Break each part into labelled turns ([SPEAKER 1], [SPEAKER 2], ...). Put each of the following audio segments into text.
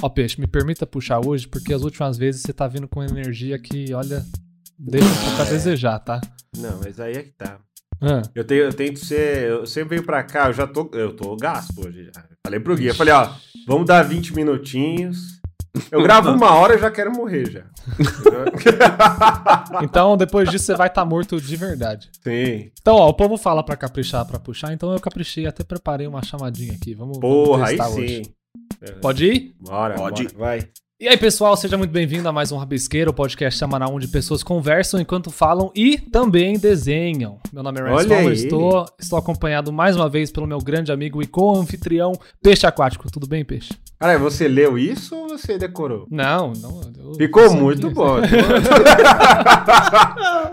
[SPEAKER 1] Ó, Peixe, me permita puxar hoje, porque as últimas vezes você tá vindo com energia que, olha, deixa um pouco a desejar, tá?
[SPEAKER 2] Não, mas aí é que tá.
[SPEAKER 1] Ah,
[SPEAKER 2] Eu, tenho, eu tento ser. Eu sempre venho pra cá, eu já tô. Eu tô gasto hoje já. Falei pro Gui, eu falei, ó, vamos dar 20 minutinhos. Eu gravo uma hora eu já quero morrer já.
[SPEAKER 1] então, depois disso, você vai estar morto de verdade.
[SPEAKER 2] Sim.
[SPEAKER 1] Então, ó, o povo fala pra caprichar, pra puxar, então eu caprichei, até preparei uma chamadinha aqui. Vamos, vamos
[SPEAKER 2] Porra, aí
[SPEAKER 1] testar
[SPEAKER 2] sim.
[SPEAKER 1] hoje. Pode ir?
[SPEAKER 2] Bora,
[SPEAKER 3] Pode.
[SPEAKER 2] bora, vai.
[SPEAKER 1] E aí, pessoal, seja muito bem-vindo a mais um Rabisqueiro, o podcast semanal onde pessoas conversam enquanto falam e também desenham. Meu nome é Ryan
[SPEAKER 2] Olha
[SPEAKER 1] Stoller,
[SPEAKER 2] aí.
[SPEAKER 1] estou, estou acompanhado mais uma vez pelo meu grande amigo e co-anfitrião Peixe Aquático. Tudo bem, Peixe?
[SPEAKER 2] Cara, você leu isso ou você decorou?
[SPEAKER 1] Não, não. eu-
[SPEAKER 2] Ficou
[SPEAKER 1] isso aqui-
[SPEAKER 2] muito bom.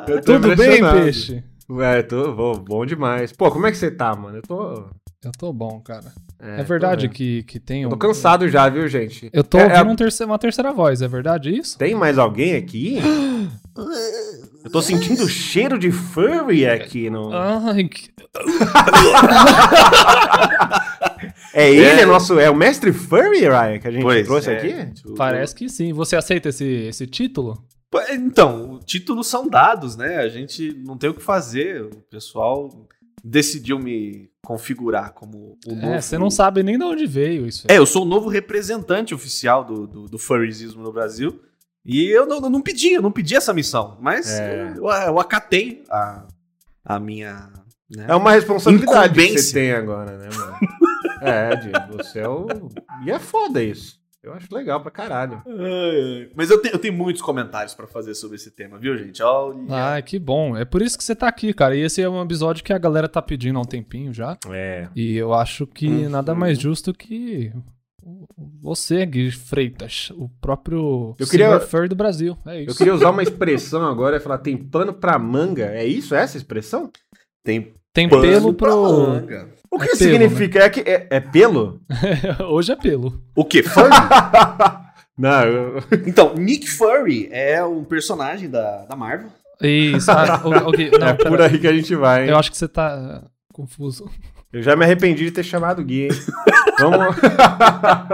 [SPEAKER 2] Eu tô
[SPEAKER 1] Tudo bem,
[SPEAKER 2] impressionado.
[SPEAKER 1] Peixe?
[SPEAKER 2] Ué, tô bom, bom demais. Pô, como é que você tá, mano? Eu tô.
[SPEAKER 1] Eu tô bom, cara. É,
[SPEAKER 2] tô
[SPEAKER 1] verdade
[SPEAKER 2] vendo.
[SPEAKER 1] que, que tem um...
[SPEAKER 2] Eu tô cansado já, viu, gente?
[SPEAKER 1] Eu tô
[SPEAKER 2] É, é-
[SPEAKER 1] ouvindo um terceiro- uma terceira voz, é verdade isso?
[SPEAKER 2] Tem mais alguém aqui? Eu tô sentindo cheiro de furry aqui no.
[SPEAKER 1] Ai, que-
[SPEAKER 2] É ele, é nosso. É o mestre furry, Ryan, que a gente
[SPEAKER 3] Pois
[SPEAKER 2] trouxe
[SPEAKER 3] é.
[SPEAKER 2] aqui?
[SPEAKER 1] parece que sim. Você aceita esse, esse título?
[SPEAKER 3] Pô, Então, títulos são dados, né? A gente não tem o que fazer. O pessoal decidiu me configurar como o novo.
[SPEAKER 1] É, você não sabe nem de onde veio isso.
[SPEAKER 3] É, eu sou o novo representante oficial do, do, do furryzismo no Brasil. E eu não, não pedi, eu não pedi essa missão. Mas
[SPEAKER 2] É.
[SPEAKER 3] eu, eu acatei a, a minha. né?
[SPEAKER 2] É uma responsabilidade que você
[SPEAKER 3] Incumbência.
[SPEAKER 2] tem agora, né, mano? é, Diego, você é o. E é foda isso. Eu acho legal pra caralho.
[SPEAKER 3] Ai, ai. Mas eu, te- eu tenho muitos comentários pra fazer sobre esse tema, viu, gente? Olha.
[SPEAKER 1] Ai, que bom. É por isso que você tá aqui, cara. E esse é um episódio que a galera tá pedindo há um tempinho já.
[SPEAKER 2] É.
[SPEAKER 1] E eu acho que
[SPEAKER 3] Uhum.
[SPEAKER 1] nada mais justo que o- você, Gui Freitas, o próprio
[SPEAKER 2] Eu queria-
[SPEAKER 1] Fur do Brasil. É isso.
[SPEAKER 2] Eu queria usar uma expressão agora e falar: tem pano pra manga. É isso? É essa a expressão?
[SPEAKER 3] Tem
[SPEAKER 1] Tem
[SPEAKER 3] pano
[SPEAKER 1] pelo
[SPEAKER 3] pra
[SPEAKER 1] pro.
[SPEAKER 3] manga.
[SPEAKER 2] O que
[SPEAKER 1] É pelo,
[SPEAKER 2] significa? É, que é, é pelo?
[SPEAKER 1] Hoje é pelo.
[SPEAKER 3] O que? Furry?
[SPEAKER 2] Não, eu-
[SPEAKER 3] Então, Nick Fury é um personagem da, da Marvel.
[SPEAKER 1] Isso. Ah, o- o Gui- não,
[SPEAKER 2] é
[SPEAKER 1] pera.
[SPEAKER 2] por aí que a gente vai. hein?
[SPEAKER 1] Eu acho que você tá confuso.
[SPEAKER 2] Eu já me arrependi de ter chamado o Gui, hein? Vamos.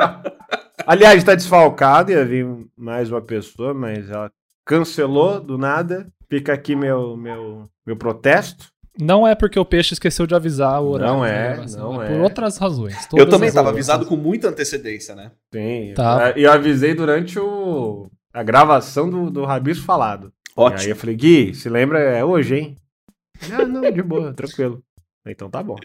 [SPEAKER 2] Aliás, tá desfalcado, ia vir mais uma pessoa, mas ela cancelou do nada. Fica aqui meu, meu, meu protesto.
[SPEAKER 1] Não é porque o peixe esqueceu de avisar o horário.
[SPEAKER 2] Não
[SPEAKER 1] da
[SPEAKER 2] é,
[SPEAKER 1] gravação,
[SPEAKER 2] não
[SPEAKER 1] Por
[SPEAKER 2] é.
[SPEAKER 1] outras razões.
[SPEAKER 3] Eu
[SPEAKER 1] todas
[SPEAKER 3] também
[SPEAKER 1] as
[SPEAKER 3] estava
[SPEAKER 1] outras.
[SPEAKER 3] avisado com muita antecedência, né?
[SPEAKER 2] Sim.
[SPEAKER 1] Tá.
[SPEAKER 2] E eu avisei durante o, a gravação do, do Rabisco Falado. E aí eu falei, Gui, se lembra, é hoje, hein? Ah, não, de boa, tranquilo. Então tá bom.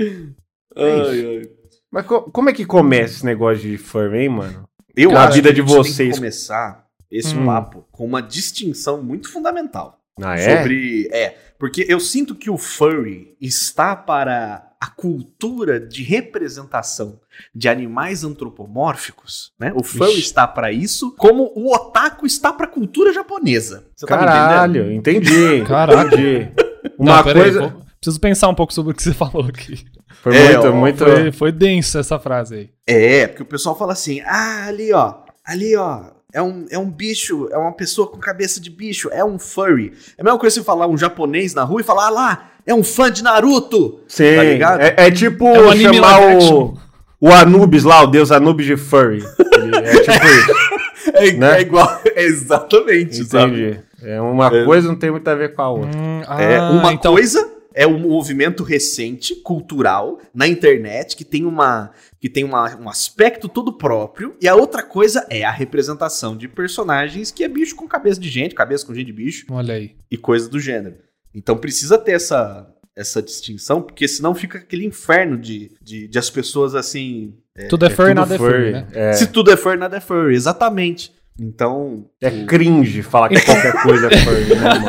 [SPEAKER 3] Ai, ai.
[SPEAKER 2] Mas co- como é que começa esse negócio de furry, hein, mano?
[SPEAKER 3] Eu
[SPEAKER 2] Cara,
[SPEAKER 3] acho
[SPEAKER 2] a vida
[SPEAKER 3] que
[SPEAKER 2] de
[SPEAKER 3] a gente tem que
[SPEAKER 2] vocês.
[SPEAKER 3] começar esse
[SPEAKER 1] Hum.
[SPEAKER 3] papo com uma distinção muito fundamental.
[SPEAKER 2] Ah, é?
[SPEAKER 3] Sobre. É. Porque eu sinto que o furry está para a cultura de representação de animais antropomórficos, né? O furry
[SPEAKER 2] Ixi.
[SPEAKER 3] está para isso, como o otaku está para a cultura japonesa. Você tá me entendendo?
[SPEAKER 2] Caralho, entendi.
[SPEAKER 1] Caraca.
[SPEAKER 2] Entendi.
[SPEAKER 1] Não,
[SPEAKER 2] Uma
[SPEAKER 1] peraí,
[SPEAKER 2] coisa.
[SPEAKER 1] vou- Preciso pensar um pouco sobre o que você falou aqui.
[SPEAKER 2] Foi
[SPEAKER 3] É,
[SPEAKER 2] muito,
[SPEAKER 3] ó,
[SPEAKER 2] muito.
[SPEAKER 1] Foi, foi densa essa frase aí.
[SPEAKER 3] É, porque o pessoal fala assim, ah, ali ó, ali ó, é um, é um bicho, é uma pessoa com cabeça de bicho, é um furry. É a mesma coisa você falar um japonês na rua e falar, ah lá, é um fã de Naruto.
[SPEAKER 2] Sim,
[SPEAKER 3] Tá ligado?
[SPEAKER 2] É, é tipo
[SPEAKER 1] É um anime
[SPEAKER 2] chamar
[SPEAKER 1] live
[SPEAKER 2] o, o Anubis lá, o deus Anubis de furry. Ele- É tipo isso.
[SPEAKER 3] É,
[SPEAKER 2] Né?
[SPEAKER 3] é igual, é exatamente, sabe?
[SPEAKER 2] Entendi. É uma
[SPEAKER 3] É.
[SPEAKER 2] coisa não tem muito a ver com a outra.
[SPEAKER 1] Hum, ah,
[SPEAKER 3] É, uma
[SPEAKER 1] então,
[SPEAKER 3] coisa é um movimento recente, cultural, na internet, que tem, uma, que tem uma, um aspecto todo próprio, e a outra coisa é a representação de personagens que é bicho com cabeça de gente, cabeça com gente de bicho.
[SPEAKER 1] Olha aí.
[SPEAKER 3] e coisa do gênero. Então precisa ter essa, essa distinção, porque senão fica aquele inferno de, de, de as pessoas assim.
[SPEAKER 1] tudo é furry,
[SPEAKER 2] tudo
[SPEAKER 1] nada é furry,
[SPEAKER 2] furry.
[SPEAKER 1] né?
[SPEAKER 2] É,
[SPEAKER 3] Se tudo é furry, nada é furry, exatamente. Então.
[SPEAKER 2] é cringe falar que qualquer coisa é furry, né, mano?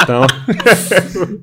[SPEAKER 2] Então.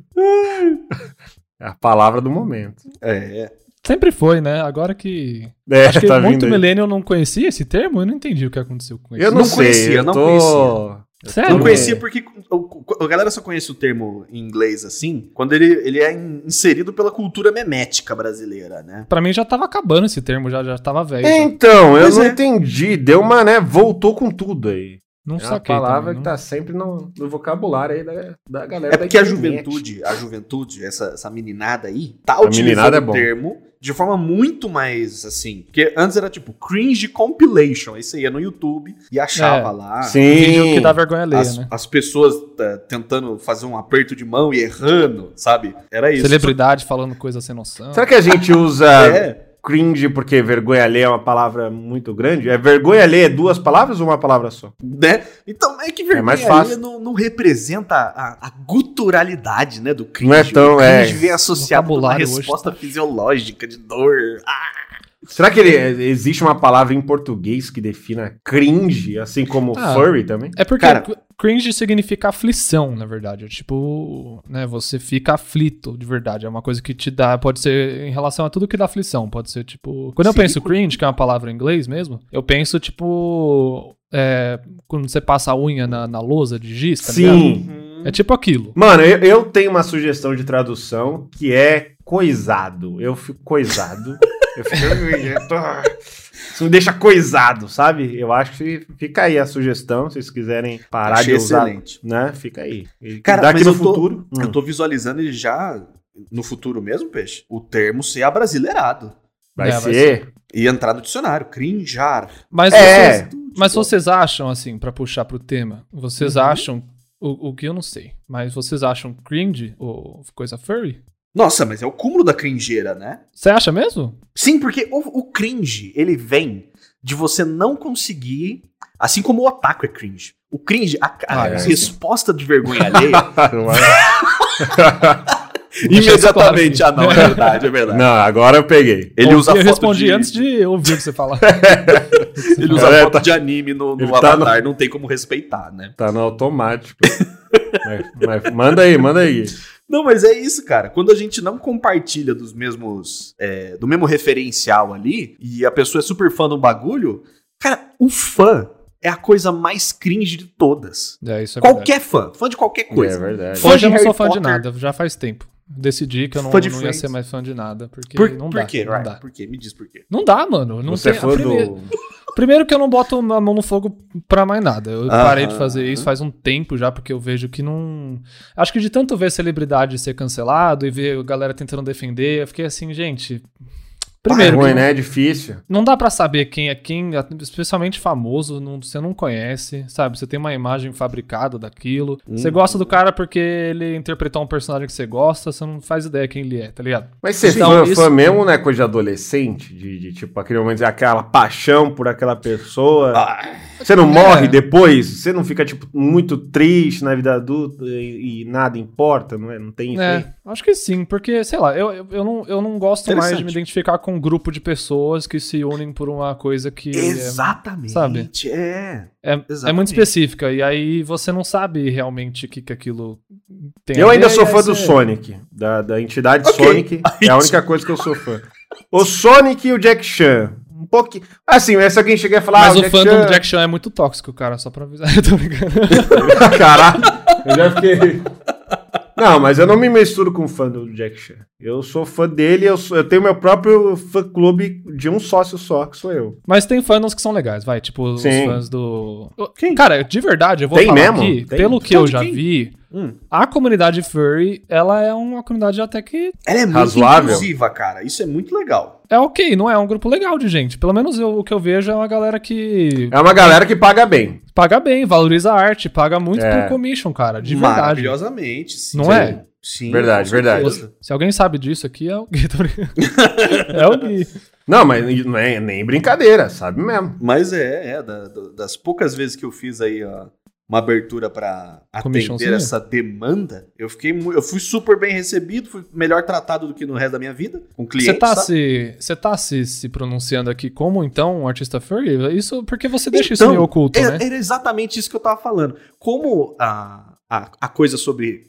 [SPEAKER 2] é a palavra do momento.
[SPEAKER 3] É.
[SPEAKER 1] Sempre foi, né? Agora que...
[SPEAKER 2] É,
[SPEAKER 1] Acho que
[SPEAKER 2] tá
[SPEAKER 1] muito
[SPEAKER 2] vindo aí.
[SPEAKER 1] millennial não conhecia esse termo, eu não entendi o que aconteceu com isso.
[SPEAKER 2] Eu não,
[SPEAKER 3] Não
[SPEAKER 2] sei,
[SPEAKER 3] conhecia,
[SPEAKER 2] eu
[SPEAKER 3] não
[SPEAKER 2] tô-
[SPEAKER 3] conhecia.
[SPEAKER 1] Sério?
[SPEAKER 3] Não
[SPEAKER 2] É.
[SPEAKER 3] conhecia porque o- o- a galera só conhece o termo em inglês assim, quando ele, ele é in- inserido pela cultura memética brasileira, né?
[SPEAKER 1] Pra mim já tava acabando É esse termo, já, já tava velho. já.
[SPEAKER 2] É, Então, eu
[SPEAKER 3] Pois
[SPEAKER 2] não
[SPEAKER 3] é.
[SPEAKER 2] entendi. Deu uma, né? Voltou com tudo aí.
[SPEAKER 1] Não
[SPEAKER 2] É uma
[SPEAKER 1] saquei.
[SPEAKER 2] palavra
[SPEAKER 1] também,
[SPEAKER 2] que
[SPEAKER 1] não.
[SPEAKER 2] tá sempre no, no vocabulário aí da, da galera
[SPEAKER 3] É
[SPEAKER 2] da
[SPEAKER 3] porque a
[SPEAKER 2] internet.
[SPEAKER 3] juventude, a juventude, essa, essa meninada aí, tá
[SPEAKER 2] meninada
[SPEAKER 3] utilizando
[SPEAKER 2] é
[SPEAKER 3] o
[SPEAKER 2] bom.
[SPEAKER 3] termo de forma muito mais assim. Porque antes era tipo cringe compilation. Aí você ia no YouTube e achava
[SPEAKER 1] É,
[SPEAKER 3] lá.
[SPEAKER 2] Ah,
[SPEAKER 1] Vídeo que
[SPEAKER 2] Sim.
[SPEAKER 1] dá vergonha alheia,
[SPEAKER 3] As,
[SPEAKER 1] né?
[SPEAKER 3] as pessoas tá, tentando fazer um aperto de mão e errando, sabe? Era isso.
[SPEAKER 1] Celebridade falando coisa sem noção.
[SPEAKER 2] Será que a gente usa
[SPEAKER 3] É,
[SPEAKER 2] cringe porque vergonha alheia é uma palavra muito grande? É vergonha alheia é duas palavras ou uma palavra só?
[SPEAKER 3] né? Então é que vergonha
[SPEAKER 2] mais
[SPEAKER 3] alheia
[SPEAKER 2] fácil.
[SPEAKER 3] Não, não representa a, a guturalidade, né, do cringe.
[SPEAKER 2] Não é tão,
[SPEAKER 3] o cringe
[SPEAKER 2] é.
[SPEAKER 3] vem associado a uma
[SPEAKER 1] Vocabulário hoje tá
[SPEAKER 3] resposta fisiológica de dor. Ah,
[SPEAKER 2] Será que ele- é, existe uma palavra em português que defina cringe, assim como
[SPEAKER 1] Ah.
[SPEAKER 2] furry também?
[SPEAKER 1] É porque
[SPEAKER 3] Cara-
[SPEAKER 1] cr- cringe significa aflição, na verdade. É tipo, né, você fica aflito, de verdade. É uma coisa que te dá, pode ser em relação a tudo que dá aflição. Pode ser tipo. Quando eu
[SPEAKER 3] Sim.
[SPEAKER 1] penso cringe, que é uma palavra em inglês mesmo, eu penso tipo. é, quando você passa a unha na, na lousa de giz, tá ligado?
[SPEAKER 2] Sim.
[SPEAKER 1] É tipo aquilo.
[SPEAKER 2] Mano, eu, eu tenho uma sugestão de tradução que é coisado. Eu fico coisado. eu fico. eu tô- Isso me deixa coisado, sabe? Eu acho que fica aí a sugestão, se vocês quiserem parar
[SPEAKER 3] Achei
[SPEAKER 2] de usar.
[SPEAKER 3] excelente.
[SPEAKER 2] Né? Fica aí. E
[SPEAKER 3] Cara,
[SPEAKER 2] daqui
[SPEAKER 3] mas
[SPEAKER 2] no
[SPEAKER 3] eu tô-
[SPEAKER 2] futuro.
[SPEAKER 3] Eu
[SPEAKER 2] Hum.
[SPEAKER 3] tô visualizando ele já no futuro mesmo, peixe. O termo ser abrasileirado
[SPEAKER 2] Vai,
[SPEAKER 1] É, vai
[SPEAKER 2] ser.
[SPEAKER 3] e entrar no dicionário, crinjar.
[SPEAKER 1] Mas
[SPEAKER 2] É.
[SPEAKER 1] vocês, mas vocês acham, assim, pra puxar pro tema,
[SPEAKER 3] Uhum.
[SPEAKER 1] vocês acham. O, o que eu não sei, mas vocês acham cringe ou coisa furry?
[SPEAKER 3] Nossa, mas é o cúmulo da cringeira, né?
[SPEAKER 1] Você acha mesmo?
[SPEAKER 3] Sim, porque o, o cringe, ele vem de você não conseguir, assim como o otaku é cringe. O cringe, a, a
[SPEAKER 1] Ah, é, sim.
[SPEAKER 3] resposta de vergonha alheia,
[SPEAKER 1] Imediatamente.
[SPEAKER 3] imediatamente, ah não, é verdade, é verdade.
[SPEAKER 2] Não, agora eu peguei.
[SPEAKER 3] Ele
[SPEAKER 1] Bom,
[SPEAKER 3] usa
[SPEAKER 1] eu
[SPEAKER 3] foto
[SPEAKER 1] respondi
[SPEAKER 3] de,
[SPEAKER 1] antes de ouvir o que você falar.
[SPEAKER 3] ele usa
[SPEAKER 2] É,
[SPEAKER 3] foto
[SPEAKER 2] tá-
[SPEAKER 3] de anime no, no
[SPEAKER 2] ele tá no-
[SPEAKER 3] avatar, não tem como respeitar, né?
[SPEAKER 2] Tá no automático. Mas- mas manda aí, manda aí.
[SPEAKER 3] Não, mas é isso, cara. Quando a gente não compartilha dos mesmos. é, do mesmo referencial ali, e a pessoa é super fã do bagulho, cara, o fã é a coisa mais cringe de todas.
[SPEAKER 1] É, isso é verdade.
[SPEAKER 3] qualquer fã, fã de qualquer
[SPEAKER 2] É
[SPEAKER 3] coisa.
[SPEAKER 2] verdade.
[SPEAKER 3] Fã
[SPEAKER 1] Hoje
[SPEAKER 3] de
[SPEAKER 1] eu não sou
[SPEAKER 3] Harry
[SPEAKER 1] fã de
[SPEAKER 3] Potter.
[SPEAKER 1] nada, já faz tempo. Decidi que eu não,
[SPEAKER 3] Fã de
[SPEAKER 1] não ia
[SPEAKER 3] Friends.
[SPEAKER 1] ser mais fã de nada, porque
[SPEAKER 3] por
[SPEAKER 1] não
[SPEAKER 3] por
[SPEAKER 1] dá.
[SPEAKER 3] quê, é
[SPEAKER 1] não
[SPEAKER 3] Ryan?
[SPEAKER 1] dá.
[SPEAKER 3] Por quê? Me diz por quê.
[SPEAKER 1] Não dá, mano. Não
[SPEAKER 2] Você
[SPEAKER 1] tem-
[SPEAKER 2] foi
[SPEAKER 1] primeiro,
[SPEAKER 2] do. é
[SPEAKER 1] primeiro que eu não boto a mão no fogo pra mais nada. Eu
[SPEAKER 3] Aham.
[SPEAKER 1] parei de fazer isso faz um tempo já, porque eu vejo que não. Acho que de tanto ver celebridade ser cancelado e ver a galera tentando defender, eu fiquei assim, gente. Primeiro,
[SPEAKER 2] Ruim,
[SPEAKER 1] que
[SPEAKER 2] né? É difícil.
[SPEAKER 1] Não dá pra saber quem é quem, especialmente famoso, não- você não conhece, sabe? Você tem uma imagem fabricada daquilo. Você
[SPEAKER 2] Uhum.
[SPEAKER 3] Hum.
[SPEAKER 1] gosta do cara porque ele interpretou um personagem que você gosta, você não faz ideia quem ele é, tá ligado?
[SPEAKER 2] Mas ser
[SPEAKER 1] Então,
[SPEAKER 2] fã,
[SPEAKER 1] isso-
[SPEAKER 2] fã mesmo não é coisa de adolescente? De, de, tipo, aquele momento, aquela paixão por aquela pessoa.
[SPEAKER 3] Ah,
[SPEAKER 2] Você não morre
[SPEAKER 1] É.
[SPEAKER 2] depois? Você não fica, tipo, muito triste na vida adulta e, e nada importa? Não, é? não tem isso aí?
[SPEAKER 1] É, acho que sim, porque, sei lá, eu, eu, eu não, eu não gosto mais de me
[SPEAKER 3] Interessante.
[SPEAKER 1] identificar com um grupo de pessoas que se unem por uma coisa que é
[SPEAKER 3] exatamente.
[SPEAKER 1] sabe?
[SPEAKER 3] É.
[SPEAKER 1] É- É, muito
[SPEAKER 3] Exatamente.
[SPEAKER 1] específica, e aí você não sabe realmente o que, que aquilo tem.
[SPEAKER 2] Eu
[SPEAKER 1] a
[SPEAKER 2] ainda
[SPEAKER 1] ver,
[SPEAKER 2] sou
[SPEAKER 1] e aí é
[SPEAKER 2] fã do
[SPEAKER 1] você-
[SPEAKER 2] Sonic, da, da entidade
[SPEAKER 3] Ok.
[SPEAKER 2] Sonic. É a única coisa que eu sou fã. O Sonic e o Jack Chan. Um pouquinho. Assim, se alguém chegar e falar.
[SPEAKER 1] Mas
[SPEAKER 2] ah,
[SPEAKER 1] o fã do Jack Chan é muito tóxico, cara, só pra avisar. Eu tô brincando.
[SPEAKER 2] Caralho, eu já fiquei. Não, mas eu não me misturo com fã do Jack Chan. Eu sou fã dele, eu, sou- eu tenho meu próprio fã-clube de um sócio só, que sou eu.
[SPEAKER 1] Mas tem fandoms que são legais, vai. Tipo, os
[SPEAKER 2] Sim.
[SPEAKER 1] fãs do.
[SPEAKER 3] Quem?
[SPEAKER 1] Cara, de verdade, eu vou
[SPEAKER 2] Tem
[SPEAKER 1] falar
[SPEAKER 2] mesmo?
[SPEAKER 1] aqui,
[SPEAKER 2] Tem. Então
[SPEAKER 1] pelo que
[SPEAKER 3] Fã
[SPEAKER 1] eu
[SPEAKER 3] de
[SPEAKER 1] já
[SPEAKER 3] quem?
[SPEAKER 1] vi,
[SPEAKER 3] Hum.
[SPEAKER 1] a comunidade furry, ela é uma comunidade até que
[SPEAKER 3] Ela é muito
[SPEAKER 2] Razoável.
[SPEAKER 3] inclusiva, cara. Isso é muito legal.
[SPEAKER 1] é ok, não é um grupo legal de gente. Pelo menos eu- o que eu vejo é uma galera que
[SPEAKER 2] É uma galera que paga bem.
[SPEAKER 1] paga bem, valoriza a arte, paga muito
[SPEAKER 2] É.
[SPEAKER 1] por commission, cara, de verdade.
[SPEAKER 3] Maravilhosamente. sim.
[SPEAKER 1] Não é?
[SPEAKER 3] Sim.
[SPEAKER 2] Verdade,
[SPEAKER 3] com certeza.
[SPEAKER 2] verdade.
[SPEAKER 1] Se alguém sabe disso aqui, é o Gui. tô brincando. é o Gui.
[SPEAKER 2] Não, mas não é nem brincadeira, sabe mesmo.
[SPEAKER 3] Mas é, é da- do- das poucas vezes que eu fiz aí ó, uma abertura pra atender
[SPEAKER 1] Comissãozinha?
[SPEAKER 3] essa demanda, eu fiquei mu- eu fui super bem recebido, fui melhor tratado do que no resto da minha vida com clientes.
[SPEAKER 1] Você tá,
[SPEAKER 3] sabe?
[SPEAKER 1] se, você tá se, se pronunciando aqui como, então, um artista furry? Isso porque você deixa isso
[SPEAKER 3] Então,
[SPEAKER 1] meio oculto,
[SPEAKER 3] era,
[SPEAKER 1] né?
[SPEAKER 3] era exatamente isso que eu tava falando. Como a, a, a coisa sobre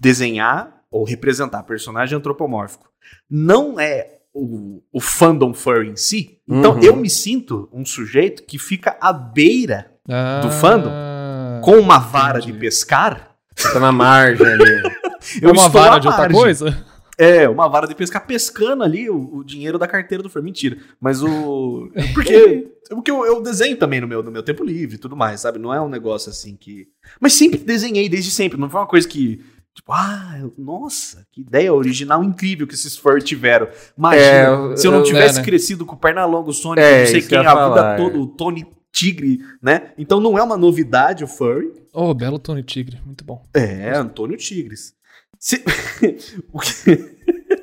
[SPEAKER 3] desenhar ou representar personagem antropomórfico não é o, o fandom furry em si, então
[SPEAKER 2] Uhum.
[SPEAKER 3] eu me sinto um sujeito que fica à beira é, do fandom?
[SPEAKER 1] Ah.
[SPEAKER 3] com uma vara de
[SPEAKER 1] entendi.
[SPEAKER 3] pescar
[SPEAKER 2] Você tá na margem ali.
[SPEAKER 1] É uma
[SPEAKER 3] estou
[SPEAKER 1] vara
[SPEAKER 3] à
[SPEAKER 1] de outra
[SPEAKER 3] margem.
[SPEAKER 1] coisa?
[SPEAKER 3] É, uma vara de pescar pescando ali o, o dinheiro da carteira do Fer. Mentira. Mas o. Porque. Porque eu, eu desenho também no meu, no meu tempo livre e tudo mais, sabe? Não é um negócio assim que. Mas sempre desenhei, desde sempre. Não foi uma coisa que. Tipo, ah, eu- nossa, que ideia original incrível que esses fur tiveram. Imagina,
[SPEAKER 2] É, eu-
[SPEAKER 3] se eu não
[SPEAKER 1] eu-
[SPEAKER 3] tivesse
[SPEAKER 1] é, né?
[SPEAKER 3] crescido com o Pernalongo, o Sonic,
[SPEAKER 2] É,
[SPEAKER 3] não sei
[SPEAKER 2] isso que eu
[SPEAKER 3] quem,
[SPEAKER 2] ia
[SPEAKER 3] a vida
[SPEAKER 2] falar.
[SPEAKER 1] é.
[SPEAKER 3] toda, o Tony Tigre, né? Então não é uma novidade o furry.
[SPEAKER 1] Oh, belo Tony Tigre, muito bom.
[SPEAKER 3] É, Antônio Tigres. Se- o que-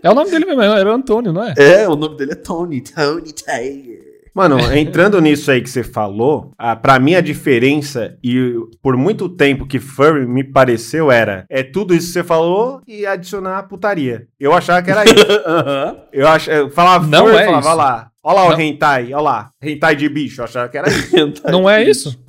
[SPEAKER 1] É o nome dele mesmo, era o Antônio, não é?
[SPEAKER 3] É, o nome dele é Tony. Tony Tiger.
[SPEAKER 2] Mano, entrando nisso aí que você falou, a, pra mim a diferença, e por muito tempo que Furry me pareceu, era é tudo isso que você falou e adicionar a putaria. Eu achava que era isso. Eu, ach, eu falava
[SPEAKER 1] Não
[SPEAKER 2] Furry,
[SPEAKER 1] é
[SPEAKER 2] eu falava,
[SPEAKER 1] isso.
[SPEAKER 2] olha lá, olha lá o
[SPEAKER 1] Não.
[SPEAKER 2] hentai, olha lá, hentai de bicho, eu achava que era isso.
[SPEAKER 1] Não é isso?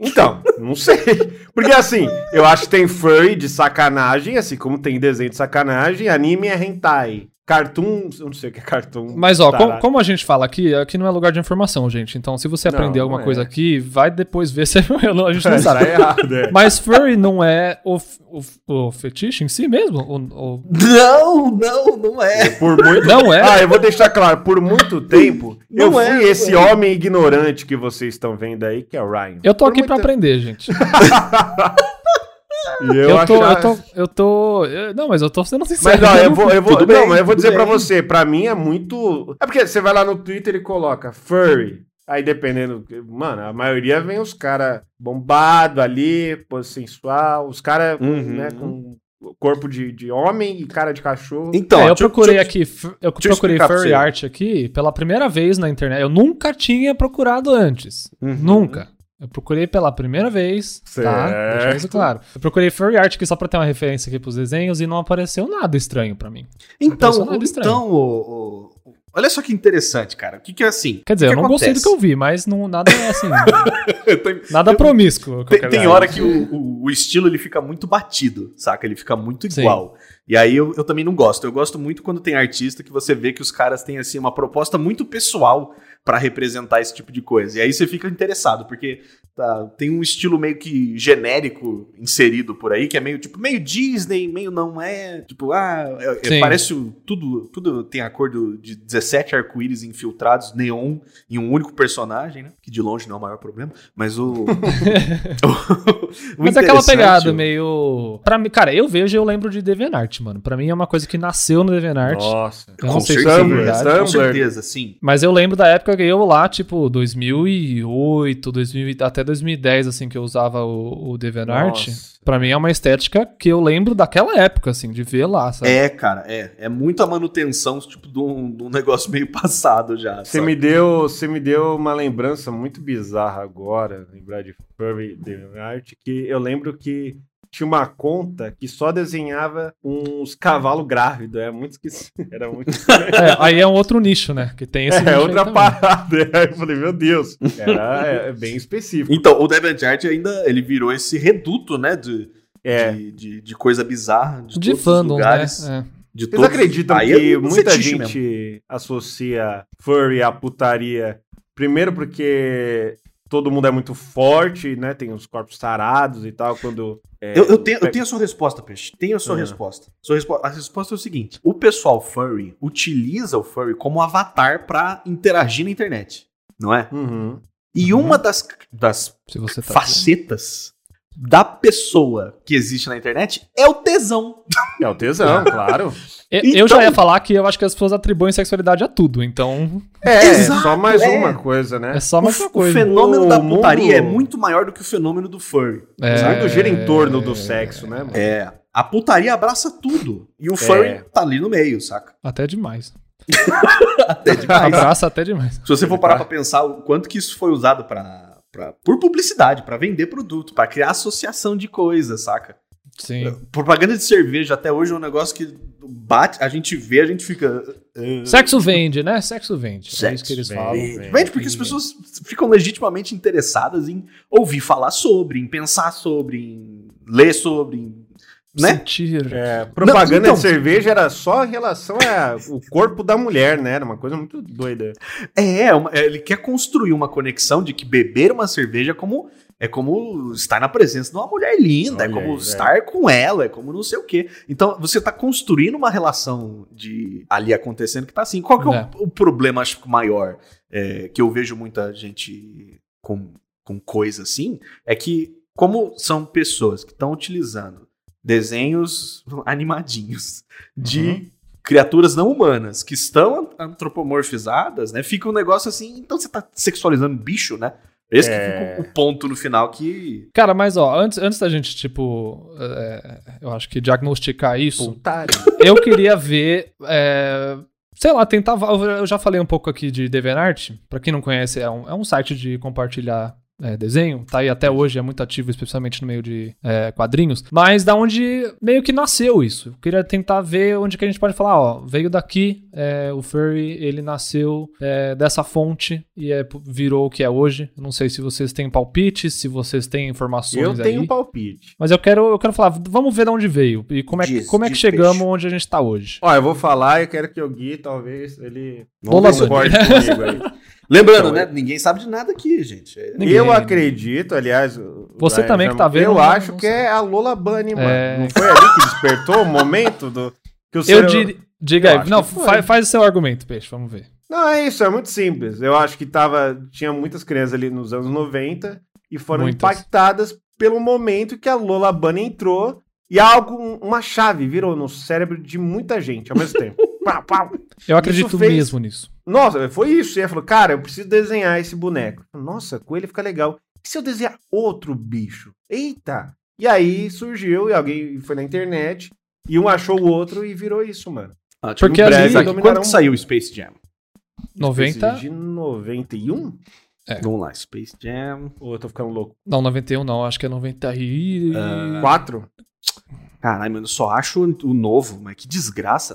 [SPEAKER 2] Então, não sei. Porque assim, eu acho que tem Furry de sacanagem, assim como tem desenho de sacanagem, anime é hentai. Cartoon, eu não sei o que é cartoon.
[SPEAKER 1] Mas ó,
[SPEAKER 2] Tarado.
[SPEAKER 1] como, como a gente fala aqui, aqui não é lugar de informação, gente. Então, se você
[SPEAKER 2] Não,
[SPEAKER 1] aprender alguma
[SPEAKER 2] não é.
[SPEAKER 1] coisa aqui, vai depois ver se é, eu não- a gente não
[SPEAKER 2] É,
[SPEAKER 1] sabe.
[SPEAKER 2] tá errado, é.
[SPEAKER 1] Mas furry não é o, o, o fetiche em si mesmo? O- o-
[SPEAKER 3] Não, não, não é.
[SPEAKER 2] Por muito
[SPEAKER 1] não é?
[SPEAKER 2] Ah, eu vou deixar claro, por muito tempo,
[SPEAKER 3] Não
[SPEAKER 2] eu fui
[SPEAKER 3] é, não
[SPEAKER 2] esse
[SPEAKER 3] é.
[SPEAKER 2] homem ignorante que vocês estão vendo aí, que é o Ryan.
[SPEAKER 1] Eu tô
[SPEAKER 2] Por
[SPEAKER 1] aqui
[SPEAKER 2] muito
[SPEAKER 1] pra
[SPEAKER 2] tempo.
[SPEAKER 1] aprender, gente.
[SPEAKER 2] E
[SPEAKER 1] Eu,
[SPEAKER 2] eu,
[SPEAKER 1] tô,
[SPEAKER 2] achava-
[SPEAKER 1] eu tô, eu tô. eu- Não, mas eu tô sendo sincero.
[SPEAKER 2] Mas ó, eu vou, eu vou,
[SPEAKER 3] Tudo
[SPEAKER 2] não,
[SPEAKER 3] bem,
[SPEAKER 2] mas eu vou
[SPEAKER 3] tudo
[SPEAKER 2] dizer pra
[SPEAKER 3] bem.
[SPEAKER 2] você, pra mim é muito. É porque você vai lá no Twitter e coloca furry. Aí dependendo, mano, a maioria vem os caras bombado ali, pô, sensual, os caras
[SPEAKER 3] Uhum.
[SPEAKER 2] né, com corpo de, de homem e cara de cachorro.
[SPEAKER 3] Então,
[SPEAKER 1] É, eu
[SPEAKER 3] deixa
[SPEAKER 1] procurei
[SPEAKER 3] deixa-
[SPEAKER 1] aqui, fu- eu
[SPEAKER 3] deixa eu
[SPEAKER 1] procurei
[SPEAKER 3] explicar pra
[SPEAKER 1] furry
[SPEAKER 3] você.
[SPEAKER 1] art aqui pela primeira vez na internet. Eu nunca tinha procurado antes.
[SPEAKER 3] Uhum.
[SPEAKER 1] Nunca. Eu procurei pela primeira vez, tá?
[SPEAKER 2] Certo.
[SPEAKER 1] Deixa isso claro. Eu procurei furry art aqui só pra ter uma referência aqui pros desenhos e não apareceu nada estranho pra mim.
[SPEAKER 3] Então,
[SPEAKER 1] Personagem é estranho.
[SPEAKER 3] então o- o- olha só que interessante, cara. O que, que é assim?
[SPEAKER 1] Quer dizer,
[SPEAKER 3] O que
[SPEAKER 1] eu não gostei do que eu vi, mas não, nada é assim,
[SPEAKER 3] acontece?
[SPEAKER 1] nada promíscuo.
[SPEAKER 3] Tem, tem hora que o, o- o estilo ele fica muito batido, saca? Ele fica muito
[SPEAKER 1] Sim.
[SPEAKER 3] igual. E aí eu, eu também não gosto. Eu gosto muito quando tem artista que você vê que os caras têm assim uma proposta muito pessoal pra representar esse tipo de coisa. E aí você fica interessado, porque tá, tem um estilo meio que genérico inserido por aí, que é meio tipo meio Disney, meio não é, tipo, ah, é- é-
[SPEAKER 1] Sim.
[SPEAKER 3] parece o- tudo, tudo tem acordo de 17 arco-íris infiltrados neon em um único personagem, né? Que de longe não é o maior problema, mas o. o
[SPEAKER 1] Mas é aquela
[SPEAKER 3] interessante-
[SPEAKER 1] pegada meio. Pra mim, cara, eu vejo e eu lembro de DeviantArt, mano. Pra mim é uma coisa que nasceu no DeviantArt.
[SPEAKER 2] Nossa.
[SPEAKER 1] Eu não
[SPEAKER 3] Com
[SPEAKER 1] sei se é
[SPEAKER 3] certeza,
[SPEAKER 1] verdade.
[SPEAKER 2] Tumblr.
[SPEAKER 3] Com certeza, sim.
[SPEAKER 1] Mas eu lembro da época que eu lá, tipo, 2008, 2000, e- até 2010, assim, que eu usava o, o DeviantArt.
[SPEAKER 2] Nossa.
[SPEAKER 1] Pra mim é uma estética que eu lembro daquela época, assim, de ver lá, sabe?
[SPEAKER 3] É, cara, é. É muita manutenção, tipo, de um, de um negócio meio passado já.
[SPEAKER 2] Você
[SPEAKER 3] sabe?
[SPEAKER 2] me, deu, você me deu uma lembrança muito bizarra agora, lembrar de Furry Devil Art, que eu lembro que tinha uma conta que só desenhava uns cavalos grávidos. É muito esquisito. Era muito
[SPEAKER 1] É, aí é um outro nicho, né? Que tem esse nicho
[SPEAKER 2] É
[SPEAKER 1] aí
[SPEAKER 2] outra
[SPEAKER 1] também.
[SPEAKER 2] parada. Aí eu falei, meu Deus. Era é, é bem específico.
[SPEAKER 3] Então, o DeviantArt ainda, ele virou esse reduto, né, de,
[SPEAKER 2] É.
[SPEAKER 3] de, de- de coisa bizarra, de,
[SPEAKER 1] De
[SPEAKER 3] todos os
[SPEAKER 1] fandom, né?
[SPEAKER 3] lugares,
[SPEAKER 1] É.
[SPEAKER 3] de
[SPEAKER 2] Vocês
[SPEAKER 3] todos-
[SPEAKER 2] acreditam
[SPEAKER 3] Aí
[SPEAKER 2] que
[SPEAKER 3] é um
[SPEAKER 2] muita
[SPEAKER 3] fetiche
[SPEAKER 2] gente
[SPEAKER 3] mesmo.
[SPEAKER 2] associa furry à putaria? Primeiro porque todo mundo é muito forte, né? Tem uns corpos tarados e tal. Quando. é,
[SPEAKER 3] Eu, eu tenho, eu
[SPEAKER 2] pega-
[SPEAKER 3] tenho a sua resposta, Peixe. Tenho a sua
[SPEAKER 2] Ah.
[SPEAKER 3] resposta. Sua respo- a resposta é o seguinte: o pessoal furry utiliza o furry como avatar pra interagir na internet, não é?
[SPEAKER 2] Uhum.
[SPEAKER 3] E uma das, das
[SPEAKER 1] Se você tá.
[SPEAKER 3] facetas da pessoa que existe na internet é o tesão.
[SPEAKER 2] É o tesão, claro.
[SPEAKER 1] Eu,
[SPEAKER 3] Então-
[SPEAKER 1] eu já ia falar que eu acho que as pessoas atribuem sexualidade a tudo, então
[SPEAKER 2] É,
[SPEAKER 3] Exato,
[SPEAKER 2] só mais
[SPEAKER 3] é.
[SPEAKER 2] uma coisa, né?
[SPEAKER 1] é só mais
[SPEAKER 3] o,
[SPEAKER 1] uma
[SPEAKER 3] f-
[SPEAKER 1] coisa.
[SPEAKER 3] o fenômeno da
[SPEAKER 2] O mundo-
[SPEAKER 3] putaria é muito maior do que o fenômeno do furry.
[SPEAKER 1] É.
[SPEAKER 2] O mundo gira em torno do sexo, né, mano?
[SPEAKER 3] É. A putaria abraça tudo. E
[SPEAKER 1] É.
[SPEAKER 3] o furry tá ali no meio, saca?
[SPEAKER 1] Até demais.
[SPEAKER 3] Até demais.
[SPEAKER 1] Abraça até demais.
[SPEAKER 3] Se você for parar
[SPEAKER 1] tá-
[SPEAKER 3] pra pensar o quanto que isso foi usado pra, pra- por publicidade, pra vender produto, pra criar associação de coisas, saca?
[SPEAKER 1] Sim.
[SPEAKER 3] Propaganda de cerveja até hoje é um negócio que bate, a gente vê, a gente fica. "Ah,
[SPEAKER 1] Sexo vende, né? Sexo vende. é isso
[SPEAKER 3] Sexo
[SPEAKER 1] que eles
[SPEAKER 2] vende.
[SPEAKER 1] falam.
[SPEAKER 2] Vende,
[SPEAKER 3] Vende porque as pessoas ficam legitimamente interessadas em ouvir falar sobre, em pensar sobre, em ler sobre, em, né?
[SPEAKER 1] Sentir.
[SPEAKER 2] É, propaganda
[SPEAKER 3] então-
[SPEAKER 2] de cerveja era só em relação ao corpo da mulher, né? Era uma coisa muito doida.
[SPEAKER 3] É, é uma- é, ele quer construir uma conexão de que beber uma cerveja é como É como estar na presença de uma mulher linda, é
[SPEAKER 2] Olha
[SPEAKER 3] como
[SPEAKER 2] aí,
[SPEAKER 3] estar com ela, é como não sei o quê. Então você tá construindo uma relação de ali acontecendo que tá assim. Qual que é,
[SPEAKER 1] É.
[SPEAKER 3] O, o problema acho que maior é, que eu vejo muita gente com, com coisa assim? É que, como são pessoas que estão utilizando desenhos animadinhos de
[SPEAKER 1] Uhum.
[SPEAKER 3] criaturas não humanas que estão antropomorfizadas, né? Fica um negócio assim. Então você tá sexualizando bicho, né? Esse
[SPEAKER 2] É.
[SPEAKER 3] que fica o ponto no final que.
[SPEAKER 1] Cara, mas ó, antes, antes da gente, tipo, é, eu acho que diagnosticar isso,
[SPEAKER 2] Putaria.
[SPEAKER 1] eu queria ver. é, sei lá, tentar. va- Eu já falei um pouco aqui de DeviantArt. Pra quem não conhece, é um, é um site de compartilhar. é, desenho, tá aí até hoje, é muito ativo, especialmente no meio de é, quadrinhos, mas da onde meio que nasceu isso. Eu queria tentar ver onde que a gente pode falar, ó, veio daqui, é, o Furry, ele nasceu é, dessa fonte e é, virou o que é hoje. Não sei se vocês têm palpites, se vocês têm informações
[SPEAKER 2] Eu
[SPEAKER 1] aí.
[SPEAKER 2] tenho um palpite.
[SPEAKER 1] Mas eu quero, eu quero falar, vamos ver de onde veio e como é, que-
[SPEAKER 3] Diz,
[SPEAKER 1] como é que
[SPEAKER 3] diz,
[SPEAKER 1] chegamos
[SPEAKER 3] peixe.
[SPEAKER 1] onde a gente tá hoje.
[SPEAKER 2] Ó, eu vou falar, eu quero que o Gui, talvez, ele
[SPEAKER 1] Vamos lá,
[SPEAKER 2] concorde comigo aí.
[SPEAKER 3] Lembrando,
[SPEAKER 2] Então,
[SPEAKER 3] né? Ninguém sabe de nada aqui, gente. É-
[SPEAKER 1] Ninguém,
[SPEAKER 2] eu
[SPEAKER 1] né?
[SPEAKER 2] acredito, aliás. o- o
[SPEAKER 1] Você
[SPEAKER 2] Brian
[SPEAKER 1] também
[SPEAKER 2] já-
[SPEAKER 1] que tá vendo,
[SPEAKER 2] Eu
[SPEAKER 1] não-
[SPEAKER 2] acho
[SPEAKER 1] não
[SPEAKER 2] que
[SPEAKER 1] sabe.
[SPEAKER 2] é a Lola Bunny, mano.
[SPEAKER 1] É.
[SPEAKER 2] Não foi ali que despertou o momento do. Que é o
[SPEAKER 1] Eu
[SPEAKER 2] ser-
[SPEAKER 1] diria. Diga
[SPEAKER 2] eu
[SPEAKER 1] aí.
[SPEAKER 2] acho
[SPEAKER 1] Não,
[SPEAKER 2] que foi.
[SPEAKER 1] fa- faz o seu argumento, peixe, vamos ver.
[SPEAKER 2] Não, é isso, é muito simples. Eu acho que tava. Tinha muitas crianças ali nos anos 90 e foram
[SPEAKER 1] Muitas.
[SPEAKER 2] impactadas pelo momento que a Lola Bunny entrou e algo, um- uma chave virou no cérebro de muita gente ao mesmo tempo. Pá, pá.
[SPEAKER 1] Eu acredito
[SPEAKER 2] fez-
[SPEAKER 1] mesmo nisso.
[SPEAKER 2] Nossa, foi isso. E ela falou, cara, eu preciso desenhar esse boneco. Nossa, com ele fica legal. E se eu desenhar outro bicho? Eita! E aí surgiu, e alguém foi na internet, e um achou o outro e virou isso, mano.
[SPEAKER 3] Ah, tipo,
[SPEAKER 1] Porque
[SPEAKER 3] em
[SPEAKER 1] ali-
[SPEAKER 3] breve aqui. Quando
[SPEAKER 1] um
[SPEAKER 2] dominaram-
[SPEAKER 3] que saiu o Space Jam?
[SPEAKER 1] 90.
[SPEAKER 2] De 91?
[SPEAKER 3] Vamos lá, Space Jam.
[SPEAKER 2] Ou eu tô ficando louco?
[SPEAKER 1] Não, 91 não, acho que é 90 e.
[SPEAKER 3] Ah.
[SPEAKER 2] Quatro?
[SPEAKER 3] Caralho, mano, eu só acho o novo, mas que desgraça.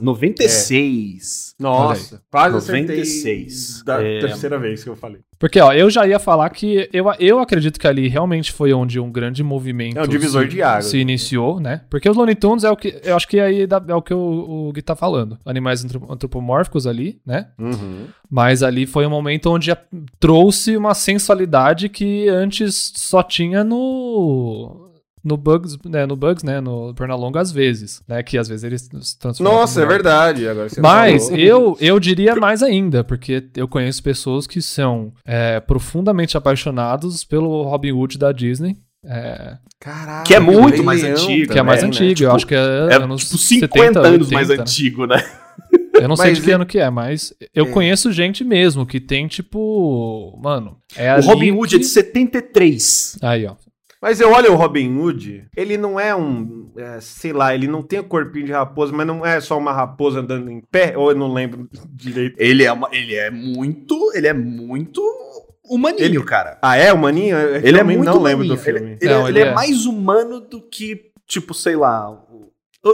[SPEAKER 3] 96.
[SPEAKER 2] Nossa, quase
[SPEAKER 3] 96.
[SPEAKER 2] acertei da
[SPEAKER 3] É.
[SPEAKER 2] terceira vez que eu falei.
[SPEAKER 1] Porque, ó, eu já ia falar que eu, eu acredito que ali realmente foi onde um grande movimento.
[SPEAKER 2] É um divisor
[SPEAKER 1] se,
[SPEAKER 2] de águas,
[SPEAKER 1] Se
[SPEAKER 2] né?
[SPEAKER 1] iniciou, né? Porque os Looney Tunes é o que. Eu acho que aí dá- é o que o, o Gui tá falando. Animais antrop- antropomórficos ali, né?
[SPEAKER 3] Uhum.
[SPEAKER 1] Mas ali foi um momento onde a- trouxe uma sensualidade que antes só tinha no no Bugs, né, no Bugs, né, no Pernalonga às vezes, né, que às vezes eles se transformam.
[SPEAKER 2] Nossa, é
[SPEAKER 1] em-
[SPEAKER 2] verdade. Agora você
[SPEAKER 1] Mas
[SPEAKER 2] falou.
[SPEAKER 1] eu, eu diria mais ainda, porque eu conheço pessoas que são é, profundamente apaixonados pelo Robin Hood da Disney, é,
[SPEAKER 2] Caralho,
[SPEAKER 3] Que é muito
[SPEAKER 2] Rei
[SPEAKER 3] mais
[SPEAKER 2] Leão
[SPEAKER 3] antigo,
[SPEAKER 1] que é
[SPEAKER 2] também,
[SPEAKER 1] mais
[SPEAKER 3] né?
[SPEAKER 1] antigo, eu
[SPEAKER 3] Tipo,
[SPEAKER 1] acho que é,
[SPEAKER 3] É,
[SPEAKER 1] anos
[SPEAKER 3] tipo 50
[SPEAKER 1] 70,
[SPEAKER 3] anos mais
[SPEAKER 1] 80, né?
[SPEAKER 3] antigo, né?
[SPEAKER 1] Eu não sei
[SPEAKER 2] Mas
[SPEAKER 1] de que
[SPEAKER 2] e-
[SPEAKER 1] ano que é, mas eu conheço gente mesmo que tem, tipo. Mano, é
[SPEAKER 3] O
[SPEAKER 1] ali
[SPEAKER 3] Robin Hood é
[SPEAKER 1] que-
[SPEAKER 3] de 73.
[SPEAKER 1] Aí, ó.
[SPEAKER 2] Mas eu olho o Robin Hood, ele não é um, é, sei lá, ele não tem o corpinho de raposa, mas não é só uma raposa andando em pé, ou eu não lembro direito.
[SPEAKER 3] Ele é, uma- ele é muito. Ele é muito humaninho,
[SPEAKER 2] Ele-
[SPEAKER 3] cara.
[SPEAKER 2] Ah, é o maninho? Eu
[SPEAKER 3] Ele é
[SPEAKER 2] realmente
[SPEAKER 3] muito
[SPEAKER 2] não lembro
[SPEAKER 3] maninho.
[SPEAKER 2] do filme.
[SPEAKER 3] Ele,
[SPEAKER 1] Não,
[SPEAKER 3] é,
[SPEAKER 1] ele
[SPEAKER 3] ele é
[SPEAKER 1] é.
[SPEAKER 3] mais humano do que, tipo, sei lá. o-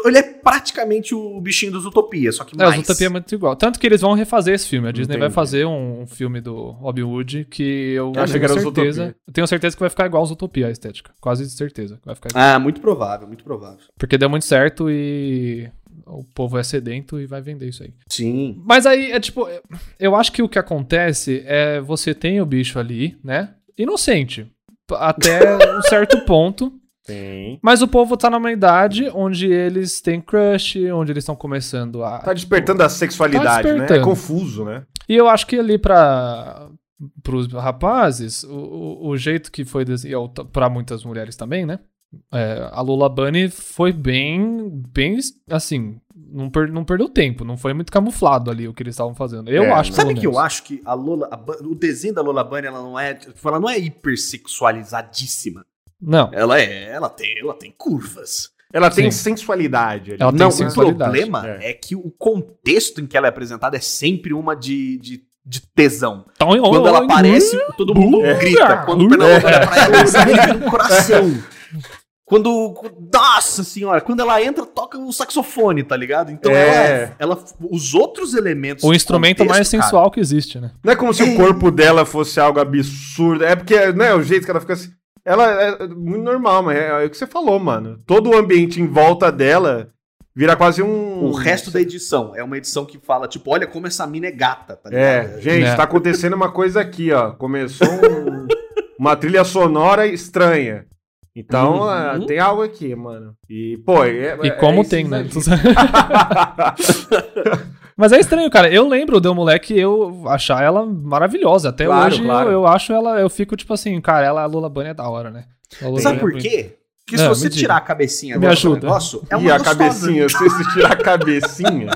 [SPEAKER 3] Ele é praticamente o bichinho dos Utopia, só que
[SPEAKER 1] É,
[SPEAKER 3] mais.
[SPEAKER 1] os Utopia é muito igual. Tanto que eles vão refazer esse filme. A Disney vai
[SPEAKER 2] Entendi.
[SPEAKER 1] fazer um filme do Robin Hood que eu
[SPEAKER 2] Eu achei que
[SPEAKER 1] tenho
[SPEAKER 2] era os
[SPEAKER 1] certeza.
[SPEAKER 2] Utopia.
[SPEAKER 1] Eu tenho certeza que vai ficar igual aos Utopia a estética. Quase certeza que vai ficar igual.
[SPEAKER 3] Ah, muito provável, muito provável.
[SPEAKER 2] Ah.
[SPEAKER 1] Porque deu muito certo e o povo é sedento e vai vender isso aí.
[SPEAKER 3] Sim.
[SPEAKER 1] Mas aí é tipo, eu acho que o que acontece é você tem o bicho ali, né? Inocente. Até um certo ponto.
[SPEAKER 2] Tem.
[SPEAKER 1] Mas o povo tá numa idade onde eles têm crush, onde eles estão começando a.
[SPEAKER 2] Tá despertando a sexualidade, né? É
[SPEAKER 1] despertando.
[SPEAKER 2] confuso, né?
[SPEAKER 1] E eu acho que ali pra. Pros rapazes, o, o, o jeito que foi desenhado, pra muitas mulheres também, né? É, a Lola Bunny foi bem, bem, assim, não, per- não perdeu tempo, não foi muito camuflado ali o que eles estavam fazendo. Eu
[SPEAKER 2] É,
[SPEAKER 1] acho,
[SPEAKER 3] Sabe
[SPEAKER 1] pelo
[SPEAKER 3] que eu
[SPEAKER 1] menos.
[SPEAKER 3] acho que a Lola, a Ba- o desenho da Lola Bunny, ela não é, tipo, ela não é hipersexualizadíssima.
[SPEAKER 1] Não,
[SPEAKER 3] Ela é, ela tem, ela tem curvas.
[SPEAKER 2] Ela tem
[SPEAKER 1] Sim.
[SPEAKER 2] sensualidade ali.
[SPEAKER 1] Ela tem
[SPEAKER 3] não, o
[SPEAKER 1] sensualidade.
[SPEAKER 3] problema é.
[SPEAKER 2] É.
[SPEAKER 3] que o contexto em que ela é apresentada é sempre uma de, de, de tesão.
[SPEAKER 1] Então, eu-
[SPEAKER 3] Quando ela
[SPEAKER 1] eu-
[SPEAKER 3] aparece, todo mundo
[SPEAKER 1] é.
[SPEAKER 3] grita. Quando o Pernalonga olha pra ela, ele sabe que tem um coração. Quando. Nossa senhora, quando ela entra, toca o saxofone, tá ligado? Então
[SPEAKER 2] É.
[SPEAKER 3] ela, ela. Os outros elementos.
[SPEAKER 1] o
[SPEAKER 3] do
[SPEAKER 1] instrumento
[SPEAKER 3] contexto,
[SPEAKER 1] mais
[SPEAKER 3] tipo, cara,
[SPEAKER 1] sensual que existe, né?
[SPEAKER 2] Não é como se o corpo dela fosse algo absurdo. É porque, né, o jeito que ela fica assim. Ela é muito normal, mas é, é o que você falou, mano. Todo o ambiente em volta dela vira quase um.
[SPEAKER 3] O resto da edição é uma edição que fala, tipo, olha como essa mina é gata, tá ligado?
[SPEAKER 2] É, gente,
[SPEAKER 1] Né?
[SPEAKER 2] tá acontecendo uma coisa aqui, ó. Começou um- uma trilha sonora estranha. Então,
[SPEAKER 3] Uhum.
[SPEAKER 2] ah, tem algo aqui, mano. E, pô, é,
[SPEAKER 1] E
[SPEAKER 2] é
[SPEAKER 1] como
[SPEAKER 2] isso
[SPEAKER 1] tem, né?
[SPEAKER 2] daí.
[SPEAKER 1] Mas é estranho, cara. Eu lembro do moleque eu achar ela maravilhosa. Até
[SPEAKER 2] Claro,
[SPEAKER 1] hoje eu-
[SPEAKER 2] claro.
[SPEAKER 1] Eu, acho ela, eu fico tipo assim, cara, ela, a Lola Bunny é da hora, né? A Lola
[SPEAKER 3] Sabe
[SPEAKER 1] Bunny é
[SPEAKER 3] por
[SPEAKER 1] bonita.
[SPEAKER 3] quê? Porque
[SPEAKER 1] Ah,
[SPEAKER 3] se
[SPEAKER 1] me
[SPEAKER 3] você
[SPEAKER 1] diga.
[SPEAKER 3] tirar a cabecinha
[SPEAKER 1] Me
[SPEAKER 3] dela do
[SPEAKER 1] ajuda.
[SPEAKER 3] negócio, é
[SPEAKER 2] e
[SPEAKER 3] uma
[SPEAKER 2] a
[SPEAKER 3] gostosa.
[SPEAKER 2] cabecinha, se você tirar a cabecinha,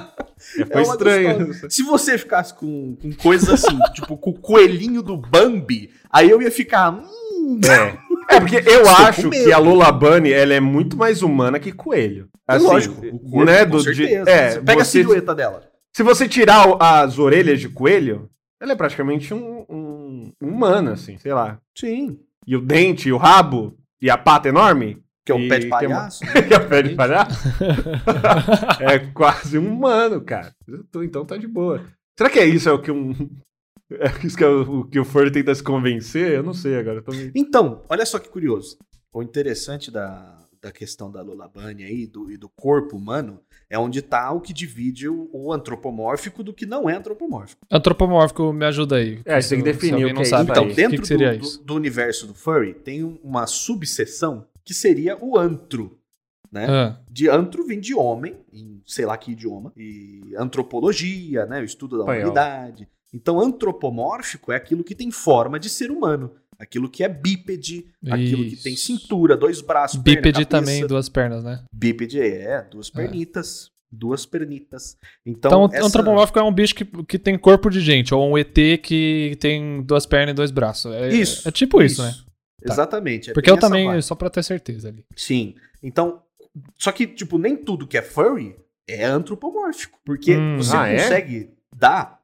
[SPEAKER 2] é,
[SPEAKER 3] É
[SPEAKER 2] foi
[SPEAKER 3] uma
[SPEAKER 2] estranho.
[SPEAKER 3] gostosa. Se você ficasse com, com coisas assim, tipo com o coelhinho do Bambi, aí eu ia ficar. Hum,
[SPEAKER 2] É. É, porque eu
[SPEAKER 3] Estou com
[SPEAKER 2] acho
[SPEAKER 3] medo.
[SPEAKER 2] que a Lola Bunny, ela é muito mais humana que coelho.
[SPEAKER 1] É
[SPEAKER 2] Assim,
[SPEAKER 3] É lógico, o corpo,
[SPEAKER 2] né,
[SPEAKER 3] com
[SPEAKER 2] do- de-
[SPEAKER 3] certeza.
[SPEAKER 2] é,
[SPEAKER 3] Você pega
[SPEAKER 2] você-
[SPEAKER 3] a silhueta dela.
[SPEAKER 2] Se você tirar o- as orelhas de coelho, ela é praticamente um, um humano, assim, sei lá.
[SPEAKER 3] Sim.
[SPEAKER 2] E o dente, e o rabo, e a pata enorme,
[SPEAKER 3] Que é o
[SPEAKER 2] E
[SPEAKER 3] pé de
[SPEAKER 2] tem
[SPEAKER 3] palhaço.
[SPEAKER 2] que é o pé de palhaço, é quase um humano, cara. Eu tô- Então tá de boa. Será que é isso é o que um... É isso que é o, o que o Ford tenta se convencer? Eu não sei agora. eu tô meio-
[SPEAKER 3] Então, olha só que curioso. O interessante da, da questão da Lulabane aí do, e do corpo humano é onde tá o que divide o, o antropomórfico do que não é antropomórfico.
[SPEAKER 1] Antropomórfico, me ajuda aí.
[SPEAKER 2] É, você tem que
[SPEAKER 1] Se- se
[SPEAKER 2] definir
[SPEAKER 1] alguém
[SPEAKER 2] o que
[SPEAKER 1] não
[SPEAKER 2] é isso
[SPEAKER 1] sabe
[SPEAKER 2] aí.
[SPEAKER 3] Então,
[SPEAKER 1] Tá, aí, o que
[SPEAKER 3] dentro
[SPEAKER 1] que seria
[SPEAKER 3] do,
[SPEAKER 1] isso?
[SPEAKER 3] do- do universo do furry, tem um, uma subseção que seria o antro. né?
[SPEAKER 1] Ah,
[SPEAKER 3] De antro vem de homem, em sei lá que idioma, e antropologia, né? O estudo da
[SPEAKER 2] Espanhol.
[SPEAKER 3] humanidade. Então, antropomórfico é aquilo que tem forma de ser humano. Aquilo que é bípede, aquilo que
[SPEAKER 1] Isso.
[SPEAKER 3] tem cintura, dois braços, perna,
[SPEAKER 1] Bípede
[SPEAKER 3] cabeça.
[SPEAKER 1] também, duas pernas, né?
[SPEAKER 3] Bípede, é, duas pernitas. Duas pernitas. Então,
[SPEAKER 1] Então,
[SPEAKER 3] essa-
[SPEAKER 1] antropomórfico é um bicho que, que tem corpo de gente, ou um ET que tem duas pernas e dois braços. É,
[SPEAKER 3] Isso.
[SPEAKER 1] É tipo isso, né? Tá.
[SPEAKER 3] Exatamente. é
[SPEAKER 1] Porque
[SPEAKER 3] bem
[SPEAKER 1] eu
[SPEAKER 3] essa
[SPEAKER 1] também,
[SPEAKER 3] vibe.
[SPEAKER 1] só pra ter certeza ali.
[SPEAKER 3] Sim. Então, só que, tipo, nem tudo que é furry é antropomórfico. Porque
[SPEAKER 1] Hum,
[SPEAKER 3] você
[SPEAKER 2] ah, é?
[SPEAKER 3] consegue dar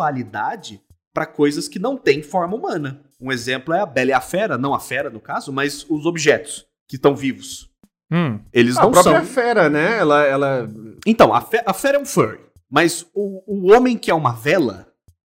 [SPEAKER 3] pessoalidade pra coisas que não têm forma humana. Um exemplo é a Bela e a Fera, não a Fera no caso, mas os objetos que estão vivos.
[SPEAKER 1] Hum,
[SPEAKER 3] Eles
[SPEAKER 2] Ah, A
[SPEAKER 3] não são.
[SPEAKER 2] própria fera, né? Ela, ela
[SPEAKER 3] Então, a, fe- a Fera é um furry, mas o, o homem que é uma vela.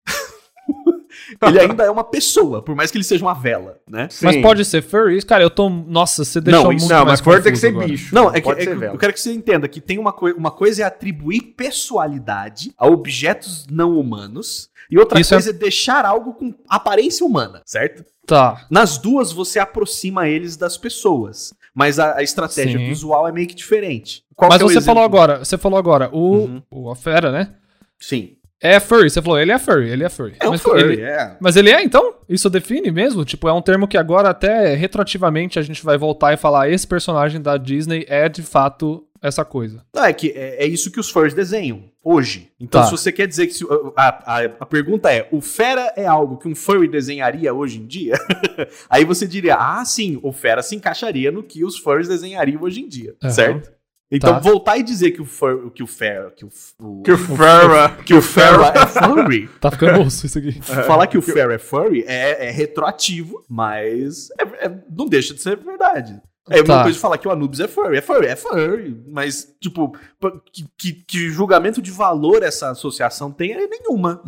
[SPEAKER 3] ele ainda é uma pessoa, por mais que ele seja uma vela, né?
[SPEAKER 1] Mas
[SPEAKER 2] Sim.
[SPEAKER 1] pode ser furry? Cara, eu tô. Nossa, você deixou
[SPEAKER 3] Não,
[SPEAKER 1] muito
[SPEAKER 2] Não, mas
[SPEAKER 1] mais
[SPEAKER 2] for tem que
[SPEAKER 1] confuso
[SPEAKER 2] ser
[SPEAKER 1] agora.
[SPEAKER 2] bicho.
[SPEAKER 3] Não, é que,
[SPEAKER 2] pode
[SPEAKER 3] é
[SPEAKER 2] ser
[SPEAKER 3] que
[SPEAKER 2] vela.
[SPEAKER 3] eu quero que você entenda que tem uma, coi- uma coisa é atribuir pessoalidade a objetos não humanos e outra
[SPEAKER 1] Isso
[SPEAKER 3] coisa é... deixar algo com aparência humana, certo?
[SPEAKER 1] Tá.
[SPEAKER 3] Nas duas você aproxima eles das pessoas, mas a, a estratégia
[SPEAKER 1] Sim.
[SPEAKER 3] visual é meio que diferente. Qual
[SPEAKER 1] mas
[SPEAKER 3] que é o
[SPEAKER 1] você
[SPEAKER 3] exemplo?
[SPEAKER 1] falou agora, você falou agora, o,
[SPEAKER 3] Uhum.
[SPEAKER 1] o- a fera, né?
[SPEAKER 3] Sim.
[SPEAKER 1] É furry, você falou, ele é furry, ele é furry.
[SPEAKER 3] É um
[SPEAKER 1] mas,
[SPEAKER 3] furry,
[SPEAKER 1] Ele,
[SPEAKER 3] é.
[SPEAKER 1] mas ele é, então? Isso define mesmo? Tipo, é um termo que agora até retroativamente a gente vai voltar e falar, esse personagem da Disney é de fato essa coisa.
[SPEAKER 3] Não, é que é, é isso que os furs desenham hoje. Então,
[SPEAKER 1] Tá.
[SPEAKER 3] se você quer dizer que. se- a, a, a pergunta é: o fera é algo que um furry desenharia hoje em dia? Aí você diria: ah, sim, o fera se encaixaria no que os furs desenhariam hoje em dia,
[SPEAKER 1] Aham.
[SPEAKER 3] certo? Então,
[SPEAKER 1] Tá.
[SPEAKER 3] voltar e dizer que o fur, que o fera, que o, o,
[SPEAKER 2] Que o fera...
[SPEAKER 3] que o fera é furry,
[SPEAKER 1] Tá ficando osso isso aqui.
[SPEAKER 3] falar que o fera é furry é, é retroativo, mas é- é- não deixa de ser verdade. É uma
[SPEAKER 1] Tá.
[SPEAKER 3] coisa de falar que o Anubis é furry, é furry, é furry, mas, tipo, pa- que, que- que julgamento de valor essa associação tem é nenhuma.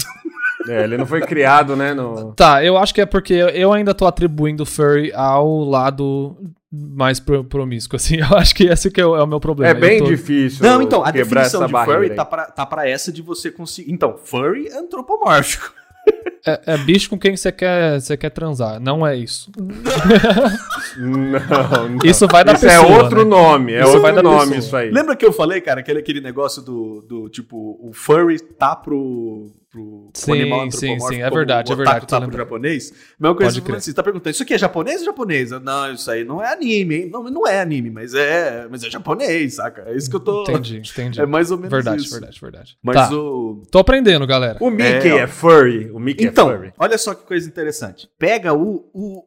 [SPEAKER 2] É, ele não foi criado, né? No...
[SPEAKER 1] Tá, eu acho que é porque eu ainda tô atribuindo furry ao lado mais pro, promíscuo, assim. Eu acho que esse que é o, é o meu problema.
[SPEAKER 2] É bem
[SPEAKER 1] eu tô-
[SPEAKER 2] difícil.
[SPEAKER 3] Não, então, a
[SPEAKER 2] quebrar
[SPEAKER 3] definição
[SPEAKER 2] essa
[SPEAKER 3] de
[SPEAKER 2] barreira
[SPEAKER 3] furry
[SPEAKER 2] aí.
[SPEAKER 3] tá pra, tá pra essa de você conseguir. Então, furry é antropomórfico.
[SPEAKER 1] É, é bicho com quem você quer, você quer transar, não é isso.
[SPEAKER 2] Não, não.
[SPEAKER 1] Isso vai da
[SPEAKER 2] Isso é
[SPEAKER 1] pessoa,
[SPEAKER 2] outro
[SPEAKER 1] né?
[SPEAKER 2] nome. É
[SPEAKER 1] Isso vai da
[SPEAKER 2] outro nome
[SPEAKER 1] pessoa.
[SPEAKER 2] isso aí.
[SPEAKER 3] Lembra que eu falei, cara, aquele, aquele negócio do, do, tipo, o furry tá pro. pro
[SPEAKER 1] Sim, sim, sim, é
[SPEAKER 3] como
[SPEAKER 1] verdade,
[SPEAKER 3] o
[SPEAKER 1] é verdade,
[SPEAKER 3] otaku Tá
[SPEAKER 1] tô
[SPEAKER 3] pro
[SPEAKER 1] lembrando.
[SPEAKER 3] japonês. Mesma coisa
[SPEAKER 1] Pode
[SPEAKER 3] que
[SPEAKER 1] crer.
[SPEAKER 3] você tá perguntando, isso aqui é japonês ou japonês? Eu, Não, isso aí não é anime, hein? Não, não é anime, mas é, mas é japonês, saca? É isso que eu tô.
[SPEAKER 1] Entendi, entendi.
[SPEAKER 3] É mais ou menos
[SPEAKER 1] verdade,
[SPEAKER 3] isso.
[SPEAKER 1] verdade, verdade.
[SPEAKER 3] Mas
[SPEAKER 1] Tá,
[SPEAKER 3] o.
[SPEAKER 1] Tô aprendendo, galera.
[SPEAKER 2] O Mickey
[SPEAKER 3] É,
[SPEAKER 2] é, furry. O Mickey
[SPEAKER 3] Então,
[SPEAKER 2] é furry.
[SPEAKER 3] olha só que coisa interessante. Pega o. o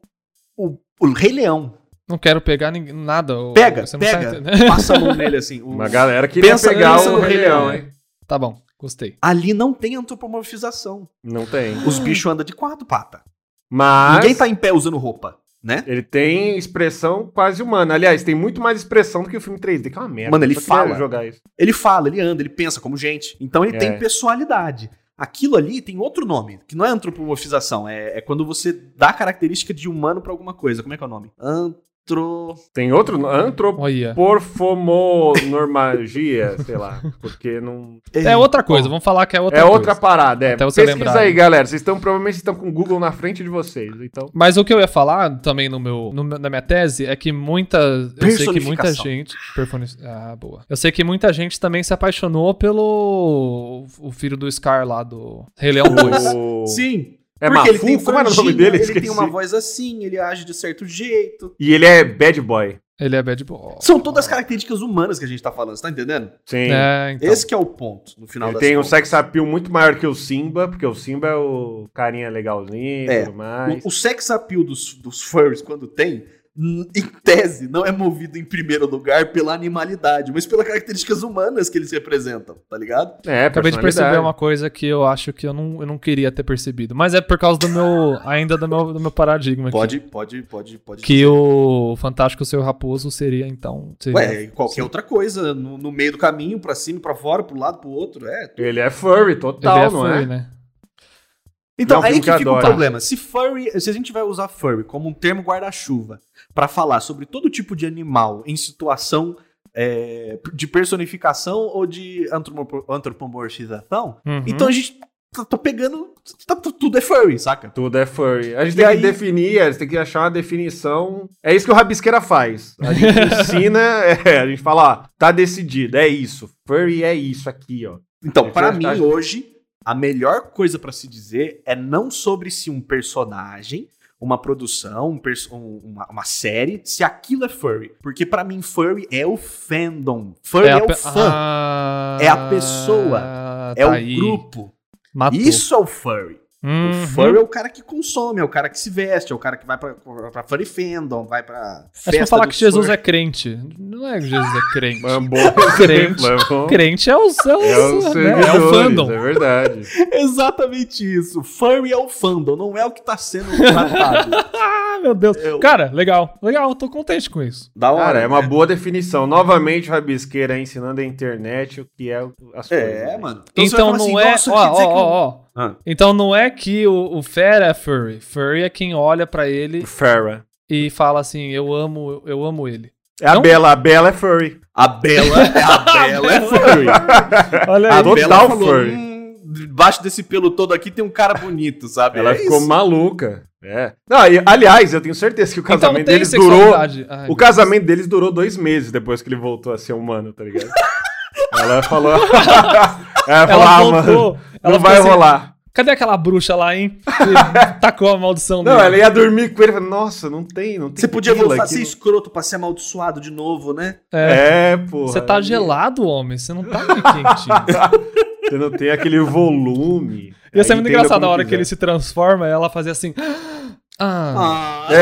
[SPEAKER 3] o, o Rei Leão.
[SPEAKER 1] Não quero pegar ninguém, nada. ô-
[SPEAKER 3] Pega,
[SPEAKER 1] você não tá
[SPEAKER 3] pega.
[SPEAKER 1] entendendo.
[SPEAKER 3] passa a mão nele assim. o-
[SPEAKER 2] Uma galera queria
[SPEAKER 3] Pensa-
[SPEAKER 2] pegar
[SPEAKER 3] pensa
[SPEAKER 2] o
[SPEAKER 3] no
[SPEAKER 2] Rei
[SPEAKER 3] Rei
[SPEAKER 2] Leão,
[SPEAKER 3] Leão.
[SPEAKER 2] hein?
[SPEAKER 1] Tá bom, gostei.
[SPEAKER 3] Ali não tem antropomorfização.
[SPEAKER 2] Não tem.
[SPEAKER 3] Os
[SPEAKER 1] Ah.
[SPEAKER 3] bichos andam de quatro patas.
[SPEAKER 2] Mas
[SPEAKER 3] Ninguém tá em pé usando roupa, né?
[SPEAKER 2] ele tem expressão quase humana. Aliás, tem muito mais expressão do que o filme 3D, que é uma merda.
[SPEAKER 3] Mano, ele
[SPEAKER 2] Eu só queria
[SPEAKER 3] fala.
[SPEAKER 2] jogar isso.
[SPEAKER 3] Ele fala, ele anda, ele pensa como gente. Então ele
[SPEAKER 2] É.
[SPEAKER 3] tem pessoalidade. Aquilo ali tem outro nome, que não é antropomorfização, é, é quando você dá característica de humano pra alguma coisa. Como é que é o nome? An- Antro.
[SPEAKER 2] Tem outro? Antropo.
[SPEAKER 1] Olha.
[SPEAKER 2] Porfomonormagia, sei lá, porque não.
[SPEAKER 1] É outra coisa, vamos falar que é outra
[SPEAKER 2] é
[SPEAKER 1] coisa.
[SPEAKER 2] outra parada, é.
[SPEAKER 1] Até você
[SPEAKER 2] Pesquisa
[SPEAKER 1] lembrar,
[SPEAKER 2] aí,
[SPEAKER 1] né?
[SPEAKER 2] galera. Vocês estão, provavelmente estão com o Google na frente de vocês. Então,
[SPEAKER 1] Mas o que eu ia falar também no meu, no meu- na minha tese é que muita. Eu sei que muita
[SPEAKER 3] Personificação.
[SPEAKER 1] gente. perfone- Ah, boa. Eu sei que muita gente também se apaixonou pelo. O filho do Scar lá do Rei Leão 2.
[SPEAKER 2] o...
[SPEAKER 3] Sim.
[SPEAKER 2] É
[SPEAKER 3] porque ele tem
[SPEAKER 2] Mafu? Como era o nome
[SPEAKER 3] franjinha,
[SPEAKER 2] dele?
[SPEAKER 3] Ele
[SPEAKER 2] Esqueci.
[SPEAKER 3] tem uma voz assim, ele age de certo jeito.
[SPEAKER 2] E ele é bad boy.
[SPEAKER 1] Ele é bad boy.
[SPEAKER 3] São
[SPEAKER 2] Ah.
[SPEAKER 3] todas as características humanas que a gente tá falando, você tá entendendo?
[SPEAKER 2] Sim.
[SPEAKER 1] É, então.
[SPEAKER 3] Esse que é o ponto, no final
[SPEAKER 2] Ele
[SPEAKER 3] das
[SPEAKER 2] tem um
[SPEAKER 3] contas.
[SPEAKER 2] sex appeal muito maior que o Simba, porque o Simba é o carinha legalzinho e
[SPEAKER 3] É.
[SPEAKER 2] tudo mais.
[SPEAKER 3] O, o sex appeal dos, dos furries, quando tem, n- em tese, não é movido em primeiro lugar pela animalidade, mas pelas características humanas que eles representam, tá ligado?
[SPEAKER 2] É,
[SPEAKER 1] Acabei de perceber uma coisa que eu acho que eu não, eu não queria ter percebido. Mas é por causa do meu. ainda do meu, do meu paradigma aqui.
[SPEAKER 3] Pode, pode, pode, pode.
[SPEAKER 1] Que o Fantástico Seu Raposo seria, então. seria-
[SPEAKER 3] Ué, e qualquer outra coisa, no, no meio do caminho, pra cima, pra fora, pro lado, pro outro, é.
[SPEAKER 2] Ele é furry
[SPEAKER 1] Ele
[SPEAKER 2] total,
[SPEAKER 1] é
[SPEAKER 2] não
[SPEAKER 1] furry,
[SPEAKER 2] é?
[SPEAKER 1] né?
[SPEAKER 3] Então,
[SPEAKER 2] Não,
[SPEAKER 3] aí
[SPEAKER 2] filme
[SPEAKER 3] que
[SPEAKER 2] que
[SPEAKER 3] fica o
[SPEAKER 2] adora.
[SPEAKER 3] problema. Se furry, se a gente vai usar furry como um termo guarda-chuva pra falar sobre todo tipo de animal em situação é, de personificação ou de antropo- antropomorfização,
[SPEAKER 1] Uhum.
[SPEAKER 3] Então a gente tá, tá pegando. tá- tá- tudo é furry, saca?
[SPEAKER 2] Tudo é furry. A gente
[SPEAKER 3] E
[SPEAKER 2] tem
[SPEAKER 3] aí-
[SPEAKER 2] que definir, a gente tem que achar uma definição. É isso que o Rabisqueira faz. A gente ensina, é, a gente fala, ó, tá decidido, é isso. Furry é isso aqui, ó.
[SPEAKER 3] Então,
[SPEAKER 2] É
[SPEAKER 3] pra mim,
[SPEAKER 2] verdade.
[SPEAKER 3] hoje, a melhor coisa pra se dizer é não sobre se um personagem, uma produção, um perso- um- uma, uma série, se aquilo é furry. Porque pra mim, furry é o fandom. Furry é,
[SPEAKER 1] a
[SPEAKER 3] o
[SPEAKER 1] pe-
[SPEAKER 3] fã.
[SPEAKER 1] Ah,
[SPEAKER 3] É a pessoa. é
[SPEAKER 1] tá
[SPEAKER 3] o
[SPEAKER 1] aí.
[SPEAKER 3] grupo.
[SPEAKER 1] Matou.
[SPEAKER 3] Isso é o furry.
[SPEAKER 1] Uhum.
[SPEAKER 3] O furry é o cara que consome, é o cara que se veste, é o cara que vai pra, pra furry fandom, vai pra.
[SPEAKER 1] Acho que eu
[SPEAKER 3] festa
[SPEAKER 1] falar
[SPEAKER 3] do
[SPEAKER 1] que Jesus
[SPEAKER 3] furry.
[SPEAKER 1] é crente. Não é que Jesus é crente.
[SPEAKER 2] É um bom
[SPEAKER 1] Crente.
[SPEAKER 2] exemplo,
[SPEAKER 1] crente é o seu.
[SPEAKER 2] É os
[SPEAKER 1] né? É o
[SPEAKER 2] seguidores,
[SPEAKER 1] fandom.
[SPEAKER 2] É verdade.
[SPEAKER 3] Exatamente isso. Furry é o fandom, não é o que tá sendo tratado.
[SPEAKER 1] Ah, meu Deus.
[SPEAKER 3] Eu-
[SPEAKER 1] Cara, legal. Legal, tô contente com isso.
[SPEAKER 3] Da hora.
[SPEAKER 2] Cara, é uma
[SPEAKER 3] né?
[SPEAKER 2] boa definição. Novamente, o Rabisqueira ensinando a internet o que é o- as coisas.
[SPEAKER 3] É, mano. você
[SPEAKER 1] Então,
[SPEAKER 3] vai falar
[SPEAKER 1] não
[SPEAKER 3] assim,
[SPEAKER 1] é.
[SPEAKER 3] "Nossa, quer
[SPEAKER 1] ó,
[SPEAKER 3] dizer
[SPEAKER 1] ó,
[SPEAKER 3] que eu-"
[SPEAKER 1] ó, ó.
[SPEAKER 3] Ah.
[SPEAKER 1] Então não é que o, o fera é furry. Furry é quem olha pra ele
[SPEAKER 2] Farrah.
[SPEAKER 1] e fala assim: eu amo, eu amo ele.
[SPEAKER 2] É a
[SPEAKER 1] Não?
[SPEAKER 2] Bela, a Bela é furry.
[SPEAKER 3] A Bela, a Bela é furry.
[SPEAKER 1] Olha
[SPEAKER 3] A
[SPEAKER 2] Total
[SPEAKER 3] Bela falou,
[SPEAKER 2] furry.
[SPEAKER 3] "Hum, debaixo desse pelo todo aqui tem um cara bonito, sabe?
[SPEAKER 2] Ela
[SPEAKER 3] É
[SPEAKER 2] ficou
[SPEAKER 3] isso.
[SPEAKER 2] maluca. É. Não, e, aliás, eu tenho certeza que o
[SPEAKER 1] Então
[SPEAKER 2] casamento
[SPEAKER 1] não tem
[SPEAKER 2] deles durou.
[SPEAKER 1] sexualidade. Ah, né, Ai,
[SPEAKER 2] O casamento deles durou dois meses depois que ele voltou a ser humano, tá ligado? ela falou. ela falou,
[SPEAKER 1] Ela
[SPEAKER 2] ah, mano,
[SPEAKER 1] voltou. ela
[SPEAKER 2] não vai
[SPEAKER 1] ficou assim,
[SPEAKER 2] rolar.
[SPEAKER 1] Cadê aquela bruxa lá, hein? Que tacou a maldição
[SPEAKER 2] Não,
[SPEAKER 1] dele.
[SPEAKER 2] ela é ia dormir com ele e falou, nossa, não tem, não tem.
[SPEAKER 3] Você podia
[SPEAKER 2] pila
[SPEAKER 3] voltar a
[SPEAKER 2] aqui,
[SPEAKER 3] ser
[SPEAKER 2] não-
[SPEAKER 3] escroto pra ser amaldiçoado de novo, né?
[SPEAKER 1] É.
[SPEAKER 2] É, pô.
[SPEAKER 1] Você tá gelado, homem. Você não tá meio quentinho.
[SPEAKER 2] Você não tem aquele volume.
[SPEAKER 1] Ia ser
[SPEAKER 2] Aí
[SPEAKER 1] muito
[SPEAKER 2] entenda
[SPEAKER 1] engraçado a
[SPEAKER 2] como
[SPEAKER 1] hora que
[SPEAKER 2] quiser.
[SPEAKER 1] ele se transforma e ela fazia assim. Ah.
[SPEAKER 3] Ah,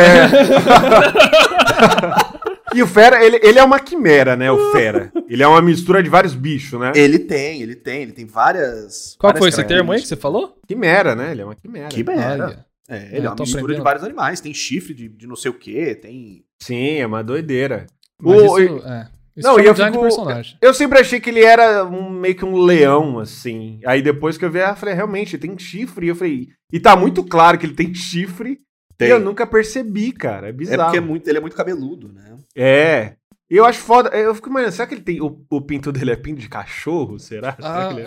[SPEAKER 2] É. e o Fera, ele, ele é uma quimera, né? O Fera. Ele é uma mistura de vários bichos, né?
[SPEAKER 3] Ele tem, ele tem, ele tem várias.
[SPEAKER 1] Qual
[SPEAKER 3] várias
[SPEAKER 1] foi esse termo aí que
[SPEAKER 3] características.
[SPEAKER 1] você falou?
[SPEAKER 2] Quimera, né? Ele é uma quimera.
[SPEAKER 3] Quimera.
[SPEAKER 1] Olha.
[SPEAKER 3] É, ele
[SPEAKER 1] Eu
[SPEAKER 3] é uma
[SPEAKER 1] tô
[SPEAKER 3] mistura de
[SPEAKER 1] aprendendo.
[SPEAKER 3] vários animais. Tem chifre de, de não sei o que, tem.
[SPEAKER 2] Sim, é uma doideira.
[SPEAKER 1] Mas
[SPEAKER 2] O-
[SPEAKER 1] isso, é. Isso
[SPEAKER 2] Não,
[SPEAKER 1] não,
[SPEAKER 2] e eu
[SPEAKER 1] eu de
[SPEAKER 2] fico-
[SPEAKER 1] personagem.
[SPEAKER 2] Eu sempre achei que ele era um- meio que um leão, assim. Aí depois que eu vi, eu falei, realmente, ele tem chifre. E eu falei, e tá muito claro que ele tem chifre.
[SPEAKER 3] Tem.
[SPEAKER 2] E eu nunca percebi, cara. É
[SPEAKER 3] É
[SPEAKER 2] bizarro.
[SPEAKER 3] porque é muito, ele é muito cabeludo, né?
[SPEAKER 2] É. E eu acho foda. Eu fico imaginando, será que ele tem. O, o pinto dele é pinto de cachorro? Será?
[SPEAKER 1] Ah.
[SPEAKER 2] Será que ele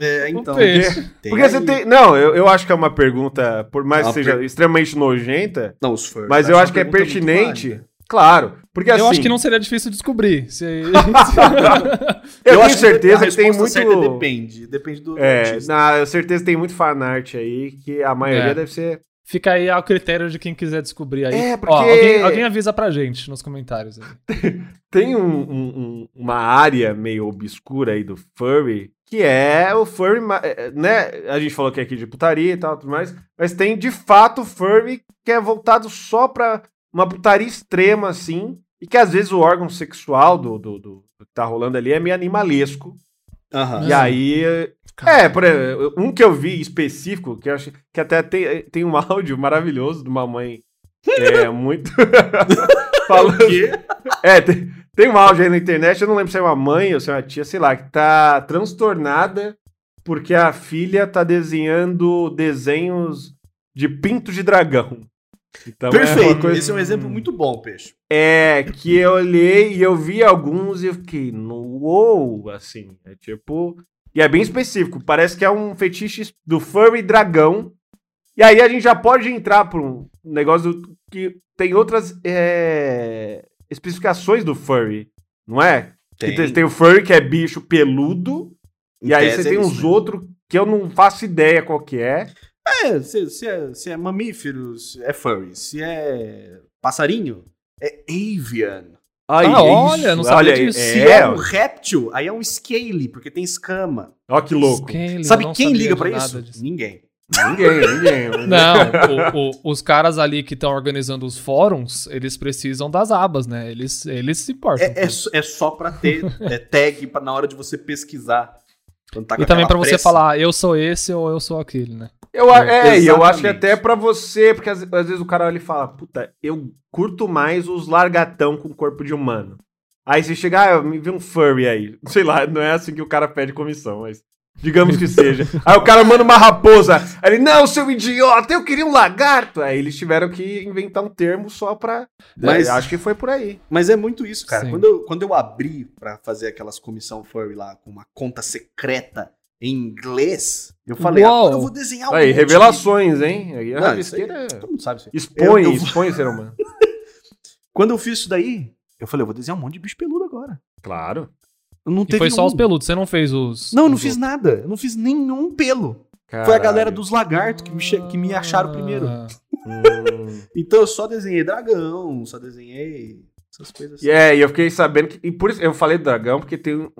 [SPEAKER 2] é-
[SPEAKER 3] É,
[SPEAKER 1] O
[SPEAKER 3] então.
[SPEAKER 1] peixe.
[SPEAKER 3] tem
[SPEAKER 2] Porque você
[SPEAKER 3] aí-
[SPEAKER 2] tem. Não, eu, eu acho que é uma pergunta, por mais
[SPEAKER 3] É
[SPEAKER 2] que
[SPEAKER 3] uma
[SPEAKER 2] seja
[SPEAKER 3] per-
[SPEAKER 2] extremamente nojenta,
[SPEAKER 3] Não, os furries.
[SPEAKER 2] mas eu acho que é
[SPEAKER 3] uma pergunta muito
[SPEAKER 2] pertinente.
[SPEAKER 3] válida.
[SPEAKER 2] Claro. Porque assim.
[SPEAKER 1] Eu acho que não seria difícil descobrir. Se...
[SPEAKER 2] eu tenho
[SPEAKER 3] acho que
[SPEAKER 2] certeza
[SPEAKER 3] a
[SPEAKER 2] que tem
[SPEAKER 3] resposta
[SPEAKER 2] muito.
[SPEAKER 3] certa é depende, depende do
[SPEAKER 2] É,
[SPEAKER 3] artista.
[SPEAKER 2] na eu certeza tem muito fanart aí que a maioria
[SPEAKER 1] É.
[SPEAKER 2] deve ser.
[SPEAKER 1] Fica aí ao critério de quem quiser descobrir aí.
[SPEAKER 2] É,
[SPEAKER 1] Ó,
[SPEAKER 2] porque-
[SPEAKER 1] alguém, alguém avisa pra gente nos comentários. aí.
[SPEAKER 3] É,
[SPEAKER 2] Tem um- um- um- uma área meio obscura aí do furry, que é o furry, ma- é, é, né? A gente falou que é aqui de putaria e tal, tudo mais, mas tem de fato furry que é voltado só pra uma putaria extrema, assim, e que às vezes o órgão sexual do, do, do- do que tá rolando ali é meio animalesco.
[SPEAKER 3] Aham.
[SPEAKER 2] E aí É, por exemplo, um que eu vi específico, que eu acho que até tem, tem um áudio maravilhoso de uma mãe é, muito. falando. É, tem, tem um áudio aí na internet, eu não lembro se é uma mãe ou se é uma tia, sei lá, que tá transtornada porque a filha tá desenhando desenhos de pinto de dragão. Então É,
[SPEAKER 3] Perfeito.
[SPEAKER 2] uma coisa-
[SPEAKER 3] Esse é um exemplo muito bom, Peixe.
[SPEAKER 2] é, que eu olhei e eu vi alguns e eu fiquei, no- uou, assim, é tipo... E é bem específico, parece que é um fetiche do furry dragão. E aí a gente já pode entrar para um negócio do- que tem outras é, especificações do furry, não é? Que tem, tem o furry, que é bicho peludo.
[SPEAKER 3] Em
[SPEAKER 2] e aí
[SPEAKER 3] tese
[SPEAKER 2] você
[SPEAKER 3] é
[SPEAKER 2] tem
[SPEAKER 3] isso,
[SPEAKER 2] uns
[SPEAKER 3] né?
[SPEAKER 2] outros que eu não faço ideia qual que é.
[SPEAKER 3] É, se, se é, se é mamífero, se é furry. Se é passarinho, é avian.
[SPEAKER 2] Ai,
[SPEAKER 1] Ah, olha, não sabia
[SPEAKER 2] aí,
[SPEAKER 1] disso.
[SPEAKER 3] Se
[SPEAKER 2] É,
[SPEAKER 3] é, um réptil, aí é um scale, porque tem escama.
[SPEAKER 2] ó que louco.
[SPEAKER 1] Quem
[SPEAKER 3] Sabe
[SPEAKER 1] não
[SPEAKER 3] quem
[SPEAKER 1] sabia
[SPEAKER 3] liga
[SPEAKER 1] de
[SPEAKER 3] pra
[SPEAKER 1] nada
[SPEAKER 3] isso?
[SPEAKER 1] disso.
[SPEAKER 3] Ninguém.
[SPEAKER 2] Ninguém, ninguém.
[SPEAKER 1] Não, o- o- os caras ali que estão organizando os fóruns, eles precisam das abas, né? Eles, eles se importam.
[SPEAKER 3] É, é só- é só pra ter é tag pra, na hora de você pesquisar. Quando tá com
[SPEAKER 1] e também pra
[SPEAKER 3] aquela
[SPEAKER 1] você
[SPEAKER 3] pressa.
[SPEAKER 1] falar, "Ah, eu sou esse ou eu sou aquele, né?
[SPEAKER 2] Eu, a- é, e eu acho que
[SPEAKER 3] Exatamente.
[SPEAKER 2] até pra você, porque às, às vezes o cara olha e fala, puta, eu curto mais os largatão com corpo de humano. Aí você chega, ah, eu me vi um furry aí. Sei lá, não é assim que o cara pede comissão, mas digamos que seja. Aí o cara manda uma raposa. Aí ele, não, seu idiota, eu queria um lagarto. Aí eles tiveram que inventar um termo só pra...
[SPEAKER 3] Mas-
[SPEAKER 2] Mas acho que foi por aí.
[SPEAKER 3] Mas é muito isso, cara.
[SPEAKER 1] Sim.
[SPEAKER 3] Quando eu, quando eu abri pra fazer aquelas comissão furry lá com uma conta secreta em inglês, eu falei,
[SPEAKER 1] Uau!
[SPEAKER 3] agora eu vou desenhar um
[SPEAKER 2] Aí,
[SPEAKER 3] monte de-
[SPEAKER 2] revelações, hein? Aí é- a
[SPEAKER 3] Não, isso aí-
[SPEAKER 2] rabisqueira
[SPEAKER 3] Todo mundo sabe isso aí.
[SPEAKER 2] expõe,
[SPEAKER 3] Eu- eu-
[SPEAKER 2] expõe o ser humano.
[SPEAKER 3] Quando eu fiz isso daí, eu falei, eu vou desenhar um monte de bicho peludo agora.
[SPEAKER 2] Claro.
[SPEAKER 3] Eu não
[SPEAKER 1] E
[SPEAKER 3] teve
[SPEAKER 1] foi só
[SPEAKER 3] um.
[SPEAKER 1] os peludos, você não fez os.
[SPEAKER 3] Não, eu não
[SPEAKER 1] os
[SPEAKER 3] fiz nada. Eu não fiz nenhum pelo. Foi a galera dos lagartos que me, che- que me acharam primeiro.
[SPEAKER 1] Ah,
[SPEAKER 2] Hum.
[SPEAKER 3] Então eu só desenhei dragão, só desenhei essas coisas assim.
[SPEAKER 2] E é, e eu fiquei sabendo que. E por isso eu falei do dragão, porque tem um-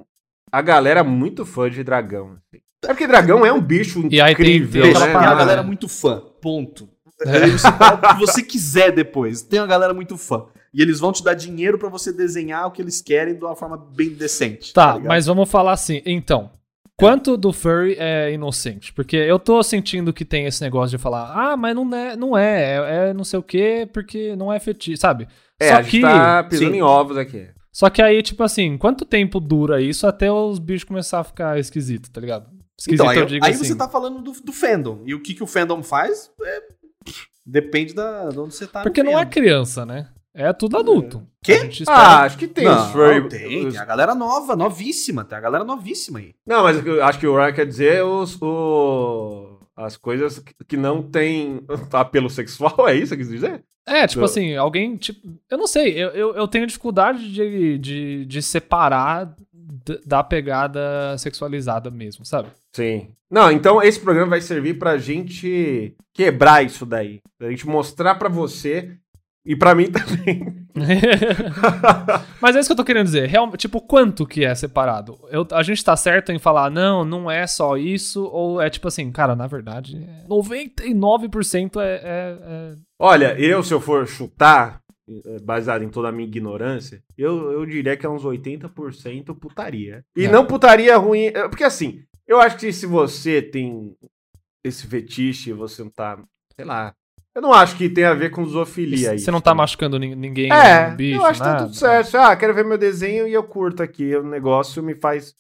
[SPEAKER 2] a galera muito fã de dragão. É porque dragão é um bicho
[SPEAKER 1] E aí tem-
[SPEAKER 2] incrível.
[SPEAKER 1] tem
[SPEAKER 3] Tem
[SPEAKER 1] né?
[SPEAKER 3] uma
[SPEAKER 1] Ah.
[SPEAKER 3] galera é muito fã. Ponto.
[SPEAKER 1] É.
[SPEAKER 3] Aí Você fala o que você quiser depois. Tem uma galera muito fã. E eles vão te dar dinheiro pra você desenhar o que eles querem de uma forma bem decente.
[SPEAKER 1] Tá,
[SPEAKER 3] ligado?
[SPEAKER 1] mas vamos falar assim. Então, quanto do furry é inocente? Porque eu tô sentindo que tem esse negócio de falar, ah, mas não é, não é, é, é não sei o quê, porque não é fetiche, sabe?
[SPEAKER 2] É, a
[SPEAKER 1] só
[SPEAKER 2] gente
[SPEAKER 1] que,
[SPEAKER 2] tá pisando
[SPEAKER 3] sim.
[SPEAKER 2] em ovos aqui.
[SPEAKER 1] só que aí, tipo assim, quanto tempo dura isso até os bichos começar a ficar esquisito, tá ligado? Esquisito,
[SPEAKER 3] Então, aí,
[SPEAKER 1] eu digo
[SPEAKER 3] aí
[SPEAKER 1] assim.
[SPEAKER 3] você tá falando do, do fandom. E o que, que o fandom faz? É, pff, depende da, de onde você tá. no
[SPEAKER 1] Porque não é
[SPEAKER 3] fandom.
[SPEAKER 1] criança, né? É tudo adulto.
[SPEAKER 3] Quê?
[SPEAKER 1] A gente
[SPEAKER 2] Ah,
[SPEAKER 1] espera-
[SPEAKER 2] acho que tem
[SPEAKER 3] não,
[SPEAKER 2] os furry.
[SPEAKER 3] tem,
[SPEAKER 2] os-
[SPEAKER 3] tem a galera nova, novíssima, tem a galera novíssima aí.
[SPEAKER 2] Não, mas eu acho que o Ryan quer dizer os, o- as coisas que- que não tem apelo sexual, é isso que quis dizer?
[SPEAKER 1] É, tipo
[SPEAKER 2] Do-
[SPEAKER 1] assim, alguém. Tipo, eu não sei, eu, eu, eu tenho dificuldade de, de, de separar d- da pegada sexualizada mesmo, sabe?
[SPEAKER 2] Sim. Não, então esse programa vai servir pra gente quebrar isso daí. Pra gente mostrar pra você e pra mim também.
[SPEAKER 1] Mas é isso que eu tô querendo dizer. Real, tipo, quanto que é separado? Eu- a gente tá certo em falar, não, não é só isso, ou é tipo assim, cara, na verdade, é 99% é, é- é-
[SPEAKER 2] Olha, eu, se eu for chutar, eh, baseado em toda a minha ignorância, eu, eu diria que é uns 80% putaria. E
[SPEAKER 1] É.
[SPEAKER 2] não putaria ruim. eh, Porque assim, eu acho que se você tem esse fetiche, você não tá. Sei lá. Eu não acho que tenha a ver com zoofilia né? aí.
[SPEAKER 1] Você não tá machucando nin- ninguém,
[SPEAKER 2] É,
[SPEAKER 1] nenhum um bicho,
[SPEAKER 2] eu acho que tá
[SPEAKER 1] nada.
[SPEAKER 2] tudo certo. Ah, quero ver meu desenho e eu curto aqui. O negócio me faz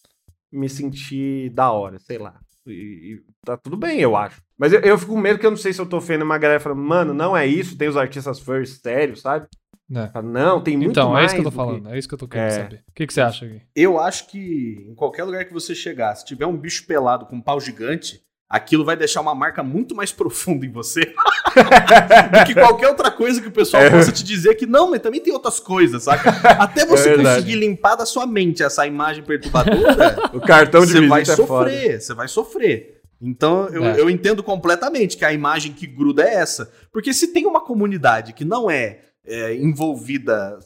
[SPEAKER 2] me sentir da hora, sei lá. E, e tá tudo bem, eu acho. Mas eu, eu fico com medo que eu não sei se eu tô ofendendo uma galera falando, mano, não é isso, tem os artistas first sérios, sabe?
[SPEAKER 1] né?
[SPEAKER 2] Fala, Não, tem muito
[SPEAKER 1] Então,
[SPEAKER 2] mais.
[SPEAKER 1] é isso que eu tô
[SPEAKER 2] do
[SPEAKER 1] falando, é isso que eu tô querendo
[SPEAKER 2] É.
[SPEAKER 1] saber. O que, que você acha, Gui?
[SPEAKER 3] Eu acho que em qualquer lugar que você chegar, se tiver um bicho pelado com um pau gigante, aquilo vai deixar uma marca muito mais profunda em você do que qualquer outra coisa que o pessoal
[SPEAKER 2] É.
[SPEAKER 3] possa te dizer que não, mas também tem outras coisas, saca? Até você
[SPEAKER 2] É verdade.
[SPEAKER 3] conseguir limpar da sua mente essa imagem perturbadora,
[SPEAKER 2] que- O cartão de
[SPEAKER 3] você
[SPEAKER 2] visita
[SPEAKER 3] vai
[SPEAKER 2] é foda.
[SPEAKER 3] sofrer, você vai sofrer. Então eu,
[SPEAKER 1] É.
[SPEAKER 3] eu entendo completamente que a imagem que gruda é essa. Porque se tem uma comunidade que não é, é, envolvida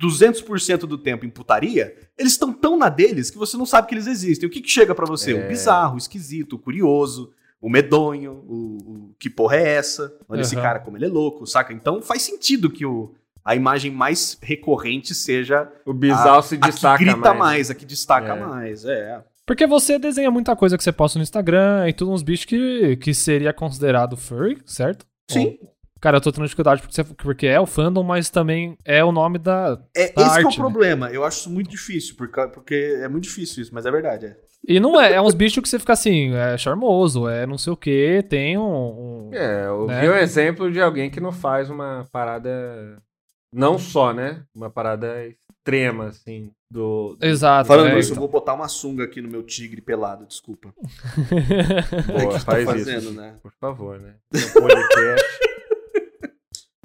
[SPEAKER 3] 200% do tempo em putaria, eles estão tão na deles que você não sabe que eles existem. O que, que chega pra você?
[SPEAKER 2] É.
[SPEAKER 3] O bizarro, o esquisito, o curioso, o medonho, o, o que porra é essa? Olha esse
[SPEAKER 1] Aham.
[SPEAKER 3] cara como ele é louco, saca? Então faz sentido que o, a imagem mais recorrente seja
[SPEAKER 2] O bizarro se
[SPEAKER 3] a que
[SPEAKER 2] destaca
[SPEAKER 3] Ah, grita mais.
[SPEAKER 2] mais.
[SPEAKER 3] a que destaca
[SPEAKER 2] É.
[SPEAKER 3] mais. É.
[SPEAKER 1] Porque você desenha muita coisa que você posta no Instagram e tudo uns bichos que, que seria considerado furry, certo?
[SPEAKER 3] Sim.
[SPEAKER 1] Ou- cara, eu tô tendo dificuldade porque, você- porque é o fandom, mas também é o nome da.
[SPEAKER 3] É,
[SPEAKER 1] Da
[SPEAKER 3] esse que
[SPEAKER 1] arte,
[SPEAKER 3] é o
[SPEAKER 1] né?
[SPEAKER 3] problema. Eu acho isso muito difícil, por ca- porque é muito difícil isso, mas é verdade. é.
[SPEAKER 1] E não é, é uns bichos que você fica assim, é charmoso, é não sei o que, tem um. um-
[SPEAKER 2] É, eu
[SPEAKER 1] Né?
[SPEAKER 2] vi um exemplo de alguém que não faz uma parada. Não só, né? Uma parada extrema, assim, do.
[SPEAKER 1] Exato.
[SPEAKER 3] Falando
[SPEAKER 1] é,
[SPEAKER 3] nisso, eu
[SPEAKER 1] então.
[SPEAKER 3] vou botar uma sunga aqui no meu tigre pelado, desculpa.
[SPEAKER 2] Boa,
[SPEAKER 3] é que eu tô
[SPEAKER 2] faz
[SPEAKER 3] fazendo,
[SPEAKER 2] isso.
[SPEAKER 3] né?
[SPEAKER 2] Por favor, né? Um podcast.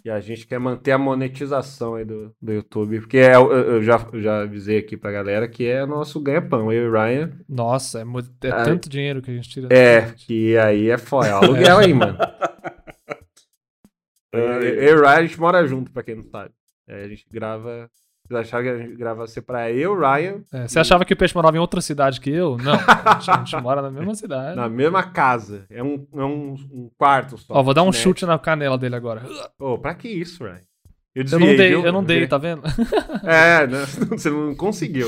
[SPEAKER 2] e a gente quer manter a monetização aí do, do YouTube. Porque é, eu, eu já, eu já avisei aqui pra galera que é nosso ganha-pão. Eu e o Ryan.
[SPEAKER 1] Nossa, é, mu- é
[SPEAKER 2] Ai.
[SPEAKER 1] tanto dinheiro que a gente tira.
[SPEAKER 2] É, que aí é foda. É o aluguel aí, mano.
[SPEAKER 1] É.
[SPEAKER 2] Eu, eu e o Ryan, a gente mora junto, pra quem não sabe. É, a gente grava. Vocês acharam que a gente grava ser pra eu, Ryan,
[SPEAKER 1] É, você achava que o Peixe morava em outra cidade que eu? Não, a gente, a gente mora na mesma cidade.
[SPEAKER 2] na mesma casa. É um, é um, um quarto só.
[SPEAKER 1] Ó, vou dar um
[SPEAKER 2] né?
[SPEAKER 1] chute na canela dele agora.
[SPEAKER 2] Ô, pra que isso, Ryan? Eu,
[SPEAKER 1] Eu não
[SPEAKER 2] desviei,
[SPEAKER 1] dei,
[SPEAKER 2] viu?
[SPEAKER 1] eu não dei,
[SPEAKER 2] Desviei.
[SPEAKER 1] tá vendo?
[SPEAKER 2] É, né? você não conseguiu.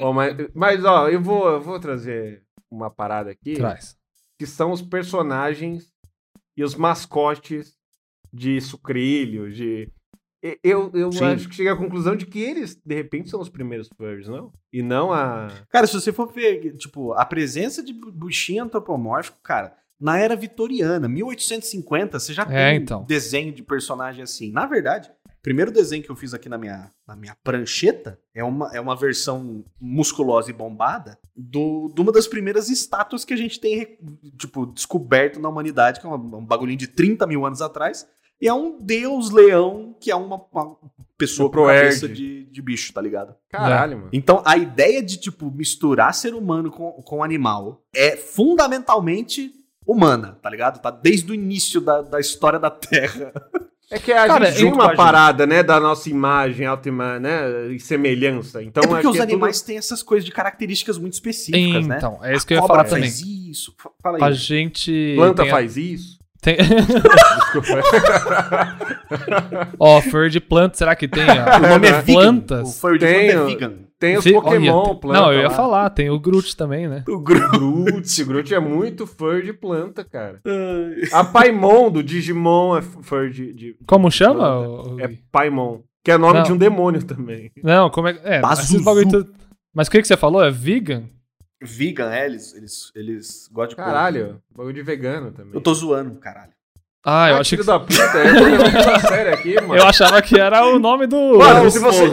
[SPEAKER 2] Ó, mas, mas, ó, eu vou, eu vou trazer uma parada aqui,
[SPEAKER 1] Traz.
[SPEAKER 2] que são os personagens e os mascotes de sucrilhos, de... e- Eu, eu
[SPEAKER 3] Sim.
[SPEAKER 2] acho que cheguei à conclusão de que eles, de repente, são os primeiros Spurs, não? E não a...
[SPEAKER 3] Cara, se você for ver, tipo, a presença de bu- bichinho antropomórfico, cara, na era vitoriana, 1850, você já tem um
[SPEAKER 1] então.
[SPEAKER 3] desenho de personagem assim. Na verdade, o primeiro desenho que eu fiz aqui na minha, na minha prancheta é uma, é uma versão musculosa e bombada do, de uma das primeiras estátuas que a gente tem, re- tipo, descoberto na humanidade, que é uma- um bagulhinho de 30 mil anos atrás. E é um deus leão que é uma, uma pessoa
[SPEAKER 2] Um
[SPEAKER 3] com cabeça
[SPEAKER 2] proerd.
[SPEAKER 3] de, de bicho, tá ligado?
[SPEAKER 2] Caralho,
[SPEAKER 1] Né.
[SPEAKER 2] mano.
[SPEAKER 3] Então, a ideia de, tipo, misturar ser humano com, com animal é fundamentalmente humana, tá ligado? Tá desde o início da, da história da Terra.
[SPEAKER 2] É que a
[SPEAKER 1] Cara,
[SPEAKER 2] gente tem
[SPEAKER 3] junto com a
[SPEAKER 2] uma
[SPEAKER 3] gente.
[SPEAKER 2] parada, né, da nossa imagem, autoimagem, né, e semelhança. Então,
[SPEAKER 3] é porque
[SPEAKER 2] acho
[SPEAKER 3] os
[SPEAKER 2] que tudo-
[SPEAKER 3] animais têm essas coisas de características muito específicas, né?
[SPEAKER 1] Então, é isso que eu
[SPEAKER 3] A
[SPEAKER 1] ia
[SPEAKER 3] cobra
[SPEAKER 1] falar também.
[SPEAKER 3] faz isso. Fa- Fala
[SPEAKER 1] A
[SPEAKER 3] aí.
[SPEAKER 1] gente.
[SPEAKER 2] Planta
[SPEAKER 1] tem a-
[SPEAKER 2] faz isso.
[SPEAKER 1] tem-
[SPEAKER 2] Desculpa.
[SPEAKER 1] Ó, flor de planta, será que tem?
[SPEAKER 3] O nome é
[SPEAKER 1] ó?
[SPEAKER 3] vegan.
[SPEAKER 1] plantas.
[SPEAKER 3] O Fire de
[SPEAKER 2] Tem,
[SPEAKER 3] planta é
[SPEAKER 2] ó.
[SPEAKER 3] vegan.
[SPEAKER 2] Tem os
[SPEAKER 1] Fi-
[SPEAKER 2] Pokémon,
[SPEAKER 1] olha,
[SPEAKER 2] planta
[SPEAKER 1] Não, eu ia
[SPEAKER 2] lá.
[SPEAKER 1] falar, tem o Groot também, né?
[SPEAKER 3] O Gru.
[SPEAKER 2] Groot, Groot é muito fur de planta, cara. A Paimon do Digimon é fur de, de-
[SPEAKER 1] Como chama? o- o-
[SPEAKER 2] é Paimon, que é nome
[SPEAKER 1] Não.
[SPEAKER 2] de um demônio também.
[SPEAKER 1] Não, como é que. É,
[SPEAKER 3] Pazuzu.
[SPEAKER 1] esses bagulho tudo- Mas o que, que você falou? É vegan?
[SPEAKER 3] Vegan, é, eles, eles, eles gostam de porco.
[SPEAKER 2] Caralho, bagulho de vegano também.
[SPEAKER 3] Eu tô zoando, caralho.
[SPEAKER 1] Ah, eu
[SPEAKER 2] Ah,
[SPEAKER 1] achei
[SPEAKER 2] filho
[SPEAKER 1] que.
[SPEAKER 2] da puta, é eu tô sério aqui, mano.
[SPEAKER 1] Eu achava que era o nome do.
[SPEAKER 2] Mano,
[SPEAKER 1] do-
[SPEAKER 2] se você-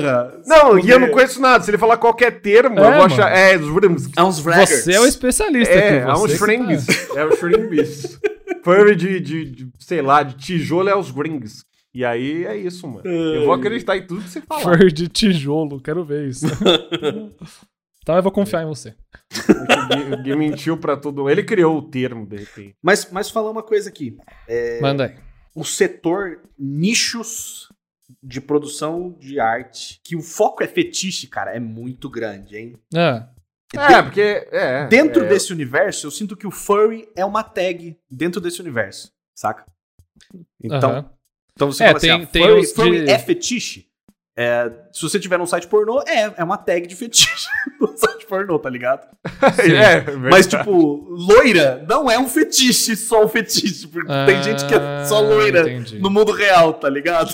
[SPEAKER 2] Não, e eu não conheço nada. Se ele falar qualquer
[SPEAKER 1] É,
[SPEAKER 2] termo, eu vou
[SPEAKER 1] mano.
[SPEAKER 2] achar. É, os
[SPEAKER 3] É uns raggers.
[SPEAKER 1] Você é o especialista
[SPEAKER 2] É,
[SPEAKER 1] aqui.
[SPEAKER 2] é um
[SPEAKER 1] você que tá-
[SPEAKER 2] shrinks. É um shrinks. Furry de, de, de, sei lá, de tijolo é os grings. E aí é isso, mano. Eu vou acreditar em tudo que você falar.
[SPEAKER 1] Flor de tijolo, quero ver isso. então eu vou confiar em você.
[SPEAKER 2] Porque o Gui- o Gui mentiu pra todo Ele criou o termo, de repente.
[SPEAKER 3] Mas, mas falar uma coisa aqui.
[SPEAKER 1] Manda aí.
[SPEAKER 3] o setor nichos de produção de arte, que o foco é fetiche, cara, é muito grande, hein?
[SPEAKER 1] Ah,
[SPEAKER 2] É, porque. É,
[SPEAKER 3] Dentro
[SPEAKER 2] é,
[SPEAKER 3] desse universo, eu sinto que o furry é uma tag dentro desse universo, saca? Então,
[SPEAKER 1] aham.
[SPEAKER 3] então você
[SPEAKER 1] É,
[SPEAKER 3] fala
[SPEAKER 1] tem-
[SPEAKER 3] assim, ah,
[SPEAKER 1] tem
[SPEAKER 3] furry,
[SPEAKER 1] os
[SPEAKER 3] furry
[SPEAKER 1] de-
[SPEAKER 3] é fetiche? É, se você tiver num site pornô, é, é uma tag de fetiche no site pornô, tá ligado?
[SPEAKER 1] Sim.
[SPEAKER 2] É, verdade.
[SPEAKER 3] Mas, tipo, loira não é um fetiche, só um fetiche, porque tem gente que é só
[SPEAKER 1] Ah,
[SPEAKER 3] loira
[SPEAKER 1] Entendi.
[SPEAKER 3] no mundo real, tá ligado?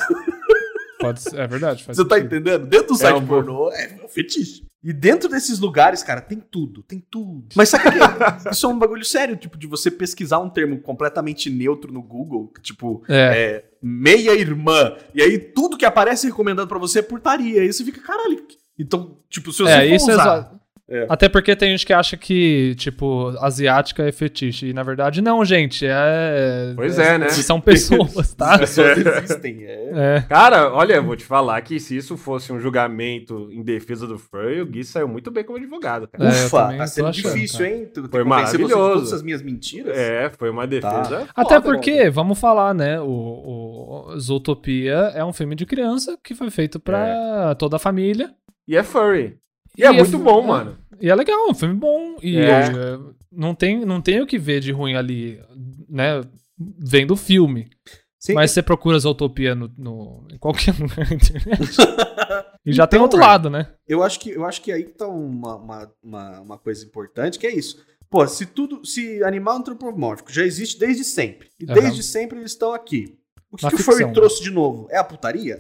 [SPEAKER 1] Pode ser- É verdade. faz
[SPEAKER 3] Você tá
[SPEAKER 1] sentido.
[SPEAKER 3] entendendo? Dentro do site
[SPEAKER 2] um pouco.
[SPEAKER 3] pornô é um fetiche. E dentro desses lugares, cara, tem tudo, tem tudo. Mas sabe o que? é? Isso é um bagulho sério, tipo, de você pesquisar um termo completamente neutro no Google, que, tipo,
[SPEAKER 1] É.
[SPEAKER 3] é, meia-irmã, e aí tudo que aparece recomendado pra você é portaria. Aí você fica, caralho. que- Então, tipo, se você
[SPEAKER 1] É,
[SPEAKER 3] for
[SPEAKER 1] isso é
[SPEAKER 3] usar...
[SPEAKER 1] só- Até porque tem gente que acha que, tipo, asiática é fetiche. E na verdade, não, gente. É.
[SPEAKER 2] Pois é, né?
[SPEAKER 1] São pessoas, tá?
[SPEAKER 3] As pessoas existem, é.
[SPEAKER 1] É.
[SPEAKER 2] Cara, olha, eu vou te falar que se isso fosse um julgamento em defesa do Furry, o Gui saiu muito bem como advogado, cara.
[SPEAKER 1] É, eu
[SPEAKER 3] Ufa,
[SPEAKER 1] também
[SPEAKER 3] tá
[SPEAKER 1] tô
[SPEAKER 3] sendo
[SPEAKER 1] achando,
[SPEAKER 3] difícil,
[SPEAKER 1] cara.
[SPEAKER 3] hein? Tu ter
[SPEAKER 2] Foi
[SPEAKER 3] convencido você de
[SPEAKER 2] maravilhoso.
[SPEAKER 3] todas essas minhas mentiras.
[SPEAKER 2] É, foi uma defesa.
[SPEAKER 1] Até
[SPEAKER 2] foda,
[SPEAKER 1] porque,
[SPEAKER 2] mano.
[SPEAKER 1] vamos falar, né? O, o Zootopia é um filme de criança que foi feito
[SPEAKER 3] É.
[SPEAKER 1] pra toda a família.
[SPEAKER 2] E é Furry. E, é muito bom, mano.
[SPEAKER 1] E é legal, é um filme bom. E
[SPEAKER 2] É.
[SPEAKER 1] eh, não, tem, não tem o que ver de ruim ali, né? Vendo o filme.
[SPEAKER 3] Sim,
[SPEAKER 2] um
[SPEAKER 1] Mas você procura Zootopia no, no, em qualquer lugar da internet. e já tem
[SPEAKER 3] Então,
[SPEAKER 1] outro
[SPEAKER 2] é.
[SPEAKER 3] Ryan,
[SPEAKER 1] lado, né?
[SPEAKER 3] Eu acho que, eu acho que aí que tá uma, uma, uma, uma coisa importante, que é isso. Pô, se tudo. Se animal antropomórfico já existe desde sempre. E
[SPEAKER 1] Aham.
[SPEAKER 3] desde sempre eles estão aqui. O que,
[SPEAKER 1] Na
[SPEAKER 3] que o Furry
[SPEAKER 1] ficção.
[SPEAKER 3] trouxe de novo? É a putaria?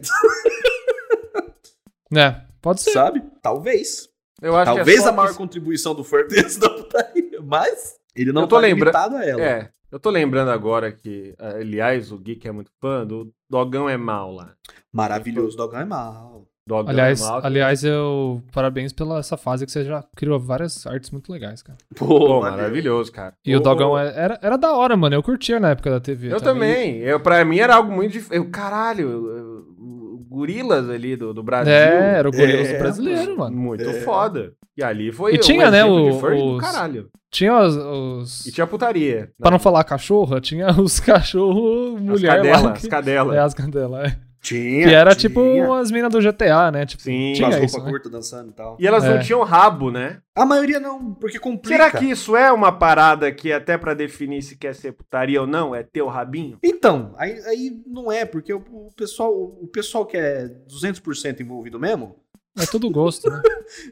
[SPEAKER 1] É, pode ser.
[SPEAKER 3] Sabe? Talvez.
[SPEAKER 2] Eu acho que
[SPEAKER 3] Talvez
[SPEAKER 2] é só
[SPEAKER 3] a maior
[SPEAKER 2] que-
[SPEAKER 3] contribuição do Fortaleza da putaria, mas ele não
[SPEAKER 2] Eu tô
[SPEAKER 3] tá
[SPEAKER 2] lembra-
[SPEAKER 3] limitado a ela.
[SPEAKER 2] É, eu tô lembrando agora que, ah, aliás, o Gui que é muito fã, do Dogão é mal lá.
[SPEAKER 3] Maravilhoso, Dogão é mal.
[SPEAKER 2] Dogão
[SPEAKER 1] Aliás,
[SPEAKER 2] é mal.
[SPEAKER 1] aliás, eu parabéns pela essa fase que você já criou várias artes muito legais, cara.
[SPEAKER 2] Pô,
[SPEAKER 3] valeu.
[SPEAKER 2] maravilhoso, cara.
[SPEAKER 1] E o
[SPEAKER 2] Pô,
[SPEAKER 1] Dogão é- era, era da hora, mano. Eu curtia na época da TV.
[SPEAKER 2] Eu também. Eu, pra mim era algo muito difícil. Eu, caralho, eu- o Gorilas ali do, do Brasil.
[SPEAKER 1] É, era o Gorilas
[SPEAKER 3] É,
[SPEAKER 1] brasileiro, mano.
[SPEAKER 2] Muito
[SPEAKER 3] É.
[SPEAKER 2] foda. E ali foi
[SPEAKER 1] E tinha, né,
[SPEAKER 2] exemplo de
[SPEAKER 1] o-
[SPEAKER 2] furry do
[SPEAKER 1] os-
[SPEAKER 2] caralho.
[SPEAKER 1] Tinha os. os...
[SPEAKER 2] E tinha putaria. né?
[SPEAKER 1] Pra não falar cachorro, tinha os cachorro mulher
[SPEAKER 2] as cadela,
[SPEAKER 1] lá.
[SPEAKER 2] as
[SPEAKER 1] Que...
[SPEAKER 2] cadela.
[SPEAKER 1] É, as cadelas. é.
[SPEAKER 3] Tinha.
[SPEAKER 1] Que era
[SPEAKER 3] tinha.
[SPEAKER 1] tipo umas minas do GTA, né? Tipo,
[SPEAKER 2] Sim.
[SPEAKER 3] Com as
[SPEAKER 1] tinha
[SPEAKER 3] roupas
[SPEAKER 1] isso, né?
[SPEAKER 3] curtas dançando e tal.
[SPEAKER 2] E elas não
[SPEAKER 1] É.
[SPEAKER 2] tinham rabo, né?
[SPEAKER 3] A maioria não, porque complica.
[SPEAKER 2] Será que isso é uma parada que até pra definir se quer ser putaria ou não é ter o rabinho?
[SPEAKER 3] Então, aí, aí não é, porque o, o pessoal o pessoal que é 200% envolvido mesmo,
[SPEAKER 1] é tudo gosto, né?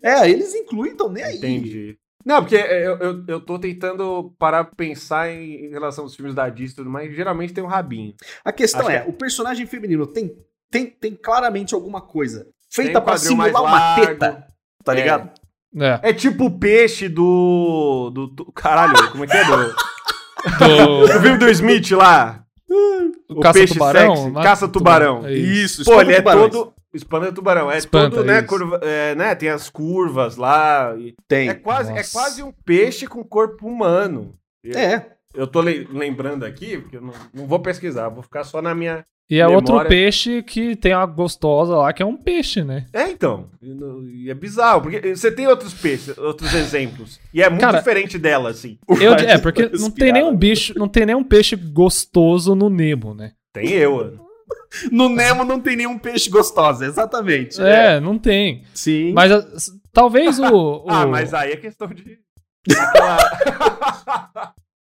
[SPEAKER 3] é, eles incluem, então nem aí.
[SPEAKER 2] Entendi. Não, porque é, eu, eu, eu tô tentando parar pra pensar em, em relação aos filmes da Disney e tudo mais, geralmente tem um rabinho.
[SPEAKER 3] A questão
[SPEAKER 2] Acho
[SPEAKER 3] é, o personagem feminino tem, tem, tem claramente alguma coisa feita
[SPEAKER 2] Tem um
[SPEAKER 3] pra
[SPEAKER 2] quadril
[SPEAKER 3] simular
[SPEAKER 2] mais
[SPEAKER 3] uma
[SPEAKER 2] largo.
[SPEAKER 3] teta, tá
[SPEAKER 2] É.
[SPEAKER 3] ligado?
[SPEAKER 1] É.
[SPEAKER 2] É tipo o peixe do. do. do- caralho, como é que é? Do, do
[SPEAKER 1] Do
[SPEAKER 2] filme do Smith lá.
[SPEAKER 1] o caça
[SPEAKER 2] peixe
[SPEAKER 1] tubarão.
[SPEAKER 2] sexy,
[SPEAKER 1] né?
[SPEAKER 2] caça tubarão.
[SPEAKER 1] É isso.
[SPEAKER 2] Pô,
[SPEAKER 3] espanta
[SPEAKER 2] ele é
[SPEAKER 3] tubarões.
[SPEAKER 2] todo. Espanta tubarão. É
[SPEAKER 1] Espanta,
[SPEAKER 2] todo, né,
[SPEAKER 1] isso.
[SPEAKER 2] curva- é, né? Tem as curvas lá. e-
[SPEAKER 3] Tem.
[SPEAKER 2] É quase, é
[SPEAKER 1] Nossa.
[SPEAKER 2] quase um peixe com corpo humano.
[SPEAKER 3] É.
[SPEAKER 2] Eu tô le- lembrando aqui, porque eu não, não vou pesquisar, vou ficar só na minha.
[SPEAKER 1] E é outro
[SPEAKER 2] Memória.
[SPEAKER 1] peixe que tem uma gostosa lá, que é um peixe, né?
[SPEAKER 2] É, então. E no- E é bizarro, porque você tem outros peixes, outros exemplos. E é muito
[SPEAKER 1] Cara,
[SPEAKER 2] diferente dela, assim.
[SPEAKER 1] Eu, é, porque não tem
[SPEAKER 3] Respirada.
[SPEAKER 1] nenhum bicho, não tem nenhum peixe gostoso no Nemo, né?
[SPEAKER 2] Tem eu.
[SPEAKER 3] No Nemo não tem nenhum peixe gostoso, exatamente.
[SPEAKER 1] É, não tem.
[SPEAKER 3] Sim.
[SPEAKER 1] Mas a- s- talvez o. o-
[SPEAKER 2] Ah, mas aí é questão de. Aquela-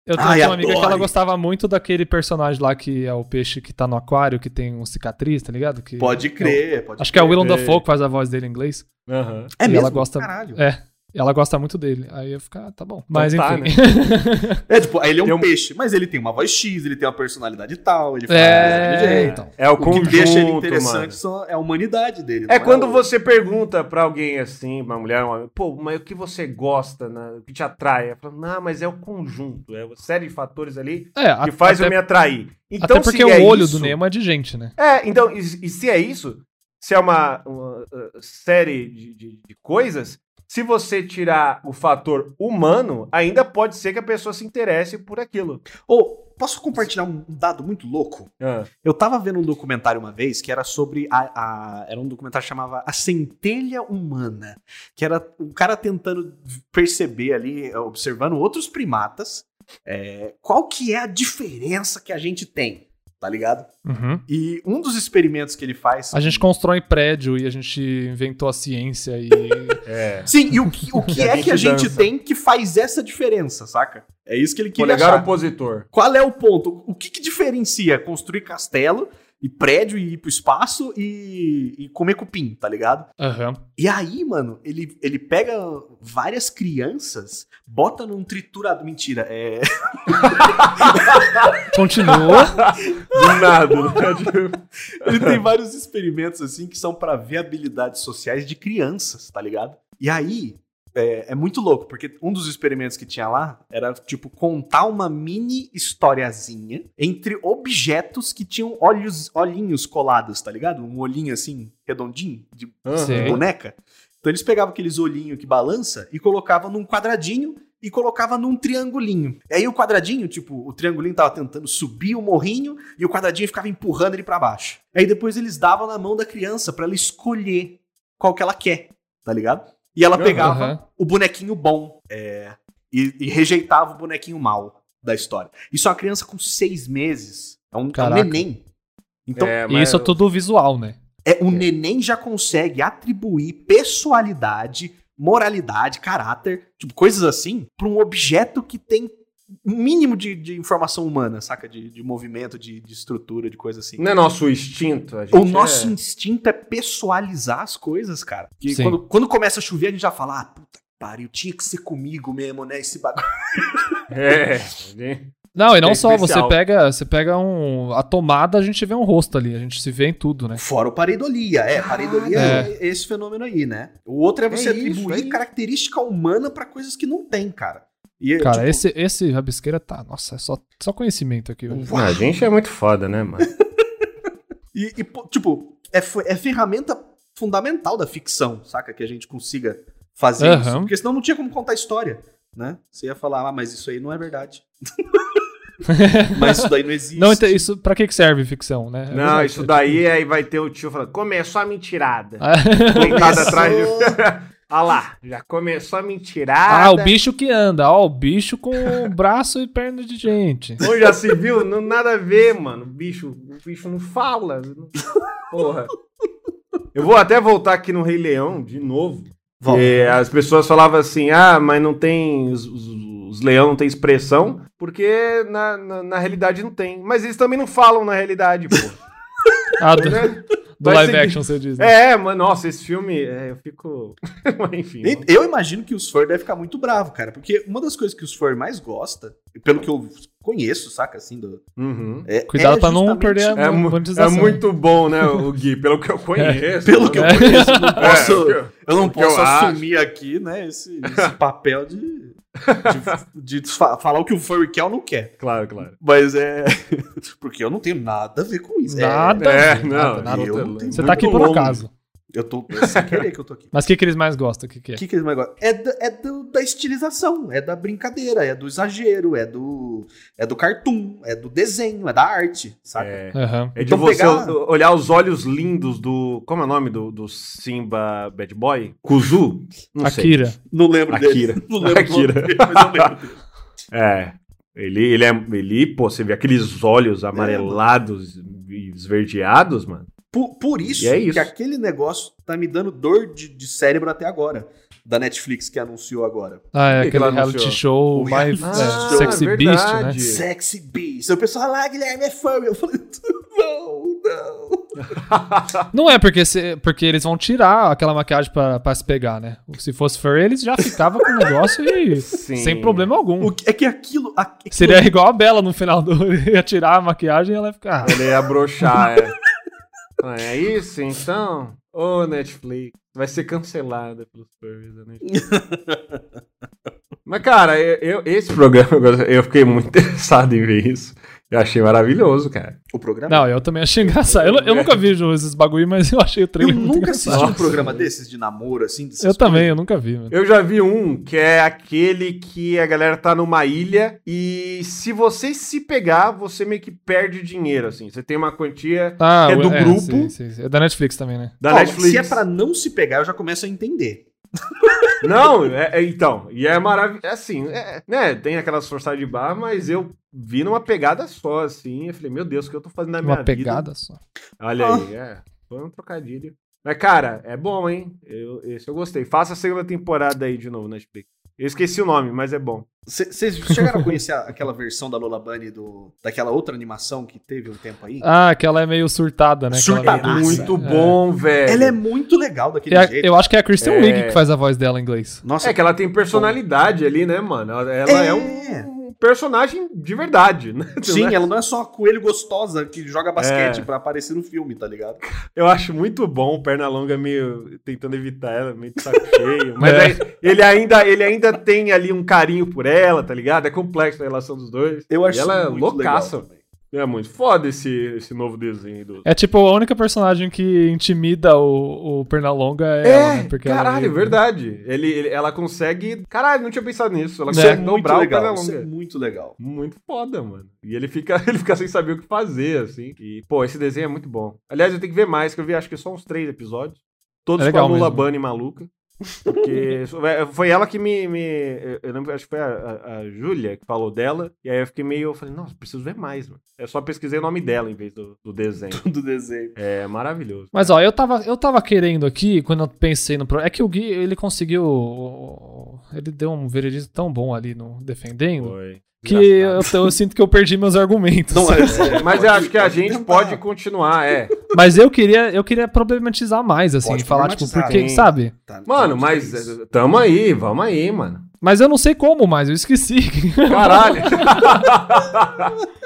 [SPEAKER 1] Eu tenho
[SPEAKER 3] Ai,
[SPEAKER 1] tinha uma amiga que
[SPEAKER 3] adoro.
[SPEAKER 1] ela gostava muito daquele personagem lá que é o peixe que tá no aquário, que tem um cicatriz, tá ligado? Que,
[SPEAKER 3] Pode crer, pode
[SPEAKER 1] Acho que é o Willem
[SPEAKER 2] É.
[SPEAKER 1] Dafoe que faz a voz dele em inglês.
[SPEAKER 2] Aham.
[SPEAKER 3] crer. É
[SPEAKER 1] e
[SPEAKER 3] mesmo?
[SPEAKER 1] ela gosta-
[SPEAKER 3] Caralho.
[SPEAKER 1] É. Ela gosta muito dele. Aí eu ficar, ah, tá bom. Mas
[SPEAKER 2] tá,
[SPEAKER 1] enfim.
[SPEAKER 3] É, tipo, ele é um
[SPEAKER 2] Tem um-
[SPEAKER 3] peixe, mas ele tem uma voz X, ele tem uma personalidade tal, ele faz daquele
[SPEAKER 1] é,
[SPEAKER 3] jeito.
[SPEAKER 1] então.
[SPEAKER 2] É o,
[SPEAKER 3] O que deixa ele interessante
[SPEAKER 2] mano.
[SPEAKER 3] só é a humanidade dele. não
[SPEAKER 2] É quando
[SPEAKER 3] o-
[SPEAKER 2] você pergunta pra alguém assim, uma mulher, um homem, pô, mas o que você gosta, né? o que te atrai? Ela fala, não, mas é o conjunto, é uma série de fatores ali
[SPEAKER 1] É, a-
[SPEAKER 2] que faz eu
[SPEAKER 1] até,
[SPEAKER 2] me atrair. Então,
[SPEAKER 1] até porque
[SPEAKER 2] se é
[SPEAKER 1] o olho
[SPEAKER 2] isso-
[SPEAKER 1] do Nemo é de gente, né?
[SPEAKER 2] É, então, e, e se é isso, se é uma, uma, uh, série de, de- de coisas, se você tirar o fator humano, ainda pode ser que a pessoa se interesse por aquilo.
[SPEAKER 3] Ô, posso compartilhar um dado muito louco?
[SPEAKER 2] Ah,
[SPEAKER 3] Eu tava vendo um documentário uma vez que era sobre a, a- era um documentário que chamava A Centelha Humana, que era um cara tentando perceber ali, observando outros primatas, é, qual que é a diferença que a gente tem, tá ligado?
[SPEAKER 2] Uhum.
[SPEAKER 3] E um dos experimentos que ele faz
[SPEAKER 1] A gente constrói prédio e a gente inventou a ciência e.
[SPEAKER 2] É.
[SPEAKER 3] Sim, e o que, o que
[SPEAKER 2] E a
[SPEAKER 3] é que a
[SPEAKER 2] gente
[SPEAKER 3] gente
[SPEAKER 2] dança.
[SPEAKER 3] tem que faz essa diferença, saca? É isso que ele queria achar.
[SPEAKER 2] opositor.
[SPEAKER 3] Qual é o ponto? O que, que diferencia construir castelo e prédio e ir pro espaço e, e comer cupim, tá ligado?
[SPEAKER 1] Aham.
[SPEAKER 3] E aí, mano, ele, ele pega várias crianças, bota num triturador. Mentira, é.
[SPEAKER 1] Continua.
[SPEAKER 2] Do nada. né?
[SPEAKER 3] Ele tem vários experimentos, assim, que são pra ver habilidades sociais de crianças, tá ligado? E aí, é, é muito louco, porque um dos experimentos que tinha lá era, tipo, contar uma mini historiazinha entre objetos que tinham olhos, olhinhos colados, tá ligado? Um olhinho, assim, redondinho, de
[SPEAKER 2] Aham.
[SPEAKER 1] Sim.
[SPEAKER 3] boneca. Então eles pegavam aqueles olhinhos que balança e colocavam num quadradinho e colocava num triangulinho. E aí o quadradinho, tipo, o triangulinho tava tentando subir o morrinho e o quadradinho ficava empurrando ele pra baixo. Aí depois eles davam na mão da criança pra ela escolher qual que ela quer, tá ligado? E ela
[SPEAKER 2] Aham.
[SPEAKER 3] pegava
[SPEAKER 1] Aham.
[SPEAKER 3] o bonequinho bom é, e, e rejeitava o bonequinho mal da história. Isso é uma criança com seis meses. É um, é um
[SPEAKER 1] Caraca.
[SPEAKER 3] neném. Então,
[SPEAKER 2] É,
[SPEAKER 1] E
[SPEAKER 2] mas-
[SPEAKER 1] isso é tudo visual, né?
[SPEAKER 3] é, o neném já consegue atribuir pessoalidade, moralidade, caráter, tipo, coisas assim, pra um objeto que tem um mínimo de, de informação humana, saca? De, de movimento, de, de estrutura, de coisa assim.
[SPEAKER 2] Não é nosso instinto. A gente
[SPEAKER 3] O nosso
[SPEAKER 2] é...
[SPEAKER 3] instinto é pessoalizar as coisas, cara. Que
[SPEAKER 1] Sim.
[SPEAKER 3] quando, quando começa a chover, a gente já fala, ah, puta que pariu, tinha que ser comigo mesmo, né? Esse bagulho.
[SPEAKER 2] É.
[SPEAKER 1] Não, e não
[SPEAKER 2] É
[SPEAKER 1] só,
[SPEAKER 2] especial.
[SPEAKER 1] você pega, você pega um. A tomada, a gente vê um rosto ali, a gente se vê em tudo, né?
[SPEAKER 3] Fora o pareidolia. É, pareidolia é. esse fenômeno aí, né? O outro é você
[SPEAKER 2] É isso,
[SPEAKER 3] atribuir
[SPEAKER 2] é isso.
[SPEAKER 3] característica humana pra coisas que não tem, cara. E,
[SPEAKER 1] Cara,
[SPEAKER 3] tipo,
[SPEAKER 1] esse, esse rabisqueira tá. Nossa, é só, só conhecimento aqui. hoje.
[SPEAKER 4] Ah, a gente é muito foda, né, mano?
[SPEAKER 3] E, e, pô, tipo, é, fe- é ferramenta fundamental da ficção, saca? Que a gente consiga fazer
[SPEAKER 1] Aham.
[SPEAKER 3] isso. Porque senão não tinha como contar história, né? Você ia falar, ah, mas isso aí não é verdade. mas isso daí não existe.
[SPEAKER 1] Não, então, isso pra que que serve ficção, né? É
[SPEAKER 2] Não,
[SPEAKER 1] verdade,
[SPEAKER 2] isso
[SPEAKER 1] é
[SPEAKER 2] daí aí vai ter o tio falando, começou a mentirada.
[SPEAKER 1] tipo-
[SPEAKER 2] Deitado atrás de...
[SPEAKER 3] Começou.
[SPEAKER 2] Olha lá, já começou a
[SPEAKER 1] Ah,
[SPEAKER 2] mentirada.
[SPEAKER 1] o bicho que anda, ó, o bicho com braço e perna de gente.
[SPEAKER 2] Onde já se viu? Não, nada a ver, mano. O bicho, o bicho não fala. não- Porra. Eu vou até voltar aqui no Rei Leão de novo.
[SPEAKER 3] Volta.
[SPEAKER 2] É, as pessoas falavam assim, ah, mas não tem. Os, os, os leão não tem expressão, porque na, na, na realidade não tem. Mas eles também não falam na realidade, pô.
[SPEAKER 1] Ah, do,
[SPEAKER 2] né?
[SPEAKER 1] do
[SPEAKER 2] Vai
[SPEAKER 1] live
[SPEAKER 2] seguir.
[SPEAKER 1] action você diz. né?
[SPEAKER 2] É, mano, nossa, esse filme, é, eu fico. Mas Enfim.
[SPEAKER 3] E- Eu imagino que os fãs devem ficar muito bravos, cara. Porque uma das coisas que os fãs mais gostam, pelo que eu conheço, saca? Assim, do,
[SPEAKER 2] Uhum.
[SPEAKER 3] é,
[SPEAKER 1] Cuidado
[SPEAKER 3] é
[SPEAKER 1] pra não
[SPEAKER 3] justamente-
[SPEAKER 1] perder a
[SPEAKER 2] É, mu- é
[SPEAKER 1] monetização.
[SPEAKER 2] muito bom, né, o Gui? Pelo que eu conheço.
[SPEAKER 3] Pelo que eu conheço, eu não
[SPEAKER 2] É,
[SPEAKER 3] posso,
[SPEAKER 2] o que eu-
[SPEAKER 3] eu não
[SPEAKER 2] o que eu
[SPEAKER 3] posso
[SPEAKER 2] acho.
[SPEAKER 3] assumir aqui, né, esse, esse papel de, de, de fa- falar o que o furry quer ou não quer.
[SPEAKER 2] Claro, claro.
[SPEAKER 3] Mas é. Porque eu não tenho nada a ver com isso.
[SPEAKER 1] Nada.
[SPEAKER 2] É,
[SPEAKER 1] nada,
[SPEAKER 2] não,
[SPEAKER 1] nada.
[SPEAKER 3] eu não tenho
[SPEAKER 1] Você
[SPEAKER 3] muito
[SPEAKER 1] tá aqui por
[SPEAKER 3] longe.
[SPEAKER 1] acaso.
[SPEAKER 3] É, eu tô. é sem querer que eu tô aqui.
[SPEAKER 1] Mas o que, que eles mais gostam? O que, que é?
[SPEAKER 3] O que, que eles mais gostam? É, da, é do- da estilização, é da brincadeira, é do exagero, é do. É do cartoon, é do desenho, é da arte, saca?
[SPEAKER 2] É,
[SPEAKER 1] Aham.
[SPEAKER 2] é de
[SPEAKER 3] Então
[SPEAKER 2] você
[SPEAKER 3] pegar-
[SPEAKER 2] o- olhar os olhos lindos do. Como é o nome do, do Simba Bad Boy? Kuzu? Não sei.
[SPEAKER 1] Akira.
[SPEAKER 3] Não lembro
[SPEAKER 2] Akira.
[SPEAKER 3] dele. Não lembro
[SPEAKER 2] Akira.
[SPEAKER 3] Akira. Dele, mas eu lembro dele.
[SPEAKER 2] É. Ele, ele é. Ele, pô, você vê aqueles olhos amarelados e esverdeados, mano.
[SPEAKER 3] Por, por isso,
[SPEAKER 2] E é isso.
[SPEAKER 3] que aquele negócio tá me dando dor de, de cérebro até agora. Da Netflix que anunciou agora.
[SPEAKER 1] Ah, é
[SPEAKER 2] que que
[SPEAKER 1] aquele
[SPEAKER 2] ela
[SPEAKER 1] reality
[SPEAKER 2] anunciou?
[SPEAKER 1] show
[SPEAKER 3] O
[SPEAKER 1] mais
[SPEAKER 3] reality
[SPEAKER 1] é,
[SPEAKER 3] show,
[SPEAKER 1] sexy
[SPEAKER 2] é
[SPEAKER 1] beast, né?
[SPEAKER 2] verdade.
[SPEAKER 3] Sexy Beast. O pessoal lá, ah, Guilherme é fã. Eu falei, não, não.
[SPEAKER 1] Não é porque, se- porque eles vão tirar aquela maquiagem pra, pra se pegar, né? Se fosse furry, eles já ficavam com o negócio e
[SPEAKER 2] Sim.
[SPEAKER 1] sem problema algum.
[SPEAKER 3] O que- é que aquilo. aquilo
[SPEAKER 1] Seria igual a Bela no final do. ia tirar a maquiagem e ela ia ficar. "Ah."
[SPEAKER 2] Ele ia broxar, é. É isso, então? Ô, Netflix. Vai ser cancelada pelos furries da Netflix. Mas, cara, eu, eu- esse programa, agora, eu fiquei muito interessado em ver isso. Eu achei maravilhoso, cara.
[SPEAKER 3] O programa?
[SPEAKER 1] Não, eu também achei engraçado. Eu, eu nunca vi esses bagulho, mas eu achei o
[SPEAKER 3] eu
[SPEAKER 1] trailer muito
[SPEAKER 3] nunca
[SPEAKER 1] engraçado.
[SPEAKER 3] assisti um
[SPEAKER 2] engraçado.
[SPEAKER 3] programa desses de namoro, assim. dessas
[SPEAKER 1] Eu também,
[SPEAKER 3] coisas.
[SPEAKER 1] eu nunca vi, mano.
[SPEAKER 2] Eu já vi um que é aquele que a galera tá numa ilha e se você se pegar, você meio que perde dinheiro, assim. Você tem uma quantia
[SPEAKER 1] Ah,
[SPEAKER 2] É do grupo?
[SPEAKER 1] sim, sim, sim. É da Netflix também, né?
[SPEAKER 2] da
[SPEAKER 3] Ó,
[SPEAKER 2] Netflix.
[SPEAKER 3] Se é pra não se pegar, eu já começo a entender.
[SPEAKER 2] Não, é, é- então, e é maravilhoso. Assim, é- né? Tem aquelas forçadas de barra, mas eu vi numa pegada só, assim. Eu falei, meu Deus, o que eu tô fazendo na minha
[SPEAKER 1] Uma
[SPEAKER 2] vida?
[SPEAKER 1] pegada só.
[SPEAKER 2] Olha aí, é. Foi um trocadilho. Mas, cara, é bom, hein? Eu, esse eu gostei. Faça a segunda temporada aí de novo, Netflix. Eu esqueci o nome, mas é bom.
[SPEAKER 3] Vocês chegaram a conhecer a- aquela versão da Lola Bunny do, daquela outra animação que teve um tempo aí?
[SPEAKER 1] Ah, que ela é meio surtada, né? Que ela é meio
[SPEAKER 3] Surtadaça.
[SPEAKER 1] doida.
[SPEAKER 2] Muito bom, velho.
[SPEAKER 3] Tá, Ela é muito legal daquele
[SPEAKER 1] É a-
[SPEAKER 3] jeito.
[SPEAKER 1] eu acho que é a Kristen
[SPEAKER 2] É.
[SPEAKER 1] Wiig que faz a voz dela em inglês.
[SPEAKER 3] Nossa,
[SPEAKER 2] É que ela tem personalidade ali, né, mano? Ela, ela é, um personagem de verdade, né?
[SPEAKER 3] Sim, ela não é só a coelho gostosa que joga basquete
[SPEAKER 2] É.
[SPEAKER 3] pra aparecer no filme, tá ligado?
[SPEAKER 2] Eu acho muito bom o Pernalonga meio tentando evitar ela, meio de saco cheio. Mas
[SPEAKER 1] É.
[SPEAKER 2] aí, ele, ainda, ele ainda tem ali um carinho por ela, tá ligado? É complexa a relação dos dois.
[SPEAKER 3] Eu acho
[SPEAKER 2] e ela é
[SPEAKER 3] muito
[SPEAKER 2] loucaça.
[SPEAKER 3] legal também.
[SPEAKER 2] É muito foda esse, esse novo desenho do.
[SPEAKER 1] É tipo, a única personagem que intimida o, o Pernalonga é, ela, né? Porque ela
[SPEAKER 2] caralho,
[SPEAKER 1] meio-
[SPEAKER 2] verdade. Ele, ele- ela consegue. Caralho, não tinha pensado nisso. Ela
[SPEAKER 1] Isso
[SPEAKER 3] Isso é,
[SPEAKER 2] consegue
[SPEAKER 3] muito
[SPEAKER 2] dobrar o
[SPEAKER 3] legal. Isso é
[SPEAKER 2] Pernalonga.
[SPEAKER 3] muito legal.
[SPEAKER 2] Muito foda, mano. E ele fica, ele fica sem saber o que fazer, assim. E, pô, esse desenho é muito bom. Aliás, eu tenho que ver mais, que eu vi acho que só uns três episódios. Todos
[SPEAKER 1] É
[SPEAKER 2] com a
[SPEAKER 1] legal
[SPEAKER 2] Lula
[SPEAKER 1] mesmo.
[SPEAKER 2] Bunny maluca. Porque é, foi ela que me. me- eu- eu lembro, acho que foi a, a, a Júlia que falou dela. E aí eu fiquei meio. Eu falei, nossa, preciso ver mais, mano. Eu só pesquisei o nome dela em vez do, do desenho.
[SPEAKER 3] do desenho.
[SPEAKER 2] É maravilhoso.
[SPEAKER 1] Mas ó, eu tava, eu tava querendo aqui, quando eu pensei no programa. É que o Gui, ele conseguiu. Ele deu um veredito tão bom ali no defendendo.
[SPEAKER 2] Foi.
[SPEAKER 1] Que eu,
[SPEAKER 2] Engraçado.
[SPEAKER 1] eu sinto que eu perdi meus argumentos.
[SPEAKER 3] Não, é,
[SPEAKER 2] Mas eu acho que a gente
[SPEAKER 3] tentar.
[SPEAKER 2] pode continuar, é.
[SPEAKER 1] Mas eu queria, eu queria problematizar mais, assim,
[SPEAKER 3] Pode
[SPEAKER 1] falar, tipo,
[SPEAKER 3] problematizar,
[SPEAKER 1] porque,
[SPEAKER 2] hein?
[SPEAKER 1] sabe?
[SPEAKER 3] Tá, tá,
[SPEAKER 2] Mano,
[SPEAKER 3] tá,
[SPEAKER 2] mas
[SPEAKER 3] isso.
[SPEAKER 2] eh, tamo aí, vamos aí, mano.
[SPEAKER 1] Mas eu não sei como mais, eu esqueci.
[SPEAKER 2] Caralho.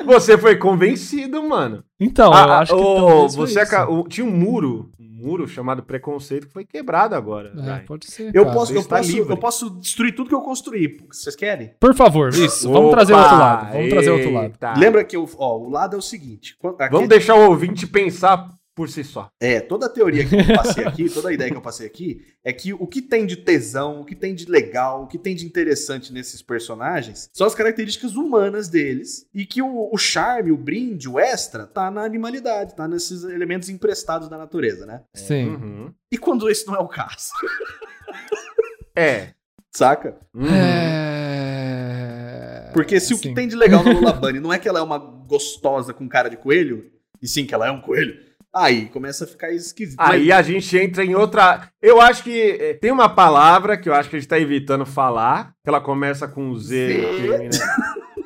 [SPEAKER 2] Você foi convencido, mano.
[SPEAKER 1] Então, eu
[SPEAKER 2] Ah, ah,
[SPEAKER 1] acho que.
[SPEAKER 2] ô,
[SPEAKER 1] talvez foi
[SPEAKER 2] você
[SPEAKER 1] isso.
[SPEAKER 2] aca- o- tinha um muro, um muro chamado preconceito que foi quebrado agora.
[SPEAKER 1] É,
[SPEAKER 2] Dai.
[SPEAKER 1] pode ser.
[SPEAKER 3] Eu
[SPEAKER 1] cara.
[SPEAKER 3] posso,
[SPEAKER 2] você
[SPEAKER 3] eu,
[SPEAKER 2] está
[SPEAKER 3] posso,
[SPEAKER 2] livre.
[SPEAKER 3] eu posso destruir tudo que eu construí. Vocês querem?
[SPEAKER 1] Por favor, isso. Vamos trazer o
[SPEAKER 2] Opa,
[SPEAKER 1] outro lado. Vamos trazer o outro lado.
[SPEAKER 2] eita.
[SPEAKER 3] Lembra que eu, ó, o lado é o seguinte. quando- aqui-
[SPEAKER 2] Vamos deixar o ouvinte pensar por si só.
[SPEAKER 3] É, toda a teoria que eu passei aqui, toda a ideia que eu passei aqui, é que o que tem de tesão, o que tem de legal, o que tem de interessante nesses personagens são as características humanas deles. E que o, o charme, o brinde, o extra, tá na animalidade, tá nesses elementos emprestados da natureza, né?
[SPEAKER 1] Sim.
[SPEAKER 2] Uhum.
[SPEAKER 3] E quando esse não é o caso,
[SPEAKER 2] É.
[SPEAKER 3] saca?
[SPEAKER 2] Uhum.
[SPEAKER 1] É...
[SPEAKER 3] Porque se o que
[SPEAKER 1] Sim.
[SPEAKER 3] tem de legal na Lola Bunny não é que ela é uma gostosa com cara de coelho, e sim que ela é um coelho, aí começa a ficar esquisito.
[SPEAKER 2] Aí a gente entra em outra. Eu acho que é, tem uma palavra que eu acho que a gente tá evitando falar, que ela começa com Z, e
[SPEAKER 3] Zê.
[SPEAKER 2] termina-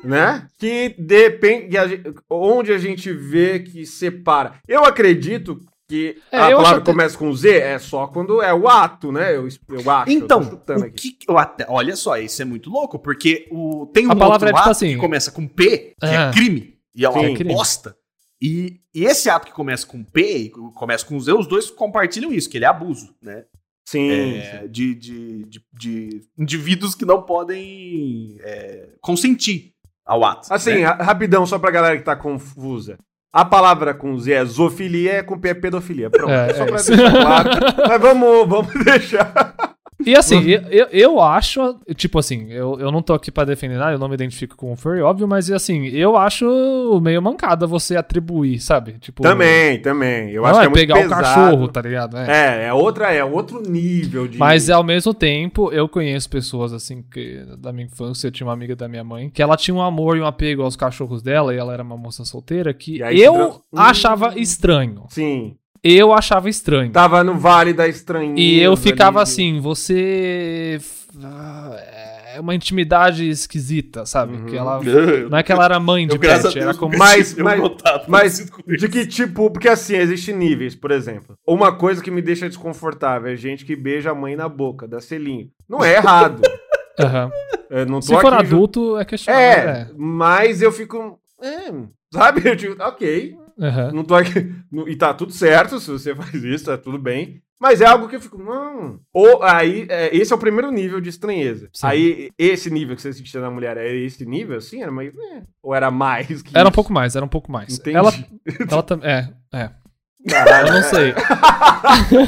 [SPEAKER 2] né? Que depende que a gente- onde a gente vê que separa. Eu acredito que
[SPEAKER 1] É,
[SPEAKER 2] a
[SPEAKER 1] eu
[SPEAKER 2] palavra
[SPEAKER 1] acho até-
[SPEAKER 2] começa com Z é só quando é o ato, né? Eu, es- eu acho.
[SPEAKER 3] Então,
[SPEAKER 2] eu tô chutando
[SPEAKER 3] o que eu até, olha só, isso é muito louco, porque o, tem um
[SPEAKER 1] A palavra
[SPEAKER 3] outro
[SPEAKER 1] é tipo
[SPEAKER 3] ato
[SPEAKER 1] assim.
[SPEAKER 3] que começa com P, que
[SPEAKER 1] Ah.
[SPEAKER 3] é crime, e é uma
[SPEAKER 2] Sim.
[SPEAKER 3] bosta. E, e esse ato que começa com P e começa com Z, os dois compartilham isso, que ele é abuso, né?
[SPEAKER 2] Sim.
[SPEAKER 3] É, de, de, de, de indivíduos que não podem é, consentir ao ato.
[SPEAKER 2] Assim,
[SPEAKER 3] né?
[SPEAKER 2] ra- rapidão, só pra galera que tá confusa. A palavra com Z é zoofilia, com P é pedofilia. Pronto.
[SPEAKER 1] É,
[SPEAKER 2] só
[SPEAKER 1] é
[SPEAKER 2] pra
[SPEAKER 1] isso.
[SPEAKER 2] deixar claro. Mas vamos, vamos deixar.
[SPEAKER 1] E assim, eu, eu, eu acho, tipo assim, eu, eu não tô aqui pra defender nada, eu não me identifico com o Furry, óbvio, mas assim, eu acho meio mancada você atribuir, sabe? Tipo,
[SPEAKER 2] Também, também. Eu
[SPEAKER 1] não é
[SPEAKER 2] acho que é muito
[SPEAKER 1] pegar
[SPEAKER 2] pesado.
[SPEAKER 1] o cachorro, tá ligado? É.
[SPEAKER 2] É, é outra, é outro nível de.
[SPEAKER 1] Mas é ao mesmo tempo, eu conheço pessoas assim que da minha infância, eu tinha uma amiga da minha mãe, que ela tinha um amor e um apego aos cachorros dela, e ela era uma moça solteira que
[SPEAKER 2] E aí se
[SPEAKER 1] eu
[SPEAKER 2] trans- Hum.
[SPEAKER 1] achava estranho.
[SPEAKER 2] Sim.
[SPEAKER 1] Eu achava estranho.
[SPEAKER 2] Tava no Vale da Estranheza.
[SPEAKER 1] E eu ficava
[SPEAKER 2] Tá ali.
[SPEAKER 1] assim, você. ah, É uma intimidade esquisita, sabe?
[SPEAKER 2] Uhum.
[SPEAKER 1] Que ela.
[SPEAKER 3] Eu-
[SPEAKER 1] Não é que ela era mãe de
[SPEAKER 3] eu, graças a
[SPEAKER 1] pet,
[SPEAKER 3] Deus,
[SPEAKER 1] era
[SPEAKER 3] nunca
[SPEAKER 1] como.
[SPEAKER 2] Mas-
[SPEAKER 3] tive nenhum contato
[SPEAKER 2] mas
[SPEAKER 3] parecido com
[SPEAKER 2] De
[SPEAKER 3] isso.
[SPEAKER 2] que tipo, porque assim, existem níveis, por exemplo. Uma coisa que me deixa desconfortável é gente que beija a mãe na boca, dá selinho. Não é errado.
[SPEAKER 1] Aham.
[SPEAKER 2] Eu não tô
[SPEAKER 1] Se for
[SPEAKER 2] aqui ju-
[SPEAKER 1] adulto, é questionável.
[SPEAKER 2] É,
[SPEAKER 1] É.
[SPEAKER 2] mas eu fico. É, sabe? Eu digo, ok.
[SPEAKER 1] é. Aham.
[SPEAKER 2] Não tô aqui. não- E tá tudo certo se você faz isso, tá tudo bem. Mas é algo que eu fico, não. Ou aí, é, esse é o primeiro nível de estranheza.
[SPEAKER 1] Sim.
[SPEAKER 2] Aí, esse nível que você sentia na mulher, era esse nível, assim? Era mais, é, Ou era mais que
[SPEAKER 1] Era um
[SPEAKER 2] isso?
[SPEAKER 1] pouco mais, era um pouco mais.
[SPEAKER 2] Entendi.
[SPEAKER 1] Ela, ela também. É, é.
[SPEAKER 2] Caralho,
[SPEAKER 1] Eu não sei.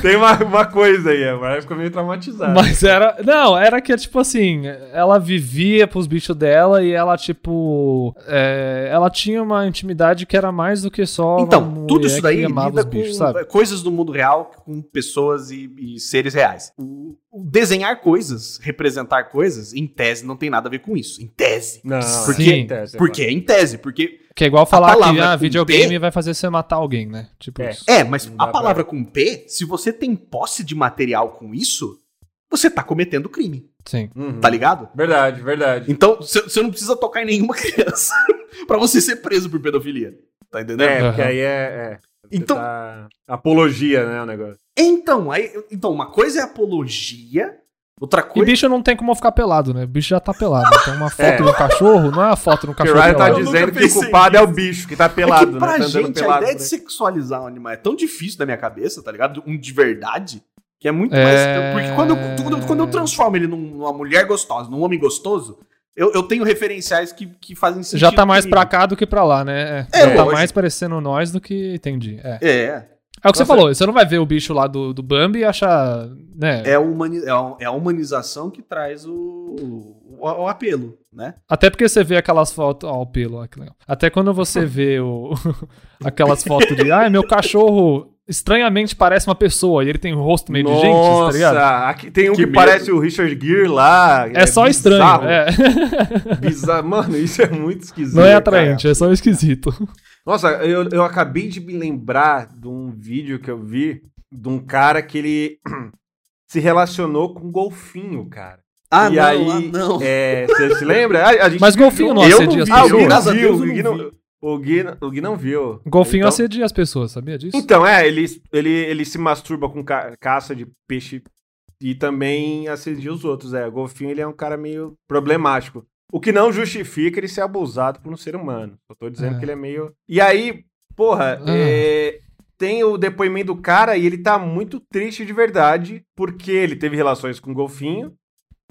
[SPEAKER 2] Tem uma, uma coisa aí, agora ficou meio
[SPEAKER 3] tá.
[SPEAKER 2] traumatizado.
[SPEAKER 1] Mas era. Não, era que, tipo assim, ela vivia pros bichos dela e ela, tipo. é, ela tinha uma intimidade que era mais do que só. uma
[SPEAKER 3] Então,
[SPEAKER 1] mulher
[SPEAKER 3] tudo isso daí
[SPEAKER 1] que amava
[SPEAKER 3] lida
[SPEAKER 1] os bichos,
[SPEAKER 3] com
[SPEAKER 1] sabe?
[SPEAKER 3] coisas do mundo real, com pessoas e, e seres reais. O, o desenhar coisas, representar coisas, em tese não tem nada a ver com isso. Em tese.
[SPEAKER 2] Não,
[SPEAKER 3] Por
[SPEAKER 1] quê?
[SPEAKER 2] sim, tá, você
[SPEAKER 3] Por
[SPEAKER 2] fala.
[SPEAKER 3] quê? Em tese, porque.
[SPEAKER 1] Que é igual falar que
[SPEAKER 3] palavra
[SPEAKER 1] ah,
[SPEAKER 3] com
[SPEAKER 1] videogame
[SPEAKER 3] P?
[SPEAKER 1] vai fazer você matar alguém, né? Tipo
[SPEAKER 2] É.
[SPEAKER 1] isso.
[SPEAKER 3] É, mas
[SPEAKER 2] Não dá
[SPEAKER 3] a
[SPEAKER 2] pra-
[SPEAKER 3] palavra com P, se você tem posse de material com isso, você tá cometendo crime,
[SPEAKER 1] Sim.
[SPEAKER 2] Uhum.
[SPEAKER 3] tá ligado?
[SPEAKER 2] Verdade, verdade.
[SPEAKER 3] Então, você você não precisa tocar em nenhuma criança pra você ser preso por pedofilia. Tá entendendo?
[SPEAKER 2] É, porque
[SPEAKER 1] Aham.
[SPEAKER 2] aí é. é, você
[SPEAKER 3] Então-
[SPEAKER 2] tá- Apologia, né, o negócio.
[SPEAKER 3] Então, aí, então, uma coisa é apologia, outra
[SPEAKER 1] E
[SPEAKER 3] coisa. é
[SPEAKER 1] bicho não tem como ficar pelado, né? O bicho já tá pelado. Então uma foto
[SPEAKER 2] É.
[SPEAKER 1] do cachorro não é a foto do
[SPEAKER 2] Porque
[SPEAKER 1] cachorro.
[SPEAKER 2] o Ryan tá
[SPEAKER 1] pelado.
[SPEAKER 3] Eu nunca
[SPEAKER 2] dizendo que o
[SPEAKER 3] pensei
[SPEAKER 2] culpado é o bicho que tá pelado,
[SPEAKER 3] é que
[SPEAKER 2] né?
[SPEAKER 3] pra
[SPEAKER 2] tá andando
[SPEAKER 3] gente a
[SPEAKER 2] pelado
[SPEAKER 3] ideia
[SPEAKER 2] por
[SPEAKER 3] de
[SPEAKER 2] aí.
[SPEAKER 3] sexualizar um animal é tão difícil na minha cabeça, tá ligado? Um de verdade, que é muito
[SPEAKER 1] É.
[SPEAKER 3] mais... Porque quando eu, quando eu- quando eu transformo ele num- numa mulher gostosa, num homem gostoso, eu, eu tenho referenciais que, que fazem sentido.
[SPEAKER 1] Já tá mais
[SPEAKER 3] comigo.
[SPEAKER 1] pra cá do que pra lá, né?
[SPEAKER 3] É,
[SPEAKER 1] Já tá
[SPEAKER 3] lógico.
[SPEAKER 1] mais parecendo nós do que. Entendi. É.
[SPEAKER 3] É,
[SPEAKER 1] É o que você
[SPEAKER 2] Nossa.
[SPEAKER 1] falou. Você não vai ver o bicho lá do, do Bambi e achar. Né?
[SPEAKER 3] é, a humani- é a- é a humanização que traz o, o, o apelo, né?
[SPEAKER 1] Até porque você vê aquelas fotos. Ó, o pelo, ó, que legal. Até quando você vê o... aquelas fotos de. Ai, meu cachorro estranhamente parece uma pessoa e ele tem um rosto meio de gente, tá ligado?
[SPEAKER 2] Nossa, aqui tem um que,
[SPEAKER 3] Que medo.
[SPEAKER 2] parece o Richard Gere lá.
[SPEAKER 1] É, só estranho.
[SPEAKER 2] bizarro,
[SPEAKER 1] É.
[SPEAKER 2] bizarro. Mano, isso é muito esquisito.
[SPEAKER 1] Não é
[SPEAKER 2] cara.
[SPEAKER 1] atraente, é só esquisito.
[SPEAKER 2] Nossa, eu, eu acabei de me lembrar de um vídeo que eu vi de um cara que ele se relacionou com um golfinho, cara.
[SPEAKER 3] Ah,
[SPEAKER 2] e
[SPEAKER 3] não,
[SPEAKER 2] aí,
[SPEAKER 3] ah, não.
[SPEAKER 2] É, você se lembra? A, a gente
[SPEAKER 1] Mas golfinho não
[SPEAKER 2] eu
[SPEAKER 1] assedia as
[SPEAKER 2] vi, eu
[SPEAKER 1] pessoas.
[SPEAKER 2] não
[SPEAKER 3] Ah, Graças a
[SPEAKER 2] vi,
[SPEAKER 3] Deus,
[SPEAKER 2] o
[SPEAKER 3] eu
[SPEAKER 2] Gui
[SPEAKER 3] não
[SPEAKER 2] não- o Gui não- o Gui não viu.
[SPEAKER 1] Um Golfinho
[SPEAKER 2] Então-
[SPEAKER 1] assedia as pessoas, sabia disso?
[SPEAKER 2] Então, é, ele, ele, ele se masturba com ca- caça de peixe E também acendia os outros. É, o golfinho ele é um cara meio problemático. O que não justifica ele ser abusado por um ser humano. Eu tô dizendo
[SPEAKER 1] É.
[SPEAKER 2] que ele é meio. E aí, porra,
[SPEAKER 1] Ah.
[SPEAKER 2] é, tem o depoimento do cara e ele tá muito triste de verdade, porque ele teve relações com o golfinho.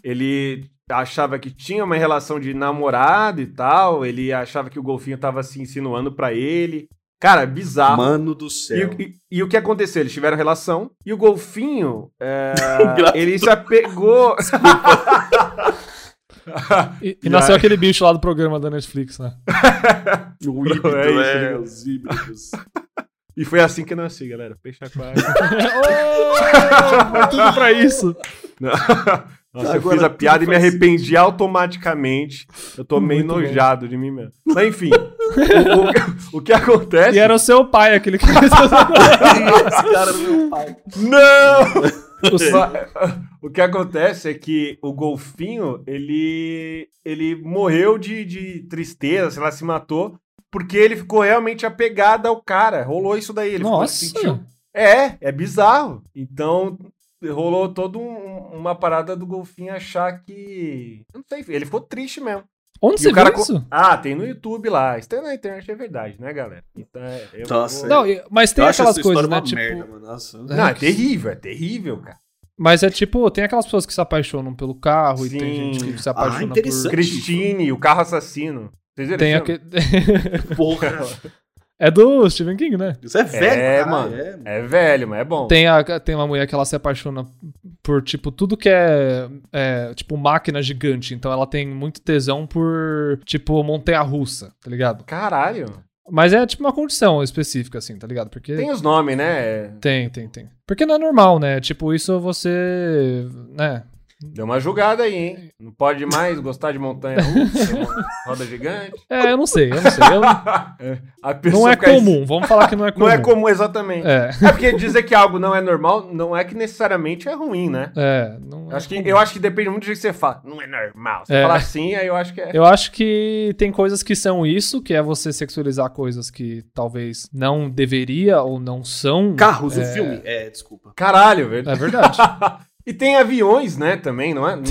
[SPEAKER 2] Ele achava que tinha uma relação de namorado e tal. Ele achava que o golfinho tava se insinuando pra ele. Cara, bizarro.
[SPEAKER 3] Mano do
[SPEAKER 2] Ah. E,
[SPEAKER 3] céu.
[SPEAKER 2] o- e- e o que aconteceu? Eles tiveram relação e o golfinho, é,
[SPEAKER 3] Engraçado.
[SPEAKER 2] ele se apegou.
[SPEAKER 1] E, e nasceu aquele bicho lá do programa da Netflix, né?
[SPEAKER 3] O
[SPEAKER 2] híbrido, é,
[SPEAKER 3] né? os híbridos.
[SPEAKER 2] e foi assim que eu nasci, galera. Fecha com
[SPEAKER 1] oh, foi tudo pra isso.
[SPEAKER 2] Nossa, eu
[SPEAKER 3] Agora
[SPEAKER 2] fiz a
[SPEAKER 3] tudo
[SPEAKER 2] piada e me
[SPEAKER 3] faz
[SPEAKER 2] arrependi automaticamente. Eu tô meio
[SPEAKER 1] Muito bom.
[SPEAKER 2] enojado de mim mesmo. Mas enfim, o- o, o que acontece.
[SPEAKER 1] E era o seu pai aquele que
[SPEAKER 3] Esse cara do meu pai.
[SPEAKER 2] Não!
[SPEAKER 1] o seu-
[SPEAKER 2] O que acontece é que o golfinho, ele, ele morreu de, de tristeza, sei lá, se matou, porque ele ficou realmente apegado ao cara. Rolou isso daí. Ele ficou- sentiu-
[SPEAKER 1] Nossa.
[SPEAKER 2] É, é bizarro. Então, rolou toda um- uma parada do golfinho achar que. Eu Não sei, ele ficou triste mesmo.
[SPEAKER 1] Onde
[SPEAKER 2] E
[SPEAKER 1] você
[SPEAKER 2] o cara
[SPEAKER 1] viu
[SPEAKER 2] co-
[SPEAKER 1] isso?
[SPEAKER 2] Ah, tem no YouTube lá. Isso tem na internet, é verdade, né, galera? Então, é, eu
[SPEAKER 3] Nossa,
[SPEAKER 2] vou-
[SPEAKER 1] Não, e- mas tem
[SPEAKER 3] Eu acho
[SPEAKER 1] aquelas
[SPEAKER 3] essa história
[SPEAKER 1] coisas, né?
[SPEAKER 3] uma
[SPEAKER 1] Tipo,
[SPEAKER 3] merda, mano. Nossa.
[SPEAKER 2] Não, é terrível, é terrível, cara.
[SPEAKER 1] Mas é tipo, tem aquelas pessoas que se apaixonam pelo carro e tem
[SPEAKER 2] Sim. Ah,
[SPEAKER 1] gente que se apaixona
[SPEAKER 3] interessante.
[SPEAKER 2] Christine, o carro assassino. Vocês
[SPEAKER 1] por.
[SPEAKER 2] viram
[SPEAKER 1] Tem
[SPEAKER 2] esse filme?
[SPEAKER 1] aquele.
[SPEAKER 3] Porra.
[SPEAKER 1] é do Stephen King, né?
[SPEAKER 3] Isso é velho,
[SPEAKER 2] É,
[SPEAKER 3] pra caralho,
[SPEAKER 2] mano.
[SPEAKER 3] É, mano.
[SPEAKER 2] É velho, mas é bom.
[SPEAKER 1] Tem, a, tem uma mulher que ela se apaixona por, tipo, tudo que é, é, tipo, máquina gigante. Então ela tem muito tesão por, tipo, montanha-russa, tá ligado?
[SPEAKER 2] Caralho.
[SPEAKER 1] Mas é, tipo, uma condição específica, assim, tá ligado? Porque...
[SPEAKER 2] Tem os nomes, né?
[SPEAKER 1] Tem, tem, tem. Porque não é normal, né? Tipo, isso você... né?
[SPEAKER 2] Deu uma julgada aí, hein? Não pode mais gostar de montanha russa, roda gigante.
[SPEAKER 1] É, eu não sei, eu não sei. Eu-
[SPEAKER 2] É, a
[SPEAKER 1] não
[SPEAKER 2] pessoa
[SPEAKER 1] é
[SPEAKER 2] fica-
[SPEAKER 1] comum, vamos falar que não é comum.
[SPEAKER 2] Não é comum, exatamente. É.
[SPEAKER 1] É,
[SPEAKER 2] porque dizer que algo não é normal não é que necessariamente é ruim, né?
[SPEAKER 1] é, não
[SPEAKER 2] Eu
[SPEAKER 1] é
[SPEAKER 2] acho, que,
[SPEAKER 1] comum.
[SPEAKER 2] eu acho que depende muito do jeito que você fala. Não é normal. Você
[SPEAKER 1] É.
[SPEAKER 2] fala assim, aí eu acho que é.
[SPEAKER 1] Eu acho que tem coisas que são isso, que é você sexualizar coisas que talvez não deveria ou não são.
[SPEAKER 3] Carros, o filme. É, desculpa.
[SPEAKER 2] Caralho, velho.
[SPEAKER 1] É verdade.
[SPEAKER 2] E tem aviões, né, também, não é? Não-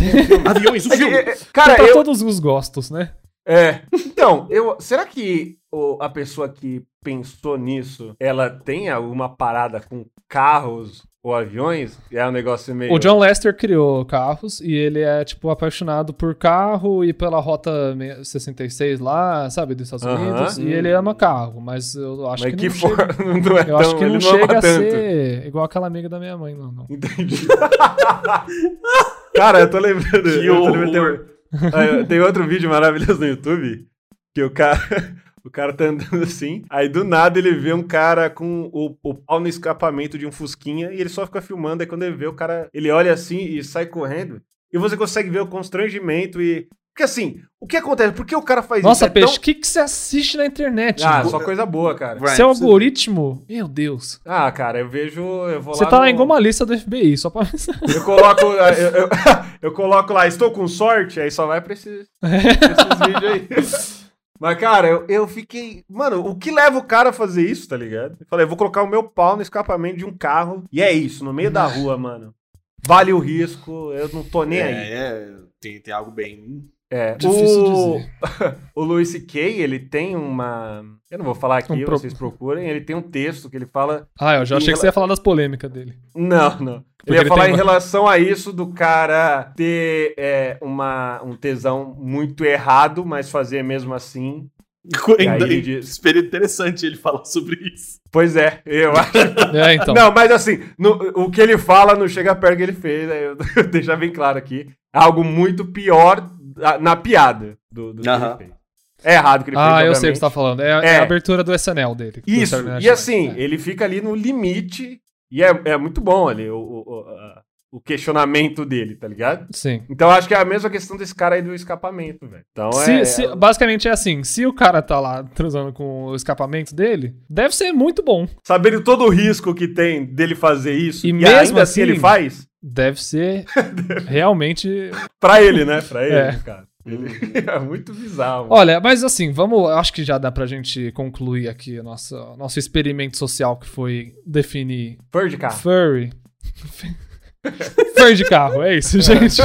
[SPEAKER 3] Aviões, o
[SPEAKER 2] É que-
[SPEAKER 3] filme.
[SPEAKER 2] é- é- cara,
[SPEAKER 1] pra
[SPEAKER 2] eu,
[SPEAKER 1] todos os gostos, né?
[SPEAKER 2] É. Então, eu, será que o- a pessoa que pensou nisso, ela tem alguma parada com carros ou aviões? É um negócio meio.
[SPEAKER 1] O John Lester criou carros e ele é, tipo, apaixonado por carro e pela rota me- 66 lá, sabe, dos Estados
[SPEAKER 2] Aham.
[SPEAKER 1] Unidos. E ele ama carro, mas eu acho
[SPEAKER 2] Mas
[SPEAKER 1] que,
[SPEAKER 2] que
[SPEAKER 1] não
[SPEAKER 2] for-
[SPEAKER 1] chega...
[SPEAKER 2] não é
[SPEAKER 1] Eu acho
[SPEAKER 2] tão-
[SPEAKER 1] que
[SPEAKER 2] ele
[SPEAKER 1] não
[SPEAKER 2] ama
[SPEAKER 1] chega a
[SPEAKER 2] tanto.
[SPEAKER 1] ser igual aquela amiga da minha mãe, não. não.
[SPEAKER 2] Entendi. Cara, eu tô lembrando.
[SPEAKER 3] Que
[SPEAKER 2] eu tô lembrando-
[SPEAKER 3] horror.
[SPEAKER 2] tem- Ah, eu- Tem outro vídeo maravilhoso no YouTube que o cara. O cara tá andando assim, aí do nada ele vê um cara com o, o pau no escapamento de um fusquinha e ele só fica filmando, aí quando ele vê o cara, ele olha assim e sai correndo, e você consegue ver o constrangimento e... Porque assim, o que acontece? Por que o cara faz
[SPEAKER 1] Nossa,
[SPEAKER 2] isso? É tão-
[SPEAKER 1] Peixe, o que, que você assiste na internet?
[SPEAKER 2] Ah,
[SPEAKER 1] mano?
[SPEAKER 2] só coisa boa, cara.
[SPEAKER 3] Right,
[SPEAKER 1] Seu
[SPEAKER 3] você-
[SPEAKER 1] algoritmo? Meu Deus.
[SPEAKER 2] Ah, cara, eu vejo... Eu vou
[SPEAKER 1] Você
[SPEAKER 2] lá
[SPEAKER 1] tá
[SPEAKER 2] no-
[SPEAKER 1] em alguma lista do FBI, só pra
[SPEAKER 2] Eu coloco, eu, eu- eu coloco lá, estou com sorte, aí só vai pra esses, esses vídeos aí. Mas, cara, eu, eu fiquei. Mano, o que leva o cara a fazer isso, tá ligado? Eu falei, eu vou colocar o meu pau no escapamento de um carro. E é isso, no meio da rua, mano. Vale o risco, eu não tô nem aí.
[SPEAKER 3] É, é, tem, tem algo bem.
[SPEAKER 2] É,
[SPEAKER 1] Difícil
[SPEAKER 2] o...
[SPEAKER 1] dizer.
[SPEAKER 2] o Louis C.K., ele tem uma. Eu não vou falar aqui,
[SPEAKER 1] Um pro-
[SPEAKER 2] vocês procurem. Ele tem um texto que ele fala
[SPEAKER 1] Ah, eu já
[SPEAKER 2] Em
[SPEAKER 1] achei que você ia falar das polêmicas dele.
[SPEAKER 2] Não, não.
[SPEAKER 1] Hum. Porque
[SPEAKER 2] ele ia
[SPEAKER 1] ele
[SPEAKER 2] falar
[SPEAKER 1] tem
[SPEAKER 2] em
[SPEAKER 1] uma-
[SPEAKER 2] relação a isso do cara ter é, uma, um tesão muito errado, mas fazer mesmo assim.
[SPEAKER 3] Ainda-
[SPEAKER 2] ele diz-
[SPEAKER 3] Super interessante ele falar sobre isso.
[SPEAKER 2] Pois é, eu acho.
[SPEAKER 1] É, então.
[SPEAKER 2] Não, mas assim, no- o que ele fala não chega perto do que ele fez, né? eu deixar bem claro aqui. Algo muito pior ah, na piada do, do que ele
[SPEAKER 3] Aham.
[SPEAKER 2] fez. É errado o que ele fez,
[SPEAKER 1] ah, eu sei o que
[SPEAKER 2] obviamente.
[SPEAKER 1] você tá falando. É,
[SPEAKER 2] É.
[SPEAKER 1] é a abertura do SNL dele. do
[SPEAKER 2] Isso,
[SPEAKER 1] Saturday Night
[SPEAKER 2] e assim,
[SPEAKER 1] Live.
[SPEAKER 2] ele fica ali no limite, e é, é muito bom ali o, o- o- a- o questionamento dele, tá ligado?
[SPEAKER 1] É. Sim.
[SPEAKER 2] Então eu acho que é a mesma questão desse cara aí do escapamento, velho. Então
[SPEAKER 1] Se-
[SPEAKER 2] é.
[SPEAKER 1] se- basicamente é assim: se o cara tá lá transando com o escapamento dele, deve ser muito bom.
[SPEAKER 2] Sabendo todo o risco que tem dele fazer isso,
[SPEAKER 1] E
[SPEAKER 2] e,
[SPEAKER 1] mesmo
[SPEAKER 2] ainda assim
[SPEAKER 1] assim-
[SPEAKER 2] ele faz,
[SPEAKER 1] Deve ser realmente.
[SPEAKER 2] pra ele, né? Pra ele,
[SPEAKER 1] É.
[SPEAKER 2] cara. Ele- é muito bizarro.
[SPEAKER 1] Olha, mas assim, vamos. eu Acho que já dá pra gente concluir aqui o nosso,
[SPEAKER 2] Ah.
[SPEAKER 1] nosso experimento social que foi definir
[SPEAKER 2] Fur de carro.
[SPEAKER 1] furry Fer de carro, é isso, gente.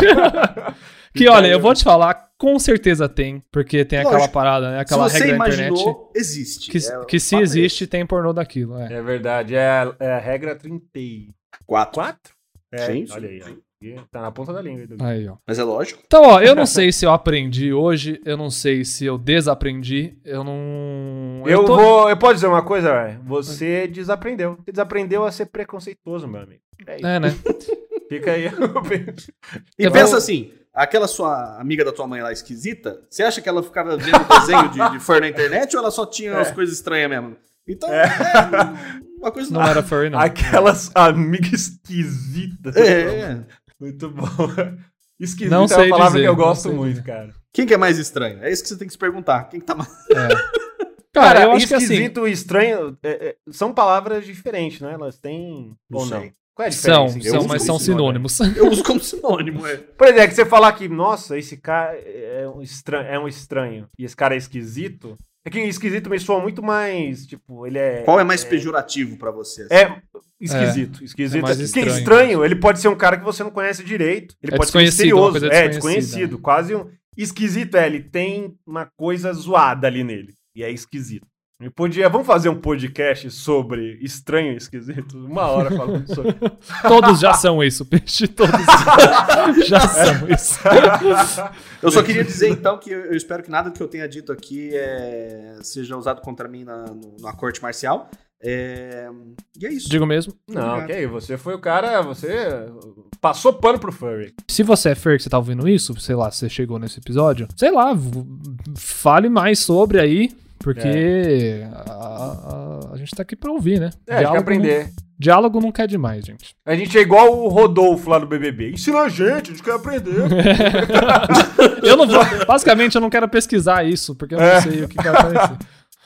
[SPEAKER 1] que olha, eu vou te falar, com certeza tem, porque tem aquela
[SPEAKER 3] Lógico.
[SPEAKER 1] parada, né? Aquela
[SPEAKER 3] se você
[SPEAKER 1] regra da internet.
[SPEAKER 3] imaginou, existe.
[SPEAKER 1] Que,
[SPEAKER 3] É,
[SPEAKER 1] que se
[SPEAKER 3] fato é
[SPEAKER 1] existe, tem pornô daquilo. É.
[SPEAKER 2] É verdade, é a, é a regra 34?
[SPEAKER 3] esse. Quatro.
[SPEAKER 2] É,
[SPEAKER 3] Sim, sim,
[SPEAKER 2] olha aí, ó. E Tá na ponta da língua. Edu.
[SPEAKER 1] Aí, ó.
[SPEAKER 3] Mas é lógico.
[SPEAKER 1] Então, ó, eu não sei se eu aprendi hoje, eu não sei se eu desaprendi, eu não.
[SPEAKER 2] Eu,
[SPEAKER 1] tô-
[SPEAKER 2] vou. Eu posso dizer uma coisa, velho? Você desaprendeu. Você desaprendeu a ser preconceituoso, meu amigo. É isso.
[SPEAKER 1] É, né?
[SPEAKER 2] Fica aí.
[SPEAKER 3] E
[SPEAKER 1] Eu
[SPEAKER 3] pensa
[SPEAKER 1] vou-
[SPEAKER 3] assim, aquela sua amiga da tua mãe lá esquisita, você acha que ela ficava vendo desenho de, de fur na internet ou ela só tinha umas coisas estranhas mesmo? Então, é, uma coisa
[SPEAKER 1] Não era furry, não.
[SPEAKER 2] Aquelas amigas esquisitas.
[SPEAKER 3] É.
[SPEAKER 2] Muito bom. Esquisita
[SPEAKER 1] Não
[SPEAKER 2] é
[SPEAKER 1] sei
[SPEAKER 2] uma palavra
[SPEAKER 1] dizer,
[SPEAKER 2] que eu
[SPEAKER 1] não
[SPEAKER 2] gosto
[SPEAKER 1] sei
[SPEAKER 2] muito,
[SPEAKER 1] dizer.
[SPEAKER 2] cara.
[SPEAKER 3] Quem que é mais estranho? É isso que você tem que se perguntar. Quem que tá mais...
[SPEAKER 1] É. Cara, eu acho que assim.
[SPEAKER 2] esquisito e estranho é, é, são palavras diferentes, né? Elas têm
[SPEAKER 3] Não
[SPEAKER 2] ou
[SPEAKER 3] sei.
[SPEAKER 2] não. Qual é a
[SPEAKER 1] São,
[SPEAKER 2] diferença?
[SPEAKER 3] Eu
[SPEAKER 1] são,
[SPEAKER 3] uso
[SPEAKER 1] mas
[SPEAKER 3] como
[SPEAKER 1] são
[SPEAKER 2] sinônimo.
[SPEAKER 1] sinônimos.
[SPEAKER 3] Eu uso como sinônimo, é.
[SPEAKER 2] Por exemplo, que você falar que, nossa, esse cara é um, estranho, é um estranho e esse cara é esquisito. É que esquisito me soa muito mais, tipo, ele é.
[SPEAKER 3] Qual é mais pejorativo pra você? assim?
[SPEAKER 2] É esquisito,
[SPEAKER 1] é
[SPEAKER 2] esquisito.
[SPEAKER 1] mais
[SPEAKER 2] Porque
[SPEAKER 1] estranho.
[SPEAKER 2] estranho, ele pode ser um cara que você não conhece direito. Ele
[SPEAKER 1] É
[SPEAKER 2] pode ser
[SPEAKER 1] desconhecido, uma
[SPEAKER 2] misterioso,
[SPEAKER 1] coisa desconhecida,
[SPEAKER 2] é
[SPEAKER 1] né?
[SPEAKER 2] desconhecido, quase um esquisito é, ele tem uma coisa zoada ali nele, e é esquisito. E podia, vamos fazer um podcast sobre estranho e esquisito, uma hora falando sobre.
[SPEAKER 1] Todos já são isso, peixe. Todos já são isso.
[SPEAKER 3] Eu só queria dizer, então, que eu eu espero que nada que eu tenha dito aqui é, seja usado contra mim na, no- na corte marcial. É, E é isso.
[SPEAKER 1] Digo mesmo.
[SPEAKER 2] Não,
[SPEAKER 3] Obrigado.
[SPEAKER 2] que aí, você foi o cara, você passou pano pro furry.
[SPEAKER 1] Se você é furry que você tá ouvindo isso, sei lá, você chegou nesse episódio, sei lá, v- fale mais sobre aí,
[SPEAKER 3] É.
[SPEAKER 1] porque a, a- a gente tá aqui pra ouvir, né?
[SPEAKER 2] É, tem que aprender.
[SPEAKER 1] Não, diálogo não quer demais, gente.
[SPEAKER 2] A gente é igual o Rodolfo lá do BBB. Ensina a gente, a gente quer aprender.
[SPEAKER 1] Eu não vou. Basicamente, eu não quero pesquisar isso, porque eu não
[SPEAKER 3] É.
[SPEAKER 1] sei o que, que vai aparecer.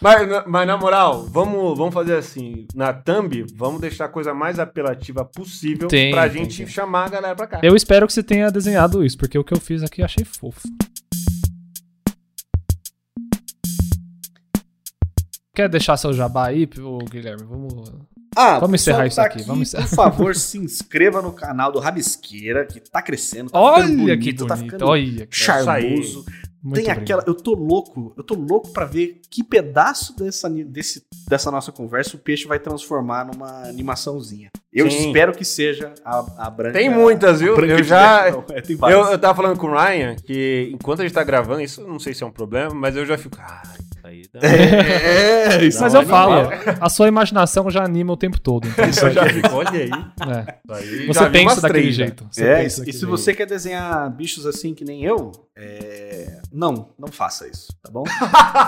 [SPEAKER 2] Mas, na- mas na moral, vamos, vamos fazer assim. Na thumb, vamos deixar a coisa mais apelativa possível
[SPEAKER 1] Tem,
[SPEAKER 2] pra
[SPEAKER 1] tem,
[SPEAKER 2] gente
[SPEAKER 1] tem.
[SPEAKER 2] chamar a galera pra cá.
[SPEAKER 1] Eu espero que você tenha desenhado isso, porque o que eu fiz aqui eu achei fofo. Quer deixar seu jabá aí, ô, Guilherme? Vamos.
[SPEAKER 3] Ah,
[SPEAKER 1] Vamos encerrar
[SPEAKER 3] pessoal que
[SPEAKER 1] isso
[SPEAKER 3] tá
[SPEAKER 1] aqui, vamos encerrar.
[SPEAKER 3] Por favor, se inscreva no canal do Rabisqueira, que tá crescendo. Tá
[SPEAKER 1] Olha
[SPEAKER 3] ficando
[SPEAKER 1] que
[SPEAKER 3] bonito,
[SPEAKER 1] bonito,
[SPEAKER 3] tá ficando
[SPEAKER 1] olha. que-
[SPEAKER 3] charmoso.
[SPEAKER 1] Muito
[SPEAKER 3] Tem
[SPEAKER 1] obrigado.
[SPEAKER 3] aquela. Eu tô louco, eu tô louco pra ver que pedaço dessa, ni- desse, dessa nossa conversa o peixe vai transformar numa animaçãozinha. Eu
[SPEAKER 2] Sim.
[SPEAKER 3] espero que seja a, a branca.
[SPEAKER 2] Tem muitas, viu?
[SPEAKER 3] a branca
[SPEAKER 2] Eu
[SPEAKER 3] de
[SPEAKER 2] já-
[SPEAKER 3] Neve. Não, é, tem várias.
[SPEAKER 2] Eu, eu tava falando com o Ryan que enquanto a gente tá gravando, isso não sei se é um problema, mas eu já fico. Ah, isso aí dá.
[SPEAKER 3] É, isso
[SPEAKER 1] Mas
[SPEAKER 2] Não,
[SPEAKER 1] eu
[SPEAKER 2] um animal.
[SPEAKER 1] falo, a sua imaginação já anima o tempo todo. Então,
[SPEAKER 2] Isso eu já fico, olha aí.
[SPEAKER 1] é.
[SPEAKER 2] Isso aí já
[SPEAKER 1] Você
[SPEAKER 2] vi umas
[SPEAKER 1] pensa daquele
[SPEAKER 2] três, né?
[SPEAKER 1] jeito. Você
[SPEAKER 3] É,
[SPEAKER 1] pensa
[SPEAKER 3] e se- e
[SPEAKER 1] daquele
[SPEAKER 3] se você quer desenhar bichos assim que nem eu, é, não, não faça isso, tá bom?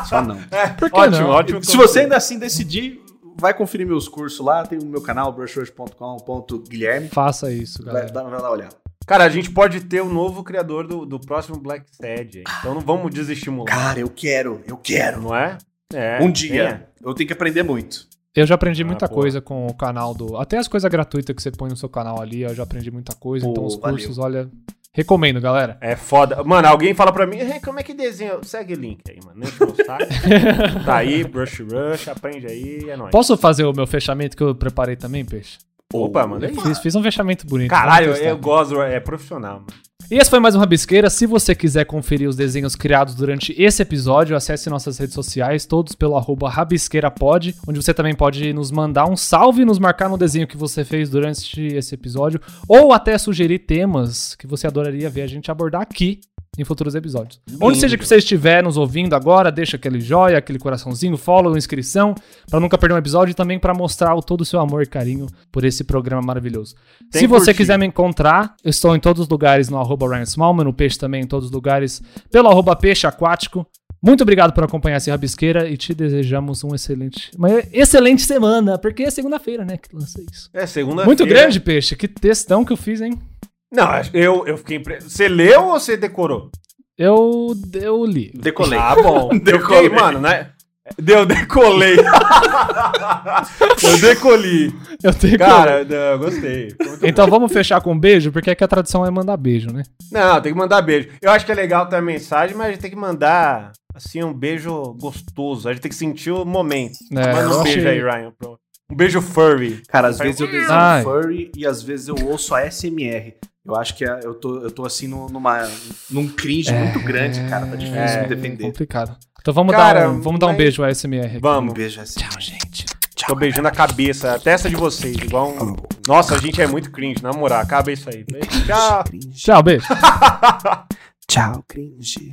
[SPEAKER 3] Só não.
[SPEAKER 1] jeito. Por que
[SPEAKER 2] Ótimo,
[SPEAKER 1] não?
[SPEAKER 2] ótimo.
[SPEAKER 3] Se você ainda assim decidir, vai conferir meus cursos lá, tem o meu canal, brushhoje.com.guilherme,
[SPEAKER 1] Faça isso,
[SPEAKER 3] vai,
[SPEAKER 1] galera.
[SPEAKER 3] dá- vai lá olhar.
[SPEAKER 2] Cara, a gente pode ter o novo criador do, do próximo Black Sad. Então não vamos desestimular,
[SPEAKER 3] Cara, eu quero, eu quero.
[SPEAKER 2] não é? É.
[SPEAKER 3] Um dia,
[SPEAKER 2] tem.
[SPEAKER 3] eu tenho que aprender muito.
[SPEAKER 1] Eu já aprendi muita
[SPEAKER 2] Ah, boa.
[SPEAKER 1] coisa com o canal do. Até as coisas gratuitas que você põe no seu canal ali, eu já aprendi muita coisa.
[SPEAKER 3] Pô,
[SPEAKER 1] então os
[SPEAKER 3] valeu.
[SPEAKER 1] cursos, olha. Recomendo, galera.
[SPEAKER 2] É foda. Mano, alguém fala pra mim, "Hey, como é que desenha? Segue o link aí, mano. Não enche o saco. tá aí, Brush Rush, aprende aí, é nóis.
[SPEAKER 1] Posso fazer o meu fechamento que eu preparei também, Peixe?
[SPEAKER 2] Opa, mano. é
[SPEAKER 1] Fiz, fiz um fechamento bonito.
[SPEAKER 2] Caralho,
[SPEAKER 1] vamos testar.
[SPEAKER 2] eu gosto, é profissional, mano.
[SPEAKER 1] E esse foi mais um Rabisqueira. Se você quiser conferir os desenhos criados durante esse episódio, acesse nossas redes sociais, todos pelo arroba rabisqueirapod, onde você também pode nos mandar um salve e nos marcar no desenho que você fez durante esse episódio, ou até sugerir temas que você adoraria ver a gente abordar aqui em futuros episódios. Onde seja que você estiver nos ouvindo agora, deixa aquele joia, aquele coraçãozinho, follow, inscrição, pra nunca perder um episódio e também pra mostrar o todo o seu amor e carinho por esse programa maravilhoso. Se
[SPEAKER 2] Tem que
[SPEAKER 1] você
[SPEAKER 2] curtir.
[SPEAKER 1] quiser me encontrar, eu estou em todos os lugares no arroba Ryan Smallman, no Peixe também em todos os lugares, pelo arroba Peixe Aquático. Muito obrigado por acompanhar esse Rabisqueira e te desejamos um excelente, uma excelente semana, porque é segunda-feira, né, que lança isso.
[SPEAKER 2] É segunda
[SPEAKER 1] Muito grande, Peixe, que textão que eu fiz, hein?
[SPEAKER 2] Não, eu, eu fiquei impre... Você leu ou você decorou?
[SPEAKER 1] Eu, eu li.
[SPEAKER 3] Decolei.
[SPEAKER 2] Ah, bom.
[SPEAKER 3] Decolei.
[SPEAKER 2] Decolei, mano, né? Deu, decolei. eu decolhi.
[SPEAKER 1] Eu tenho
[SPEAKER 2] Cara, eu gostei. Ficou muito
[SPEAKER 1] Então vamos fechar com um beijo, porque é que a tradição é mandar beijo, né?
[SPEAKER 2] Não, tem que mandar beijo. Eu acho que é legal ter a mensagem, mas a gente tem que mandar, assim, um beijo gostoso. A gente tem que sentir o momento.
[SPEAKER 1] É,
[SPEAKER 2] Manda
[SPEAKER 1] eu
[SPEAKER 2] um
[SPEAKER 1] achei-
[SPEAKER 2] beijo aí, Ryan. pro- Um beijo furry.
[SPEAKER 3] Cara, às vezes eu desenho
[SPEAKER 1] Ai.
[SPEAKER 3] furry e às vezes eu ouço a SMR. Eu acho que é- eu tô, eu tô assim no- numa, num cringe
[SPEAKER 1] É.
[SPEAKER 3] muito grande, cara. Tá
[SPEAKER 2] É.
[SPEAKER 3] difícil me defender.
[SPEAKER 1] complicado. Então vamos
[SPEAKER 2] Cara,
[SPEAKER 1] dar um, vamos dar um
[SPEAKER 2] mas-
[SPEAKER 1] beijo ao SMR. aqui.
[SPEAKER 3] Um
[SPEAKER 2] Vamos.
[SPEAKER 3] beijo assim.
[SPEAKER 1] Tchau, gente.
[SPEAKER 2] Tô beijando a cabeça, a testa de vocês, igual um... Nossa, a gente é muito cringe, na moral. Acaba isso aí. Tchau.
[SPEAKER 1] Tchau, beijo.
[SPEAKER 3] Tchau, cringe.